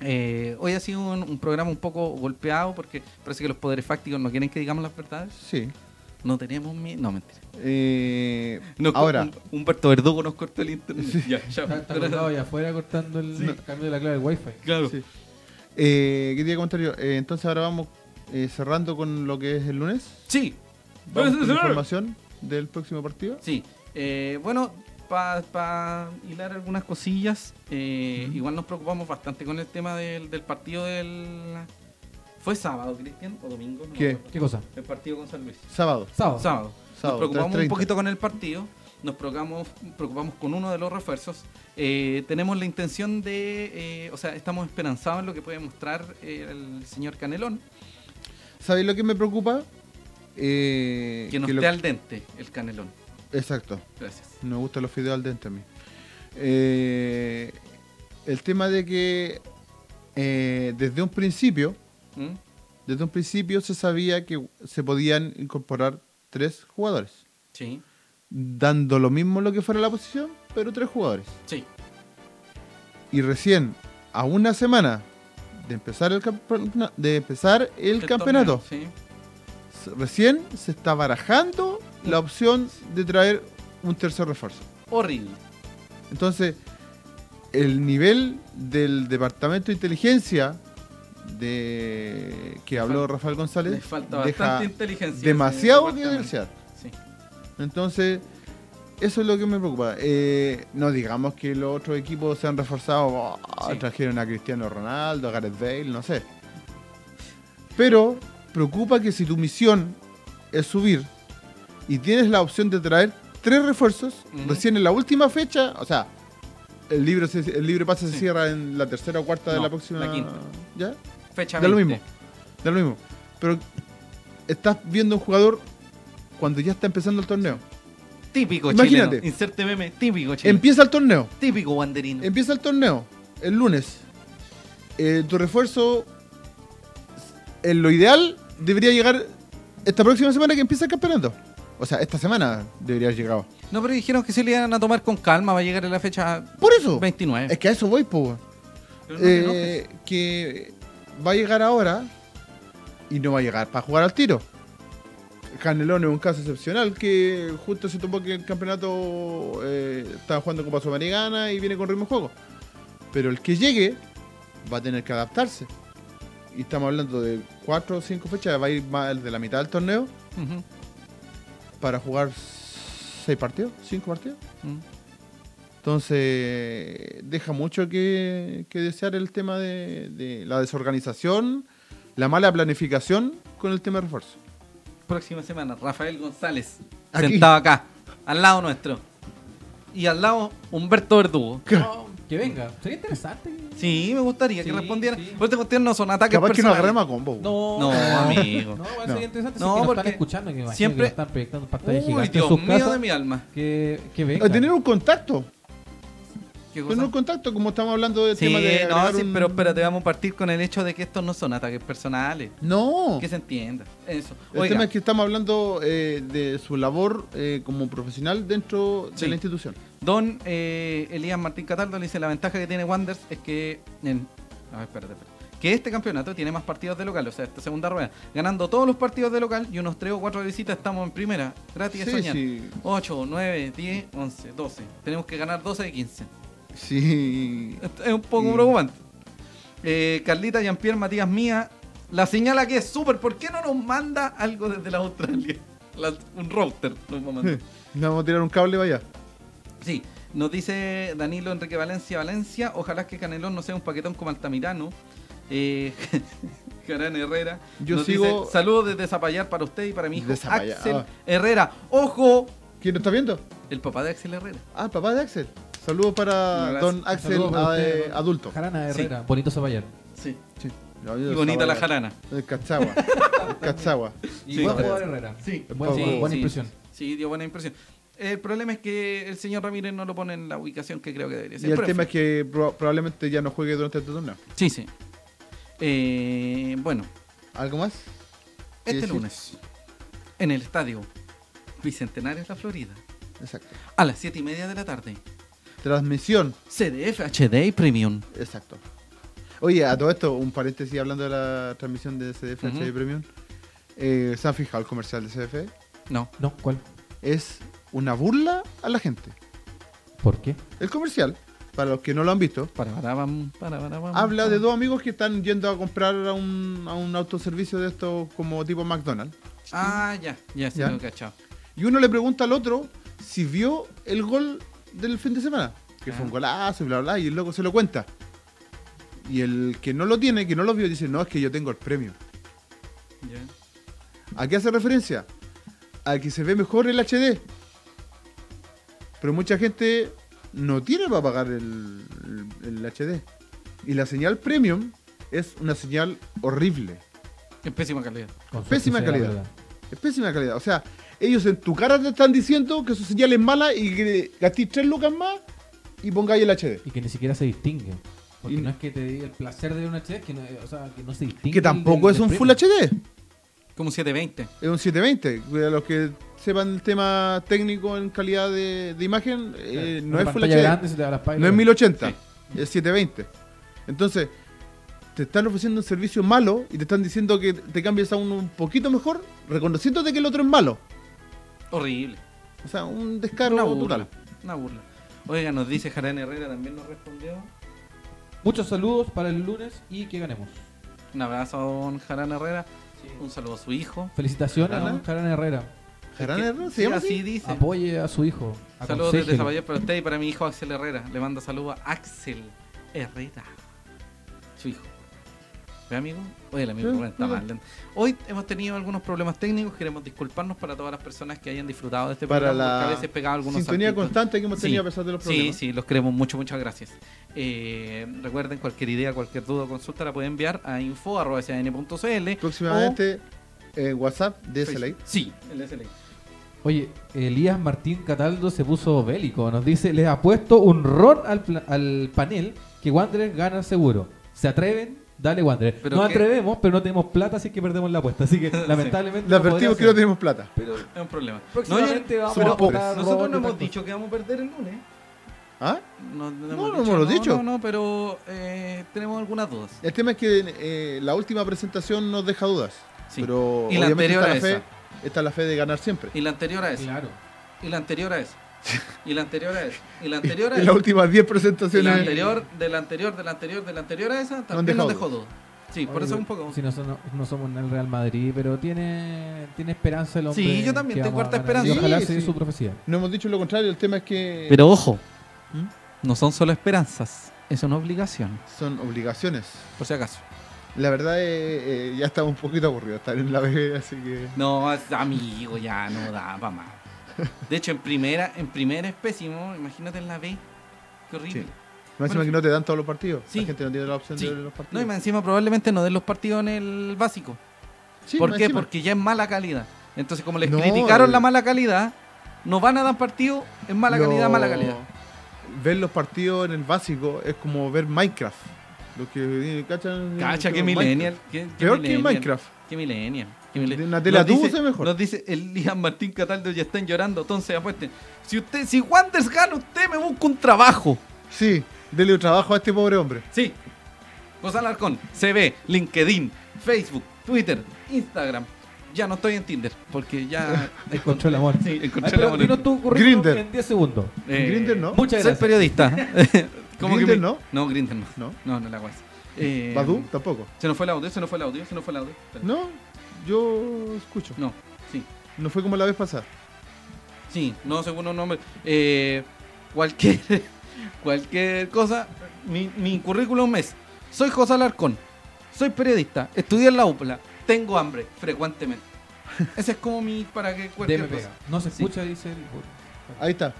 A: Eh, hoy ha sido un, un programa un poco golpeado porque parece que los poderes fácticos no quieren que digamos las verdades.
C: Sí.
A: No tenemos miedo. No, mentira.
C: Eh,
A: Nos-
C: ahora,
A: Hum- Humberto Verdugo nos cortó el internet. Ya, chao.
B: Está, está colgado allá afuera cortando el cambio de la clave del wifi.
A: Claro.
C: Sí. eh, quería comentar yo. Eh, entonces ahora vamos eh, cerrando con lo que es el lunes.
A: Sí.
C: Vamos con la información del próximo partido.
A: Sí. eh, bueno, para hilar algunas cosillas, eh, igual nos preocupamos bastante con el tema del, del partido del... ¿Fue sábado, Cristian? ¿O domingo? No me
C: ¿Qué?
A: acuerdo.
B: ¿Qué cosa?
A: El partido con San Luis.
C: Sábado.
B: Sábado.
A: Sábado.
C: Sábado,
A: Nos preocupamos
C: 3:30.
A: un poquito con el partido. Nos preocupamos, preocupamos con uno de los refuerzos. Eh, tenemos la intención de, eh, o sea, estamos esperanzados en lo que puede mostrar eh, el señor Canelón,
C: ¿Sabéis lo que me preocupa? Eh,
A: que nos
C: que lo-
A: esté al dente el Canelón.
C: Exacto.
A: Gracias.
C: Me gustan los fideos al dente a mí. Eh, el tema de que eh, desde un principio,
A: ¿Mm?
C: desde un principio se sabía que se podían incorporar tres jugadores,
A: Sí,
C: dando lo mismo lo que fuera la posición, pero tres jugadores.
A: sí.
C: Y recién a una semana de empezar el campeona- de empezar el,
A: Este
C: campeonato,
A: torneo, sí.
C: s- recién se está barajando la opción de traer un tercer refuerzo.
A: Horrible.
C: Entonces, el nivel del Departamento de Inteligencia de que habló
A: falta-
C: Rafael González
A: Le falta
C: deja
A: bastante inteligencia.
C: demasiado que
A: ese departamento.
C: desear.
A: Sí.
C: Entonces, eso es lo que me preocupa. Eh, no digamos que los otros equipos se han reforzado, oh,
A: Sí.
C: trajeron a Cristiano Ronaldo, a Gareth Bale, no sé. Pero preocupa que si tu misión es subir y tienes la opción de traer tres refuerzos,
A: Ujú.
C: recién en la última fecha, o sea, el libro se- el libre pase
A: Sí.
C: se cierra en la tercera o cuarta de
A: No,
C: la próxima.
A: la quinta.
C: ¿Ya?
A: Fecha
C: Da lo
A: 20.
C: mismo. Da lo mismo. Pero estás viendo un jugador cuando ya está empezando el torneo.
A: Típico
C: Imagínate.
A: chileno. Inserte meme. Típico chileno.
C: Empieza el torneo.
A: Típico wanderino.
C: Empieza el torneo. El lunes. Eh, tu refuerzo. En lo ideal debería llegar esta próxima semana que empieza el campeonato. O sea, esta semana debería haber llegado.
A: No, pero dijeron que se le iban a tomar con calma. Va a llegar a la fecha
C: Por eso.
A: 29.
C: Es que a eso voy, po.
A: Pero no te
C: Eh, que va a llegar ahora y no va a llegar para jugar al tiro. Canelón es un caso excepcional que justo se tomó que el campeonato eh, estaba jugando Copa Sudamericana y viene con ritmo de juego. Pero el que llegue va a tener que adaptarse. Y estamos hablando de 4 o 5 fechas, va a ir más de la mitad del torneo
A: Ujú,
C: para jugar 6 partidos, 5 partidos.
A: ujú.
C: Entonces, deja mucho que, que desear el tema de, de la desorganización, la mala planificación con el tema de refuerzo.
A: Próxima semana, Rafael González.
C: Aquí.
A: Sentado acá. Al lado nuestro. Y al lado, Humberto Verdugo.
B: Que venga. Sería interesante.
A: Sí, me gustaría que
B: Sí,
A: respondieran.
B: sí.
A: Por este cuestión no son ataques
C: Capaz que no
A: personales.
C: agarremos a combo. güey.
B: No,
A: No, amigo.
B: No, igual
C: No.
B: sería interesante
A: No,
B: si es que lo
A: porque
B: están escuchando, que me imagino
A: siempre-
B: que lo están proyectando en pantalla
A: Uy,
B: gigante en
A: Dios
B: sus
A: mío
B: casas,
A: de mi alma.
B: que, que venga.
C: A Eh, tener un contacto.
A: Qué cosa.
C: Tener un contacto, como estamos hablando del
A: Sí,
C: tema de.
A: no,
C: agregar
A: sí,
C: un-
A: pero espérate, vamos a partir con el hecho de que estos no son ataques personales.
C: No.
A: Que se entienda. Eso.
C: El
A: Oiga,
C: tema es que estamos hablando eh, de su labor eh, como profesional dentro
A: Sí.
C: de la institución.
A: Don eh, Elías Martín Cataldo le dice, la ventaja que tiene Wanders es que... en- a ver, espérate, espérate. Que este campeonato tiene más partidos de local, o sea, esta segunda rueda. Ganando todos los partidos de local y unos 3 o 4 de visita estamos en primera. Gratis de
C: Sí,
A: soñar.
C: sí.
A: 8, 9, 10, 11, 12. Tenemos que ganar 12 de 15.
C: Sí.
A: Esto Es un poco
C: Y-
A: preocupante. Eh, Carlita, Jean-Pierre, Matías Mía, la señala que es súper. ¿Por qué no nos manda algo desde la Australia? La- un router nos va a mandar.
C: Le vamos a tirar un cable para allá.
A: Sí, nos dice Danilo Enrique Valencia Valencia. Ojalá que Canelón no sea un paquetón como Altamirano. Eh, Carán Herrera.
C: Yo
A: nos
C: sigo-
A: dice, Saludos desde Zapallar para usted y para mi hijo
C: De Zapallar. ah.
A: Axel Herrera. ¡Ojo!
C: ¿Quién lo está viendo?
A: El papá de Axel Herrera.
C: Ah, el papá de Axel. Saludos
A: Un
C: para
A: abrazo.
C: don Axel ah, eh, adulto.
B: Jarana
A: Sí.
B: Herrera, bonito Zapallar.
A: Sí.
C: Sí.
A: Y bonita la jarana.
C: El Cachagua. El Cachagua.
B: Y
A: Sí.
B: buen jugador Herrera.
A: Sí.
B: Buen
C: Sí,
B: jugador, buena
A: sí,
B: impresión.
A: Sí, sí, dio buena impresión. El problema es que el señor Ramírez no lo pone en la ubicación que creo que debería ser.
C: Y el
A: Pero en
C: tema es
A: fin.
C: que proba- probablemente ya no juegue durante este torneo.
A: Sí, sí. Eh, bueno,
C: ¿Algo más?
A: este
C: Sí, sí.
A: lunes, en el estadio Bicentenario de la Florida,
C: Exacto.
A: a las 7 y media de la tarde,
C: Transmisión.
A: CDF HD y Premium.
C: Exacto. Oye, a todo esto, un paréntesis hablando de la transmisión de CDF
A: Ujú.
C: HD Premium. Eh, ¿Se han fijado el comercial de CDF?
A: No,
B: No, ¿cuál?
C: Es una burla a la gente.
B: ¿Por qué?
C: El comercial, para los que no lo han visto,
A: para, para, pam, para, para, pam,
C: habla de
A: pam.
C: dos amigos que están yendo a comprar a un, a un autoservicio de estos como tipo McDonald's.
A: Ah, ya, ya, sí,
C: Ya.
A: lo he cachado.
C: Y uno le pregunta al otro si vio el gol del fin de semana. Que
A: Ah.
C: fue un golazo y bla, bla, y el loco se lo cuenta. Y el que no lo tiene, que no lo vio, dice, no, es que yo tengo el premio.
A: Ya.
C: ¿A qué hace referencia? A que se ve mejor el HD. Pero mucha gente no tiene para pagar el, el- el HD. Y la señal premium es una señal horrible.
A: Qué pésima calidad.
B: Con su
C: Pésima
B: tercera
C: calidad.
B: verdad.
C: Es pésima calidad. O sea, ellos en tu cara te están diciendo que su señal es mala y que gastéis tres lucas más y pongáis el HD.
B: Y que ni siquiera se distingue. Porque
C: Y-
B: no es que te dé el placer de ver un HD, que no, o sea, que no se distingue.
C: Que tampoco es un Full HD,
A: Como 720.
C: es un 720. A los que sepan el tema técnico en calidad de, de imagen, eh, no es Full HD. No es 1080,
A: Sí.
C: es 720. Entonces, te están ofreciendo un servicio malo y te están diciendo que te cambies a uno un poquito mejor, reconociéndote que el otro es malo.
A: Horrible.
C: O sea, un descaro
A: una burla.
C: total.
A: Una burla. Oiga, nos dice Jarán Herrera, también nos respondió.
B: Muchos saludos para el lunes y que ganemos.
A: Un abrazo a don Jarán Herrera. Un saludo a su hijo.
B: Felicitaciones a
C: Jarana.
B: don Jarana Herrera.
C: Gerán
A: Es que-
C: Herrera,
A: sí,
C: se llama
A: así
C: así.
A: dice.
B: Apoye a su hijo.
A: Saludos desde
B: Aconséjelo.
A: Zapallar para usted y para mi hijo Axel Herrera. Le manda saludos a Axel Herrera, su hijo. ¿Ve, amigo? Oye, el amigo
C: Sí,
A: Rubén está
C: mira.
A: mal. Hoy hemos tenido algunos problemas técnicos. Queremos disculparnos para todas las personas que hayan disfrutado de este
C: Para
A: programa. porque
C: la
A: a veces pegaba algunos
C: sintonía
A: saltitos.
C: constante que hemos
A: Sí,
C: tenido a pesar de los
A: Sí,
C: problemas.
A: sí, los queremos mucho, muchas gracias. Eh, recuerden, cualquier idea, cualquier duda o consulta la pueden enviar a info.cn.cl.
C: Próximamente en WhatsApp de SLA.
A: Sí, el SLA.
B: Oye, Elías Martín Cataldo se puso bélico. Nos dice, les apuesto un ron al, pla- al panel que Wanderers gana seguro. ¿Se atreven? Dale Wanderers.
A: ¿Pero
B: Nos
A: qué?
B: atrevemos, pero no tenemos plata, así que perdemos la apuesta. Así que
C: Le
B: lamentablemente... no
C: advertimos que
B: podría
C: no
B: ser.
C: tenemos plata.
A: Es un problema. No,
B: Próximamente
A: yo-
B: vamos
A: pero
C: somos pobres.
B: a
A: Nosotros no hemos
B: dicho
A: dicho que vamos a perder el lunes.
C: ¿Ah?
A: No, no,
C: No, no hemos dicho.
A: No, no, pero eh, tenemos algunas dudas.
C: El tema es que eh, la última presentación nos deja dudas.
A: Sí.
C: Pero
A: Y la
C: obviamente
A: anterior
C: está la,
A: a
C: fe, está la fe de ganar siempre.
A: Y la anterior a eso.
B: Claro.
A: Y la anterior a eso. Y la anterior a eso. Y la anterior a
C: En las
A: eso.
C: últimas 10
A: Y la
C: presentaciones.
A: anterior, de la anterior, de la anterior, de la anterior a esa, también
C: dejado
A: nos dejó dudas. Sí, por
B: Oye,
A: eso es un poco.
B: Si
A: Sí,
B: nosotros no, no somos el Real Madrid, pero tiene, tiene esperanza el hombre.
A: Sí, yo también
B: que
A: tengo
B: vamos a
A: harta
B: ganar. Y
C: esperanza.
B: ojalá
C: Sí,
B: se dé
C: sí.
B: su profecía.
C: No hemos dicho lo contrario, el tema es que
A: ojo, ¿Mm? no son solo esperanzas, es una obligación,
C: son obligaciones.
A: por si acaso.
C: La verdad, eh, eh, ya estamos un poquito aburridos de estar en la B, así que.
A: No, es- amigo, ya no da para más. De hecho, en primera, en primera es pésimo, imagínate en la B. Qué horrible.
C: Sí. Más encima que no te dan todos los partidos.
A: Sí.
C: La gente no tiene la opción
A: Sí.
C: de ver los partidos.
A: No, y más encima probablemente no den los partidos en el básico.
C: Sí,
A: ¿Por
C: más
A: qué?
C: encima.
A: Porque ya es mala calidad. Entonces, como les
C: No,
A: criticaron
C: eh.
A: la mala calidad, nos van a dar partido en mala
C: Lo-
A: calidad, mala calidad.
C: Ver los partidos en el básico es como ver Minecraft. Los que eh, cachan.
A: Cacha,
C: que
A: qué millennial. qué- qué
C: Peor que
A: millennial,
C: Minecraft.
A: Qué millennial. qué millennial.
C: De una tela
A: Nos dice-
C: 12 mejor.
A: Nos dice Elías Martín Cataldo ya están llorando, entonces apuesten. Si usted, si Wanders gana, usted me busca un trabajo.
C: Sí, dele un trabajo a este pobre hombre.
A: Sí. Gonzalo Arcón, CB, LinkedIn, Facebook, Twitter, Instagram. Ya no estoy en Tinder, porque ya
B: Encontró el amor.
A: Sí,
B: Ay,
A: encontré el
B: pero
A: amor.
B: dinos tu currículum
C: Grindr.
B: en 10 segundos.
A: Eh,
C: Grindr no.
B: Muchas
A: Soy
B: gracias.
A: periodista.
C: Grindr
A: me-
C: no.
A: No, Grindr no.
C: ¿No?
A: No, no la guay. Eh,
C: ¿Badu? Tampoco.
A: Se nos fue el audio, se nos fue el audio, se nos fue el audio. Espera.
C: No, yo escucho.
A: No, sí.
C: No fue como la vez pasada.
A: Sí, no, según un nombre. Eh, cualquier, cualquier cosa. Mi, mi currículum es: soy José Alarcón, soy periodista, estudié en la UPLA, tengo hambre frecuentemente. Ese es como mi. para que cualquier
B: Deme pega.
A: cosa.
B: No se
A: Sí.
B: escucha, dice el...
C: Ahí está.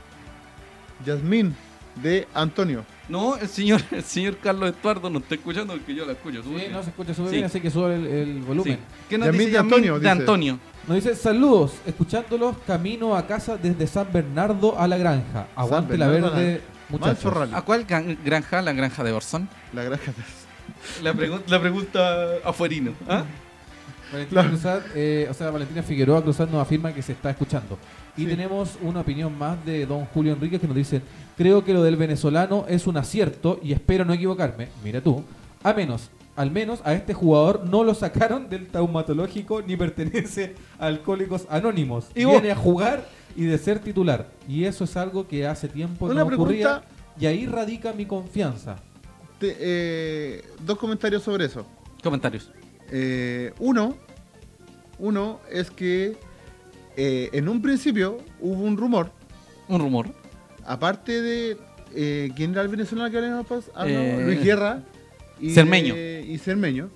C: Yasmín de Antonio.
A: No, el señor, el señor Carlos Estuardo no está escuchando porque yo la escucho. sube
B: Sí,
A: bien.
B: no se escucha súper
A: Sí.
B: bien, así que sube el, el volumen.
A: Sí. ¿Qué nos
C: Yasmín
A: dice
C: de
A: Yasmín
C: Antonio,
A: de
C: dice.
A: Antonio.
B: Nos dice, saludos, escuchándolos camino a casa desde San Bernardo a la granja. Aguante la
C: Bernardo a la
B: verde,
C: Manso
B: muchachos.
C: Rally.
A: ¿A cuál gran- granja? La granja de Orson.
C: La granja.
A: La, pregu- la pregunta afuerino. ¿ah?
B: Valentina,
C: La-
B: Cruzat, eh, o sea, Valentina Figueroa Cruzat nos afirma que se está escuchando. Y
C: Sí.
B: tenemos una opinión más de don Julio Enríquez que nos dice, creo que lo del venezolano es un acierto y espero no equivocarme, mira tú, a menos, al menos a este jugador no lo sacaron del taumatológico ni pertenece a Alcohólicos Anónimos.
A: Y vos-
B: Viene a jugar y de ser titular. Y eso es algo que hace tiempo
C: Una
B: no ocurría
C: pregunta.
B: y ahí radica mi confianza.
C: Te- eh, dos comentarios sobre eso.
A: Comentarios.
C: Eh, uno, uno es que eh, en un principio hubo un rumor,
A: Un rumor.
C: aparte de eh, quién era el venezolano que habíamos pas- hablado?
A: Eh,
C: Luis Guerra y
A: Cermeño.
C: eh, y Cermeño.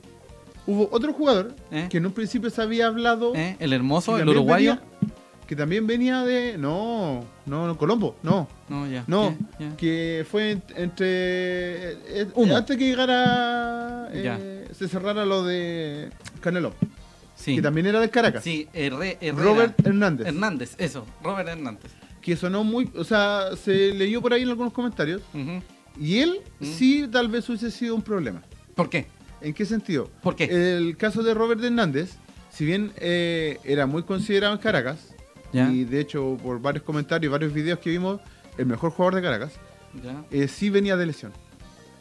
C: Hubo otro jugador
A: ¿Eh?
C: que en un principio se había hablado
A: ¿eh? El hermoso,
C: que
A: el
C: también
A: uruguayo.
C: venía- que también venía de no, no, no Colombo, no.
A: No, ya.
C: No,
A: ya, ya.
C: que fue ent- entre. eh,
A: Humo.
C: Antes que llegara. eh,
A: Ya.
C: se cerrara lo de Canelo,
A: Sí.
C: que también era de Caracas.
A: Sí, Herre- Herrera.
C: Robert Hernández,
A: Hernández, eso. Robert Hernández.
C: que sonó muy. O sea, se leyó por ahí en algunos comentarios.
A: Ujú.
C: Y él
A: Mm.
C: sí, tal vez hubiese sido un problema.
A: ¿Por qué?
C: ¿En qué sentido?
A: ¿Por qué?
C: El caso de Robert Hernández, si bien eh, era muy considerado en Caracas,
A: Ya.
C: y de hecho, por varios comentarios, varios videos que vimos, el mejor jugador de Caracas,
A: Ya.
C: eh, sí venía de lesión.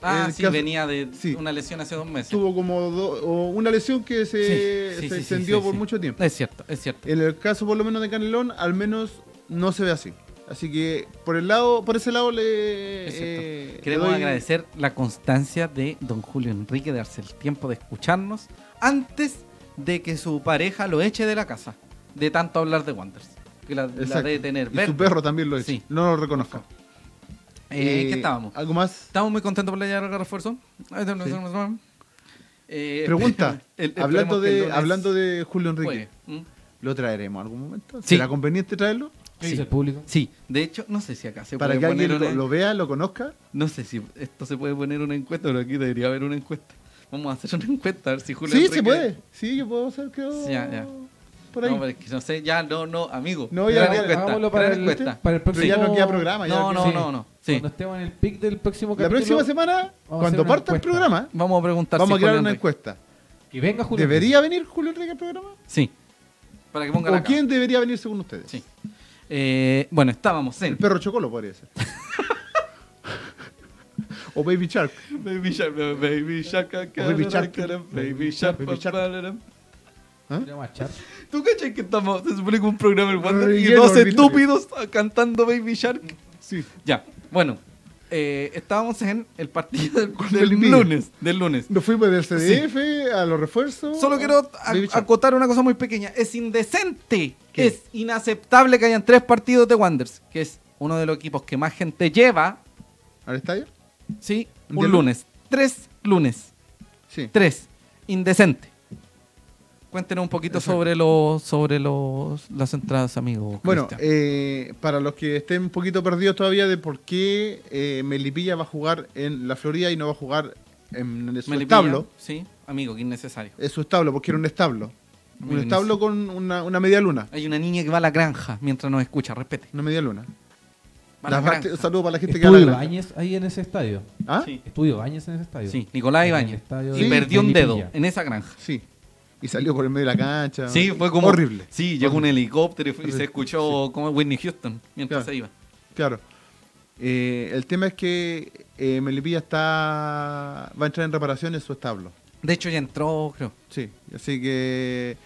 A: Ah,
C: el
A: sí,
C: caso-
A: venía de
C: sí.
A: una lesión hace dos meses.
C: tuvo como do- o una lesión que se, se
A: Sí, sí, sí, sí,
C: extendió
A: sí,
C: por
A: sí.
C: mucho tiempo.
A: Es cierto, es cierto.
C: En el caso por lo menos de Canelón, al menos no se ve así. Así que por el lado, por ese lado le,
A: Es
C: eh,
A: cierto.
C: le
A: Queremos
C: doy-
A: agradecer la constancia de don Julio Enrique de darse el tiempo de escucharnos antes de que su pareja lo eche de la casa, de tanto hablar de Wanderers. Que la, la
C: Exacto.
A: debe tener.
C: Y su
A: Ver-
C: perro también lo es.
A: Sí.
C: No lo reconozco.
A: Eh, ¿en
C: Eh,
A: ¿Qué estábamos?
C: ¿Algo más?
A: Estamos muy contentos por la llegada de refuerzo. Eh,
C: Pregunta.
A: el- el-
C: hablando,
A: esperemos que el
C: de,
A: lunes
C: hablando de Julio Enrique,
A: juegue. ¿Mm?
C: ¿lo traeremos en algún momento?
A: Sí.
C: ¿Será conveniente traerlo?
B: ¿Qué
A: Sí.
B: dice el público?
A: Sí, de hecho, no sé si acá se
C: Para
A: puede
C: que
A: poner
C: alguien lo,
A: una-
C: lo vea, lo conozca.
A: No sé si esto se puede poner una encuesta, pero aquí debería haber una encuesta. Vamos a hacer una encuesta a ver si Julio
C: sí,
A: Enrique-
C: se puede. Sí, yo puedo hacer, creo.
A: Sí, ya, ya.
C: Por ahí.
A: No, pero es que no sé, ya, no, no, amigo.
C: No, ya,
A: Gran
C: ya,
A: encuesta,
B: hagámoslo para
A: gran
B: el,
A: encuesta.
B: para el
C: Pero
B: próximo
C: ya no queda programa. ya
A: No,
C: queda-
A: no, no, no. Sí.
B: Cuando estemos en el pic del próximo
C: La
B: capítulo.
C: próxima semana,
B: Vamos a hacer
C: cuando
B: una
C: parta el
B: encuesta.
C: programa,
A: Vamos a preguntar
C: vamos a
A: si
C: crear
A: Julio
C: una
A: Enrique-
C: encuesta.
B: Que venga Julio.
C: ¿Debería venir Julio Enrique al programa?
A: Sí. Para que ponga la
C: ¿O
A: cara.
C: quién debería venir según ustedes?
A: Sí. Eh, bueno, estábamos
C: El
A: en.
C: perro chocolo podría ser. o Baby Shark.
A: Baby Shark, Baby Shark,
C: Baby Shark.
A: Baby Shark,
C: Baby Shark.
A: baby Shark.
C: ¿ah?
B: Debería marchar.
A: ¿Tú cachai que estamos? Se supone que un programa el Wander y
C: Relleno,
A: dos
C: olvídate.
A: estúpidos cantando Baby Shark.
C: Sí.
A: Ya, bueno. Eh, estábamos en el partido del,
C: Con
A: del
C: el Mille.
A: lunes. Del lunes.
C: Nos fuimos del CDF a los refuerzos.
A: Solo
C: a-
A: quiero a-
C: Baby Shark.
A: acotar una cosa muy pequeña. Es indecente,
C: ¿Qué?
A: es inaceptable que hayan tres partidos de Wanderers, que es uno de los equipos que más gente lleva,
C: ¿Al estadio?
A: ¿sí? Un
C: ¿Entiendo?
A: lunes. Tres lunes.
C: Sí.
A: Tres. Indecente. Cuéntenos un poquito
C: Exacto.
A: sobre los sobre los las entradas, amigo.
C: Bueno,
A: Cristian.
C: eh, para los que estén un poquito perdidos todavía de por qué eh, Melipilla va a jugar en la Florida y no va a jugar en su
A: Melipilla,
C: eh, establo.
A: Sí, amigo, que innecesario.
C: Es su establo, porque era un establo.
A: Miren
C: Un establo
A: eso.
C: con una, una media luna.
A: Hay una niña que va a la granja mientras nos escucha, respete.
C: Una media luna.
A: Va a
C: La
A: la
C: parte-
A: granja.
C: un saludo para la gente que va a
B: Estudio
C: la granja.
B: Bañez ahí en ese estadio.
C: ¿Ah?
A: Sí.
B: Estudio Bañez en ese estadio.
A: Sí, Nicolás
B: En el
A: Ibañez.
B: estadio
A: Y
B: de-
A: perdió
B: de
A: un dedo
B: Lipilla.
A: en esa granja.
C: Sí. Y salió por el medio de la cancha.
A: Sí, fue como.
C: Horrible.
A: Sí, llegó un helicóptero y, fue- y se
C: Horrible,
A: escuchó como Whitney Houston mientras
C: Claro.
A: se iba.
C: Claro. Eh, el tema es que eh, Melipilla está va a entrar en reparación en su establo.
A: De hecho, ya entró, creo.
C: Sí. Así que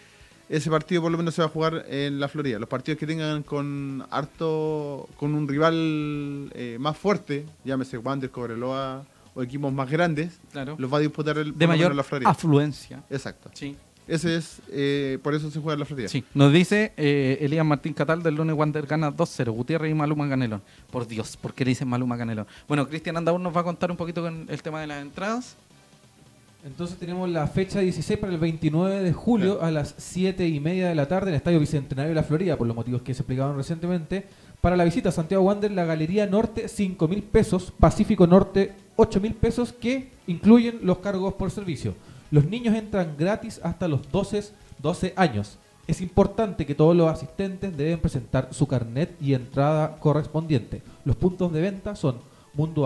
C: ese partido por lo menos se va a jugar en la Florida. Los partidos que tengan con harto con un rival eh, más fuerte, llámese Wander, Cobreloa o equipos más grandes,
A: Claro.
C: los va a disputar el, por
A: de
C: lo menos
A: mayor
C: en la Florida.
A: afluencia.
C: Exacto.
A: Sí.
C: Ese es eh, por eso se juega en la Florida.
A: sí. Nos dice eh, Elías Martín Catal del lunes Wander gana 2-0. Gutiérrez y Maluma Canelón. Por Dios, ¿por qué le dicen Maluma Canelón? Bueno, Cristian Andaur nos va a contar un poquito con el tema de las entradas.
B: Entonces tenemos la fecha 16 para el 29 de julio a las 7 y media de la tarde en el Estadio Bicentenario de la Florida, por los motivos que se explicaron recientemente. Para la visita a Santiago Wander, la Galería Norte, 5 mil pesos, Pacífico Norte, 8 mil pesos, que incluyen los cargos por servicio. Los niños entran gratis hasta los 12, 12 años. Es importante que todos los asistentes deben presentar su carnet y entrada correspondiente. Los puntos de venta son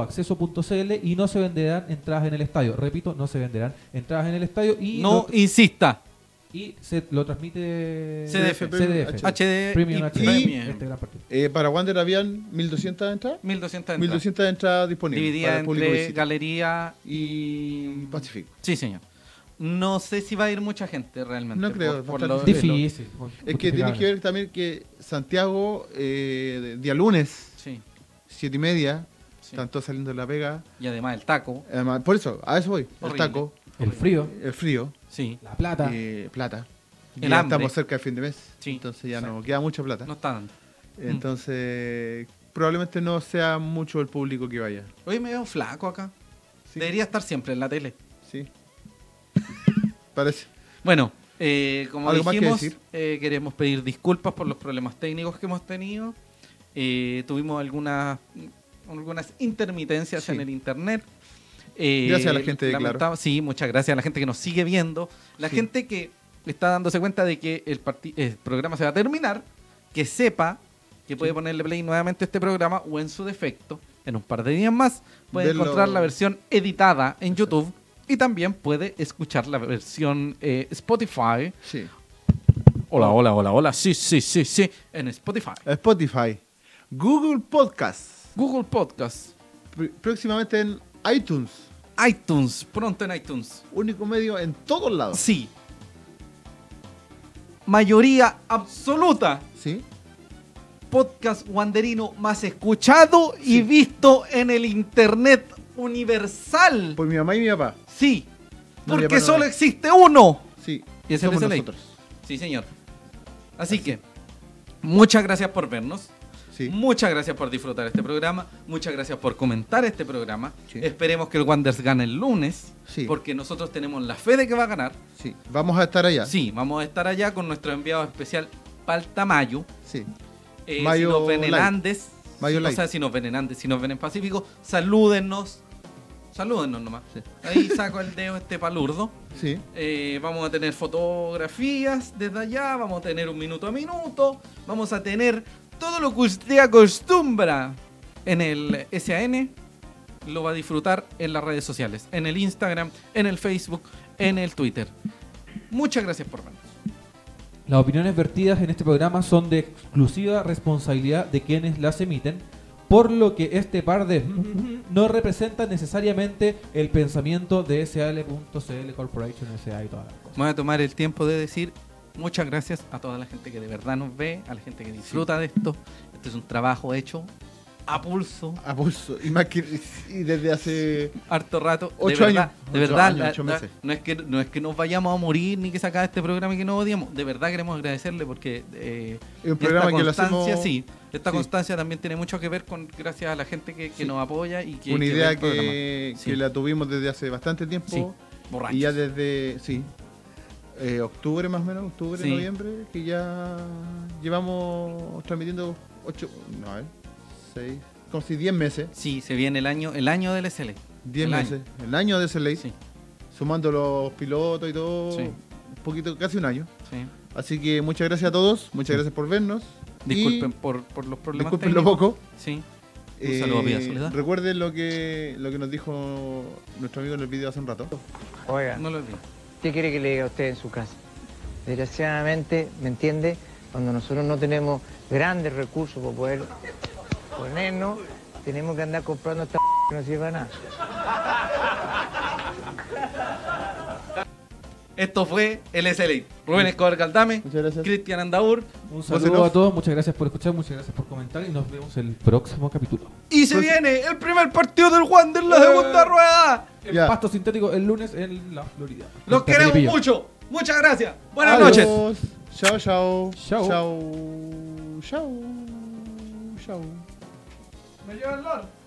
B: mundoacceso.cl y no se venderán entradas en el estadio. Repito, no se venderán entradas en el estadio y,
A: No
B: lo-
A: insista.
B: y se lo transmite
A: CDF.
B: CDF.
A: HD
B: Premium
A: y
B: HD.
A: Premium.
B: Este gran partido.
C: Eh, para Wander habían 1.200 entradas.
A: 1200 entradas.
C: 1.200 entradas disponibles para
A: Dividida
C: el público
A: entre
C: visitante.
A: galería
C: y
A: y.
C: Pacífico.
A: Sí, señor. No sé si va a ir mucha gente realmente.
C: No creo, va a estar
A: lo-
B: Difícil.
C: Es que tiene que ver también que Santiago, eh, de- día lunes,
A: Sí,
C: siete y media,
A: sí.
C: están todos saliendo de la pega.
A: Y además el taco.
C: Además, por eso, a eso voy.
A: Horrible.
C: El taco,
B: El frío,
C: el frío,
A: Sí.
B: la plata.
C: eh, plata.
A: El
C: ya
A: hambre.
C: estamos cerca del fin de mes,
A: Sí,
C: entonces ya no queda mucha plata.
A: No está dando.
C: Entonces, probablemente no sea mucho el público que vaya.
A: Hoy me veo flaco acá.
C: Sí.
A: Debería estar siempre en la tele.
C: Sí. Parece.
A: Bueno, eh, como
C: ¿Algo más que
A: dijimos,
C: decir?
A: eh, queremos pedir disculpas por los problemas técnicos que hemos tenido. Eh, tuvimos algunas, algunas intermitencias
C: Sí.
A: en el internet. Eh,
C: Gracias a la gente de Claro.
A: lamentaba- Sí, muchas gracias a la gente que nos sigue viendo. La
C: Sí.
A: gente que está dándose cuenta de que el, parti- el programa se va a terminar, que sepa que puede ponerle play nuevamente a este programa o en su defecto, en un par de días más, puede
C: Verlo-
A: encontrar la versión editada en
C: Exacto.
A: YouTube y también puede escuchar la versión eh, Spotify.
C: Sí.
A: Hola, hola, hola, hola. Sí, sí, sí, sí. En Spotify.
C: Spotify, Google Podcast,
A: Google Podcast,
C: pr- próximamente en iTunes,
A: iTunes, pronto en iTunes.
C: único medio en todos lados.
A: Sí. Mayoría absoluta
C: ¿Sí?
A: podcast wanderino más escuchado y visto en el internet universal.
C: Por Pues mi mamá y mi papá.
A: Sí,
C: No, mi
A: porque
C: papá no
A: solo
C: ve.
A: existe uno.
C: Sí.
A: Y ese
C: somos
A: es el ley.
C: nosotros.
A: Sí, señor. Así que, muchas gracias por vernos.
C: Sí.
A: Muchas gracias por disfrutar este programa. Muchas gracias por comentar este programa.
C: Sí.
A: Esperemos que el Wanderers gane el lunes.
C: Sí.
A: Porque nosotros tenemos la fe de que va a ganar.
C: Sí. Vamos a estar allá.
A: Sí, vamos a estar allá con nuestro enviado especial Palta Mayo.
C: Sí.
A: Eh,
C: Mayo
A: si nos ven en
C: Light.
A: Andes.
C: Mayo
A: si- o
C: Light.
A: sea, si nos ven en Andes, si nos ven en Pacífico, salúdennos. Salúdennos nomás.
C: Sí.
A: Ahí saco el dedo este palurdo.
C: Sí.
A: Eh, vamos a tener fotografías desde allá, vamos a tener un minuto a minuto, vamos a tener todo lo que usted acostumbra en el SAN, lo va a disfrutar en las redes sociales, en el Instagram, en el Facebook, en el Twitter. Muchas gracias por vernos.
B: Las opiniones vertidas en este programa son de exclusiva responsabilidad de quienes las emiten, por lo que este par de no representa necesariamente el pensamiento de SAL.cl Corporation SA y todas las cosas.
A: Me voy a tomar el tiempo de decir muchas gracias a toda la gente que de verdad nos ve, a la gente que disfruta de esto. Este es un trabajo hecho a pulso,
C: A pulso. Y, más que- y desde hace.
A: harto rato.
C: Ocho
A: de verdad,
C: años.
A: De
C: Ocho
A: verdad,
C: años,
A: la-
C: ocho
A: la-
C: meses.
A: no, es que, no es que nos vayamos a morir ni que se acabe este programa y que nos odiamos. De verdad queremos agradecerle porque eh,
C: Es un programa que lo
A: constancia,
C: hacemos-
A: sí, esta
C: sí.
A: constancia también tiene mucho que ver con gracias a la gente que, que nos apoya y que
C: una
A: que ve
C: idea
A: el programa.
C: que,
A: Sí.
C: que la tuvimos desde hace bastante tiempo.
A: Sí, borrachos.
C: Y ya desde, sí, eh, octubre más o menos, octubre,
A: Sí.
C: noviembre, que ya llevamos transmitiendo 8, no, a ver, 6, como si 10 meses.
A: Sí, se viene el año, el año del SL.
C: 10
A: El año.
C: meses, el año de ese ley,
A: Sí,
C: sumando los pilotos y todo,
A: Sí.
C: un poquito, casi un año.
A: sí.
C: Así que muchas gracias a todos, muchas gracias por vernos. y
A: Disculpen por, por los problemas.
C: disculpen lo
A: técnicos.
C: poco. Eh,
A: Sí. Un saludo a Pía Soledad.
C: Recuerden lo que, lo que nos dijo nuestro amigo en el video hace un rato.
E: Oiga,
A: No lo olviden.
E: ¿qué quiere que le diga a usted en su casa? Desgraciadamente, ¿me entiende? Cuando nosotros no tenemos grandes recursos para poder ponernos, tenemos que andar comprando esta que no sirve para nada.
A: Esto fue el SL. Rubén Escobar Caldame,
C: Muchas gracias.
A: Cristian Andaur.
B: Un
C: Voz en
B: saludo
C: off.
B: a todos, muchas gracias por escuchar, muchas gracias por comentar y nos vemos el próximo capítulo.
A: Y
C: Pues-
A: se viene el primer partido del Wander en la
C: Eh.
A: segunda rueda.
B: El
C: Ya.
B: pasto sintético el lunes en la Florida.
A: Los
B: Hasta
A: queremos
B: Telepillo.
A: mucho. Muchas gracias. Buenas
C: Adiós.
A: noches.
C: Chao, chao.
B: Chao.
C: Chao. Chao. Chao.
A: Me lleva el loro.